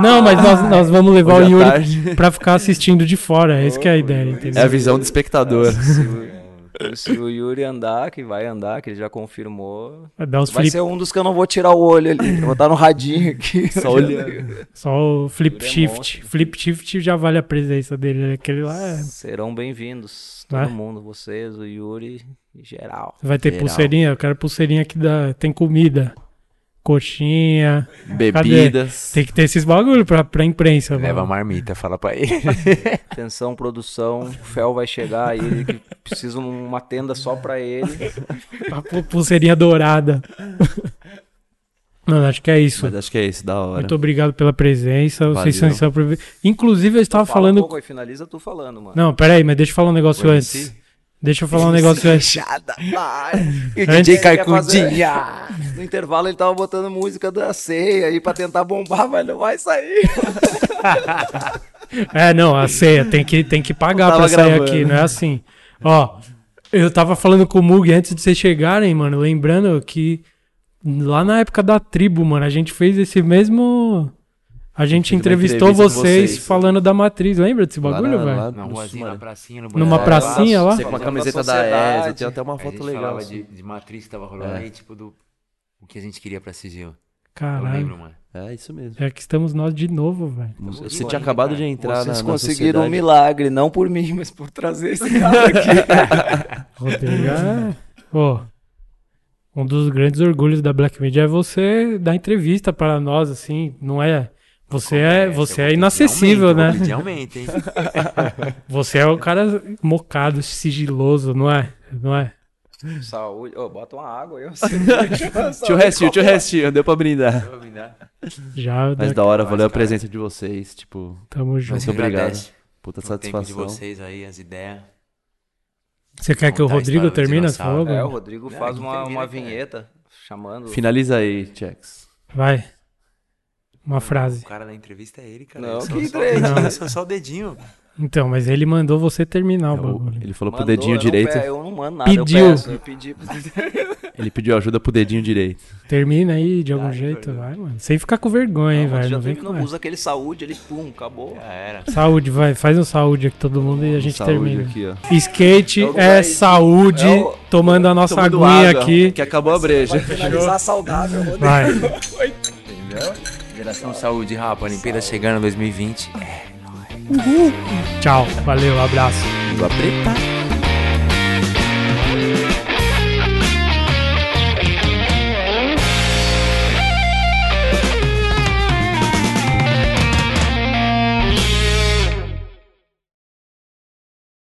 Não, mas nós, nós vamos levar o
Hoje à
Yuri
tarde.
pra ficar assistindo de fora, é isso que é a ideia, entendeu?
É a visão do espectador.
Se o, se o Yuri andar, que vai andar, que ele já confirmou.
Vai Dar os
Vai
flip,
ser um dos que eu não vou tirar o olho ali. Eu vou estar no radinho aqui.
[LAUGHS]
[LAUGHS]
Só olhando.
só o flip
Yuri é
shift.
monstro.
flip shift já vale a presença dele, né? aquele lá é-
Serão bem-vindos.
Né?
Todo mundo, vocês, o Yuri em geral.
Vai ter
Geral.
pulseirinha, eu quero pulseirinha que dá, tem comida, coxinha, É.
Bebidas.
Tem que ter esses bagulho pra, pra imprensa, mano.
Leva a marmita, fala pra ele.
Atenção, produção. O Fel vai chegar aí. Ele que precisa de
um,
uma tenda só
[LAUGHS]
pra ele.
A pu- pulseirinha dourada. Mano, acho que é isso.
Mas acho que é isso, da hora.
Muito obrigado pela presença. Vocês são
Valeu.
insuperáveis. Inclusive, eu estava
Fala um
falando.
pouco aí, finaliza tu falando, mano.
Não, peraí, mas deixa eu falar um negócio
Foi
antes.
MC?
Deixa eu falar um negócio antes.
Fechada. Vai. E o
Antes-
DJ Caicudinha. [LAUGHS] No intervalo ele tava botando música da ceia aí pra tentar bombar, mas não vai sair.
É, não, a ceia tem que, tem que pagar
Tava
pra sair
gravando.
aqui, não é assim. Ó, eu tava falando com o Mug antes de vocês chegarem, mano. Lembrando que lá na época da tribo, mano, a gente fez esse mesmo. A gente
fez uma
entrevistou
entrevista com
vocês,
vocês. né?
falando da matriz. Lembra desse
Lá
bagulho,
na-
velho?
lá
Na
no
ruazinha,
Sumaré.
na pracinha. No
Numa
Brasil.
pracinha lá?
Você com a
Fazendo
camiseta
uma
da
sociedade.
ESA, tem até uma
A gente
foto legal.
falava
assim.
de, de matriz que tava rolando aí, tipo, do... O que a gente queria pra sigilo. Eu lembro,
Caralho.
mano.
É isso mesmo.
É que estamos nós de novo, velho.
Você
vivo
tinha
ainda,
acabado
cara.
de entrar na,
Vocês
na
conseguiram um
sociedade.
milagre, não por mim, mas por trazer esse cara
[LAUGHS]
aqui.
Rodrigo, [LAUGHS] é- Ô, um dos grandes orgulhos da Black Media é você dar entrevista para nós, assim, não é... Você é, você é inacessível, né? [LAUGHS]
Realmente, hein?
Você é o cara mocado, sigiloso, não é? Não é?
Saúde. Ô, bota uma água aí. ó.
[LAUGHS]
tá
Tio Restinho, tio Restinho, deu pra brindar.
Já
Mas
né,
da hora, valeu a presença de vocês, tipo,
tamo junto.
Muito obrigado.
Agradece
puta
o tempo de
satisfação.
vocês aí, as ideias.
Você quer que o
contar a
Rodrigo
história do
termine? Você
dinossauro.
falou,
É, o
mano?
Rodrigo faz
que
uma,
termina,
uma
cara.
vinheta chamando.
Finaliza aí, Chex.
Vai. uma frase.
O cara da entrevista é ele, cara.
Não,
só,
que entrevista?
só, o dedinho, só, só o dedinho.
Então, mas ele mandou você terminar o
É O-
É um bagulho.
ele falou pro
Mandou,
é um
dedinho
eu não
direito.
pe- Eu não mando nada,
Pediu.
eu peço. Eu pedi. [LAUGHS]
Ele pediu ajuda pro dedinho direito.
Termina aí de algum jeito, vai, mano. Sem ficar com vergonha, hein,
Mas
velho.
já
Não vem
terminou,
com essa.
usa aquele saúde, ele pum, acabou.
Já era.
Saúde, vai. Faz um saúde aqui todo mundo e a gente
Saúde
termina.
aqui, ó.
Skate
Eu não
é
vai-
saúde.
Eu-
Tomando a nossa
Tomando
aguinha
água,
aqui.
Que acabou a breja.
Finalizar saudável, eu vou
Vai.
Geração Saúde, rapa. Olimpíada chegando 2020.
Tchau. Valeu. Abraço.
Vou apertar.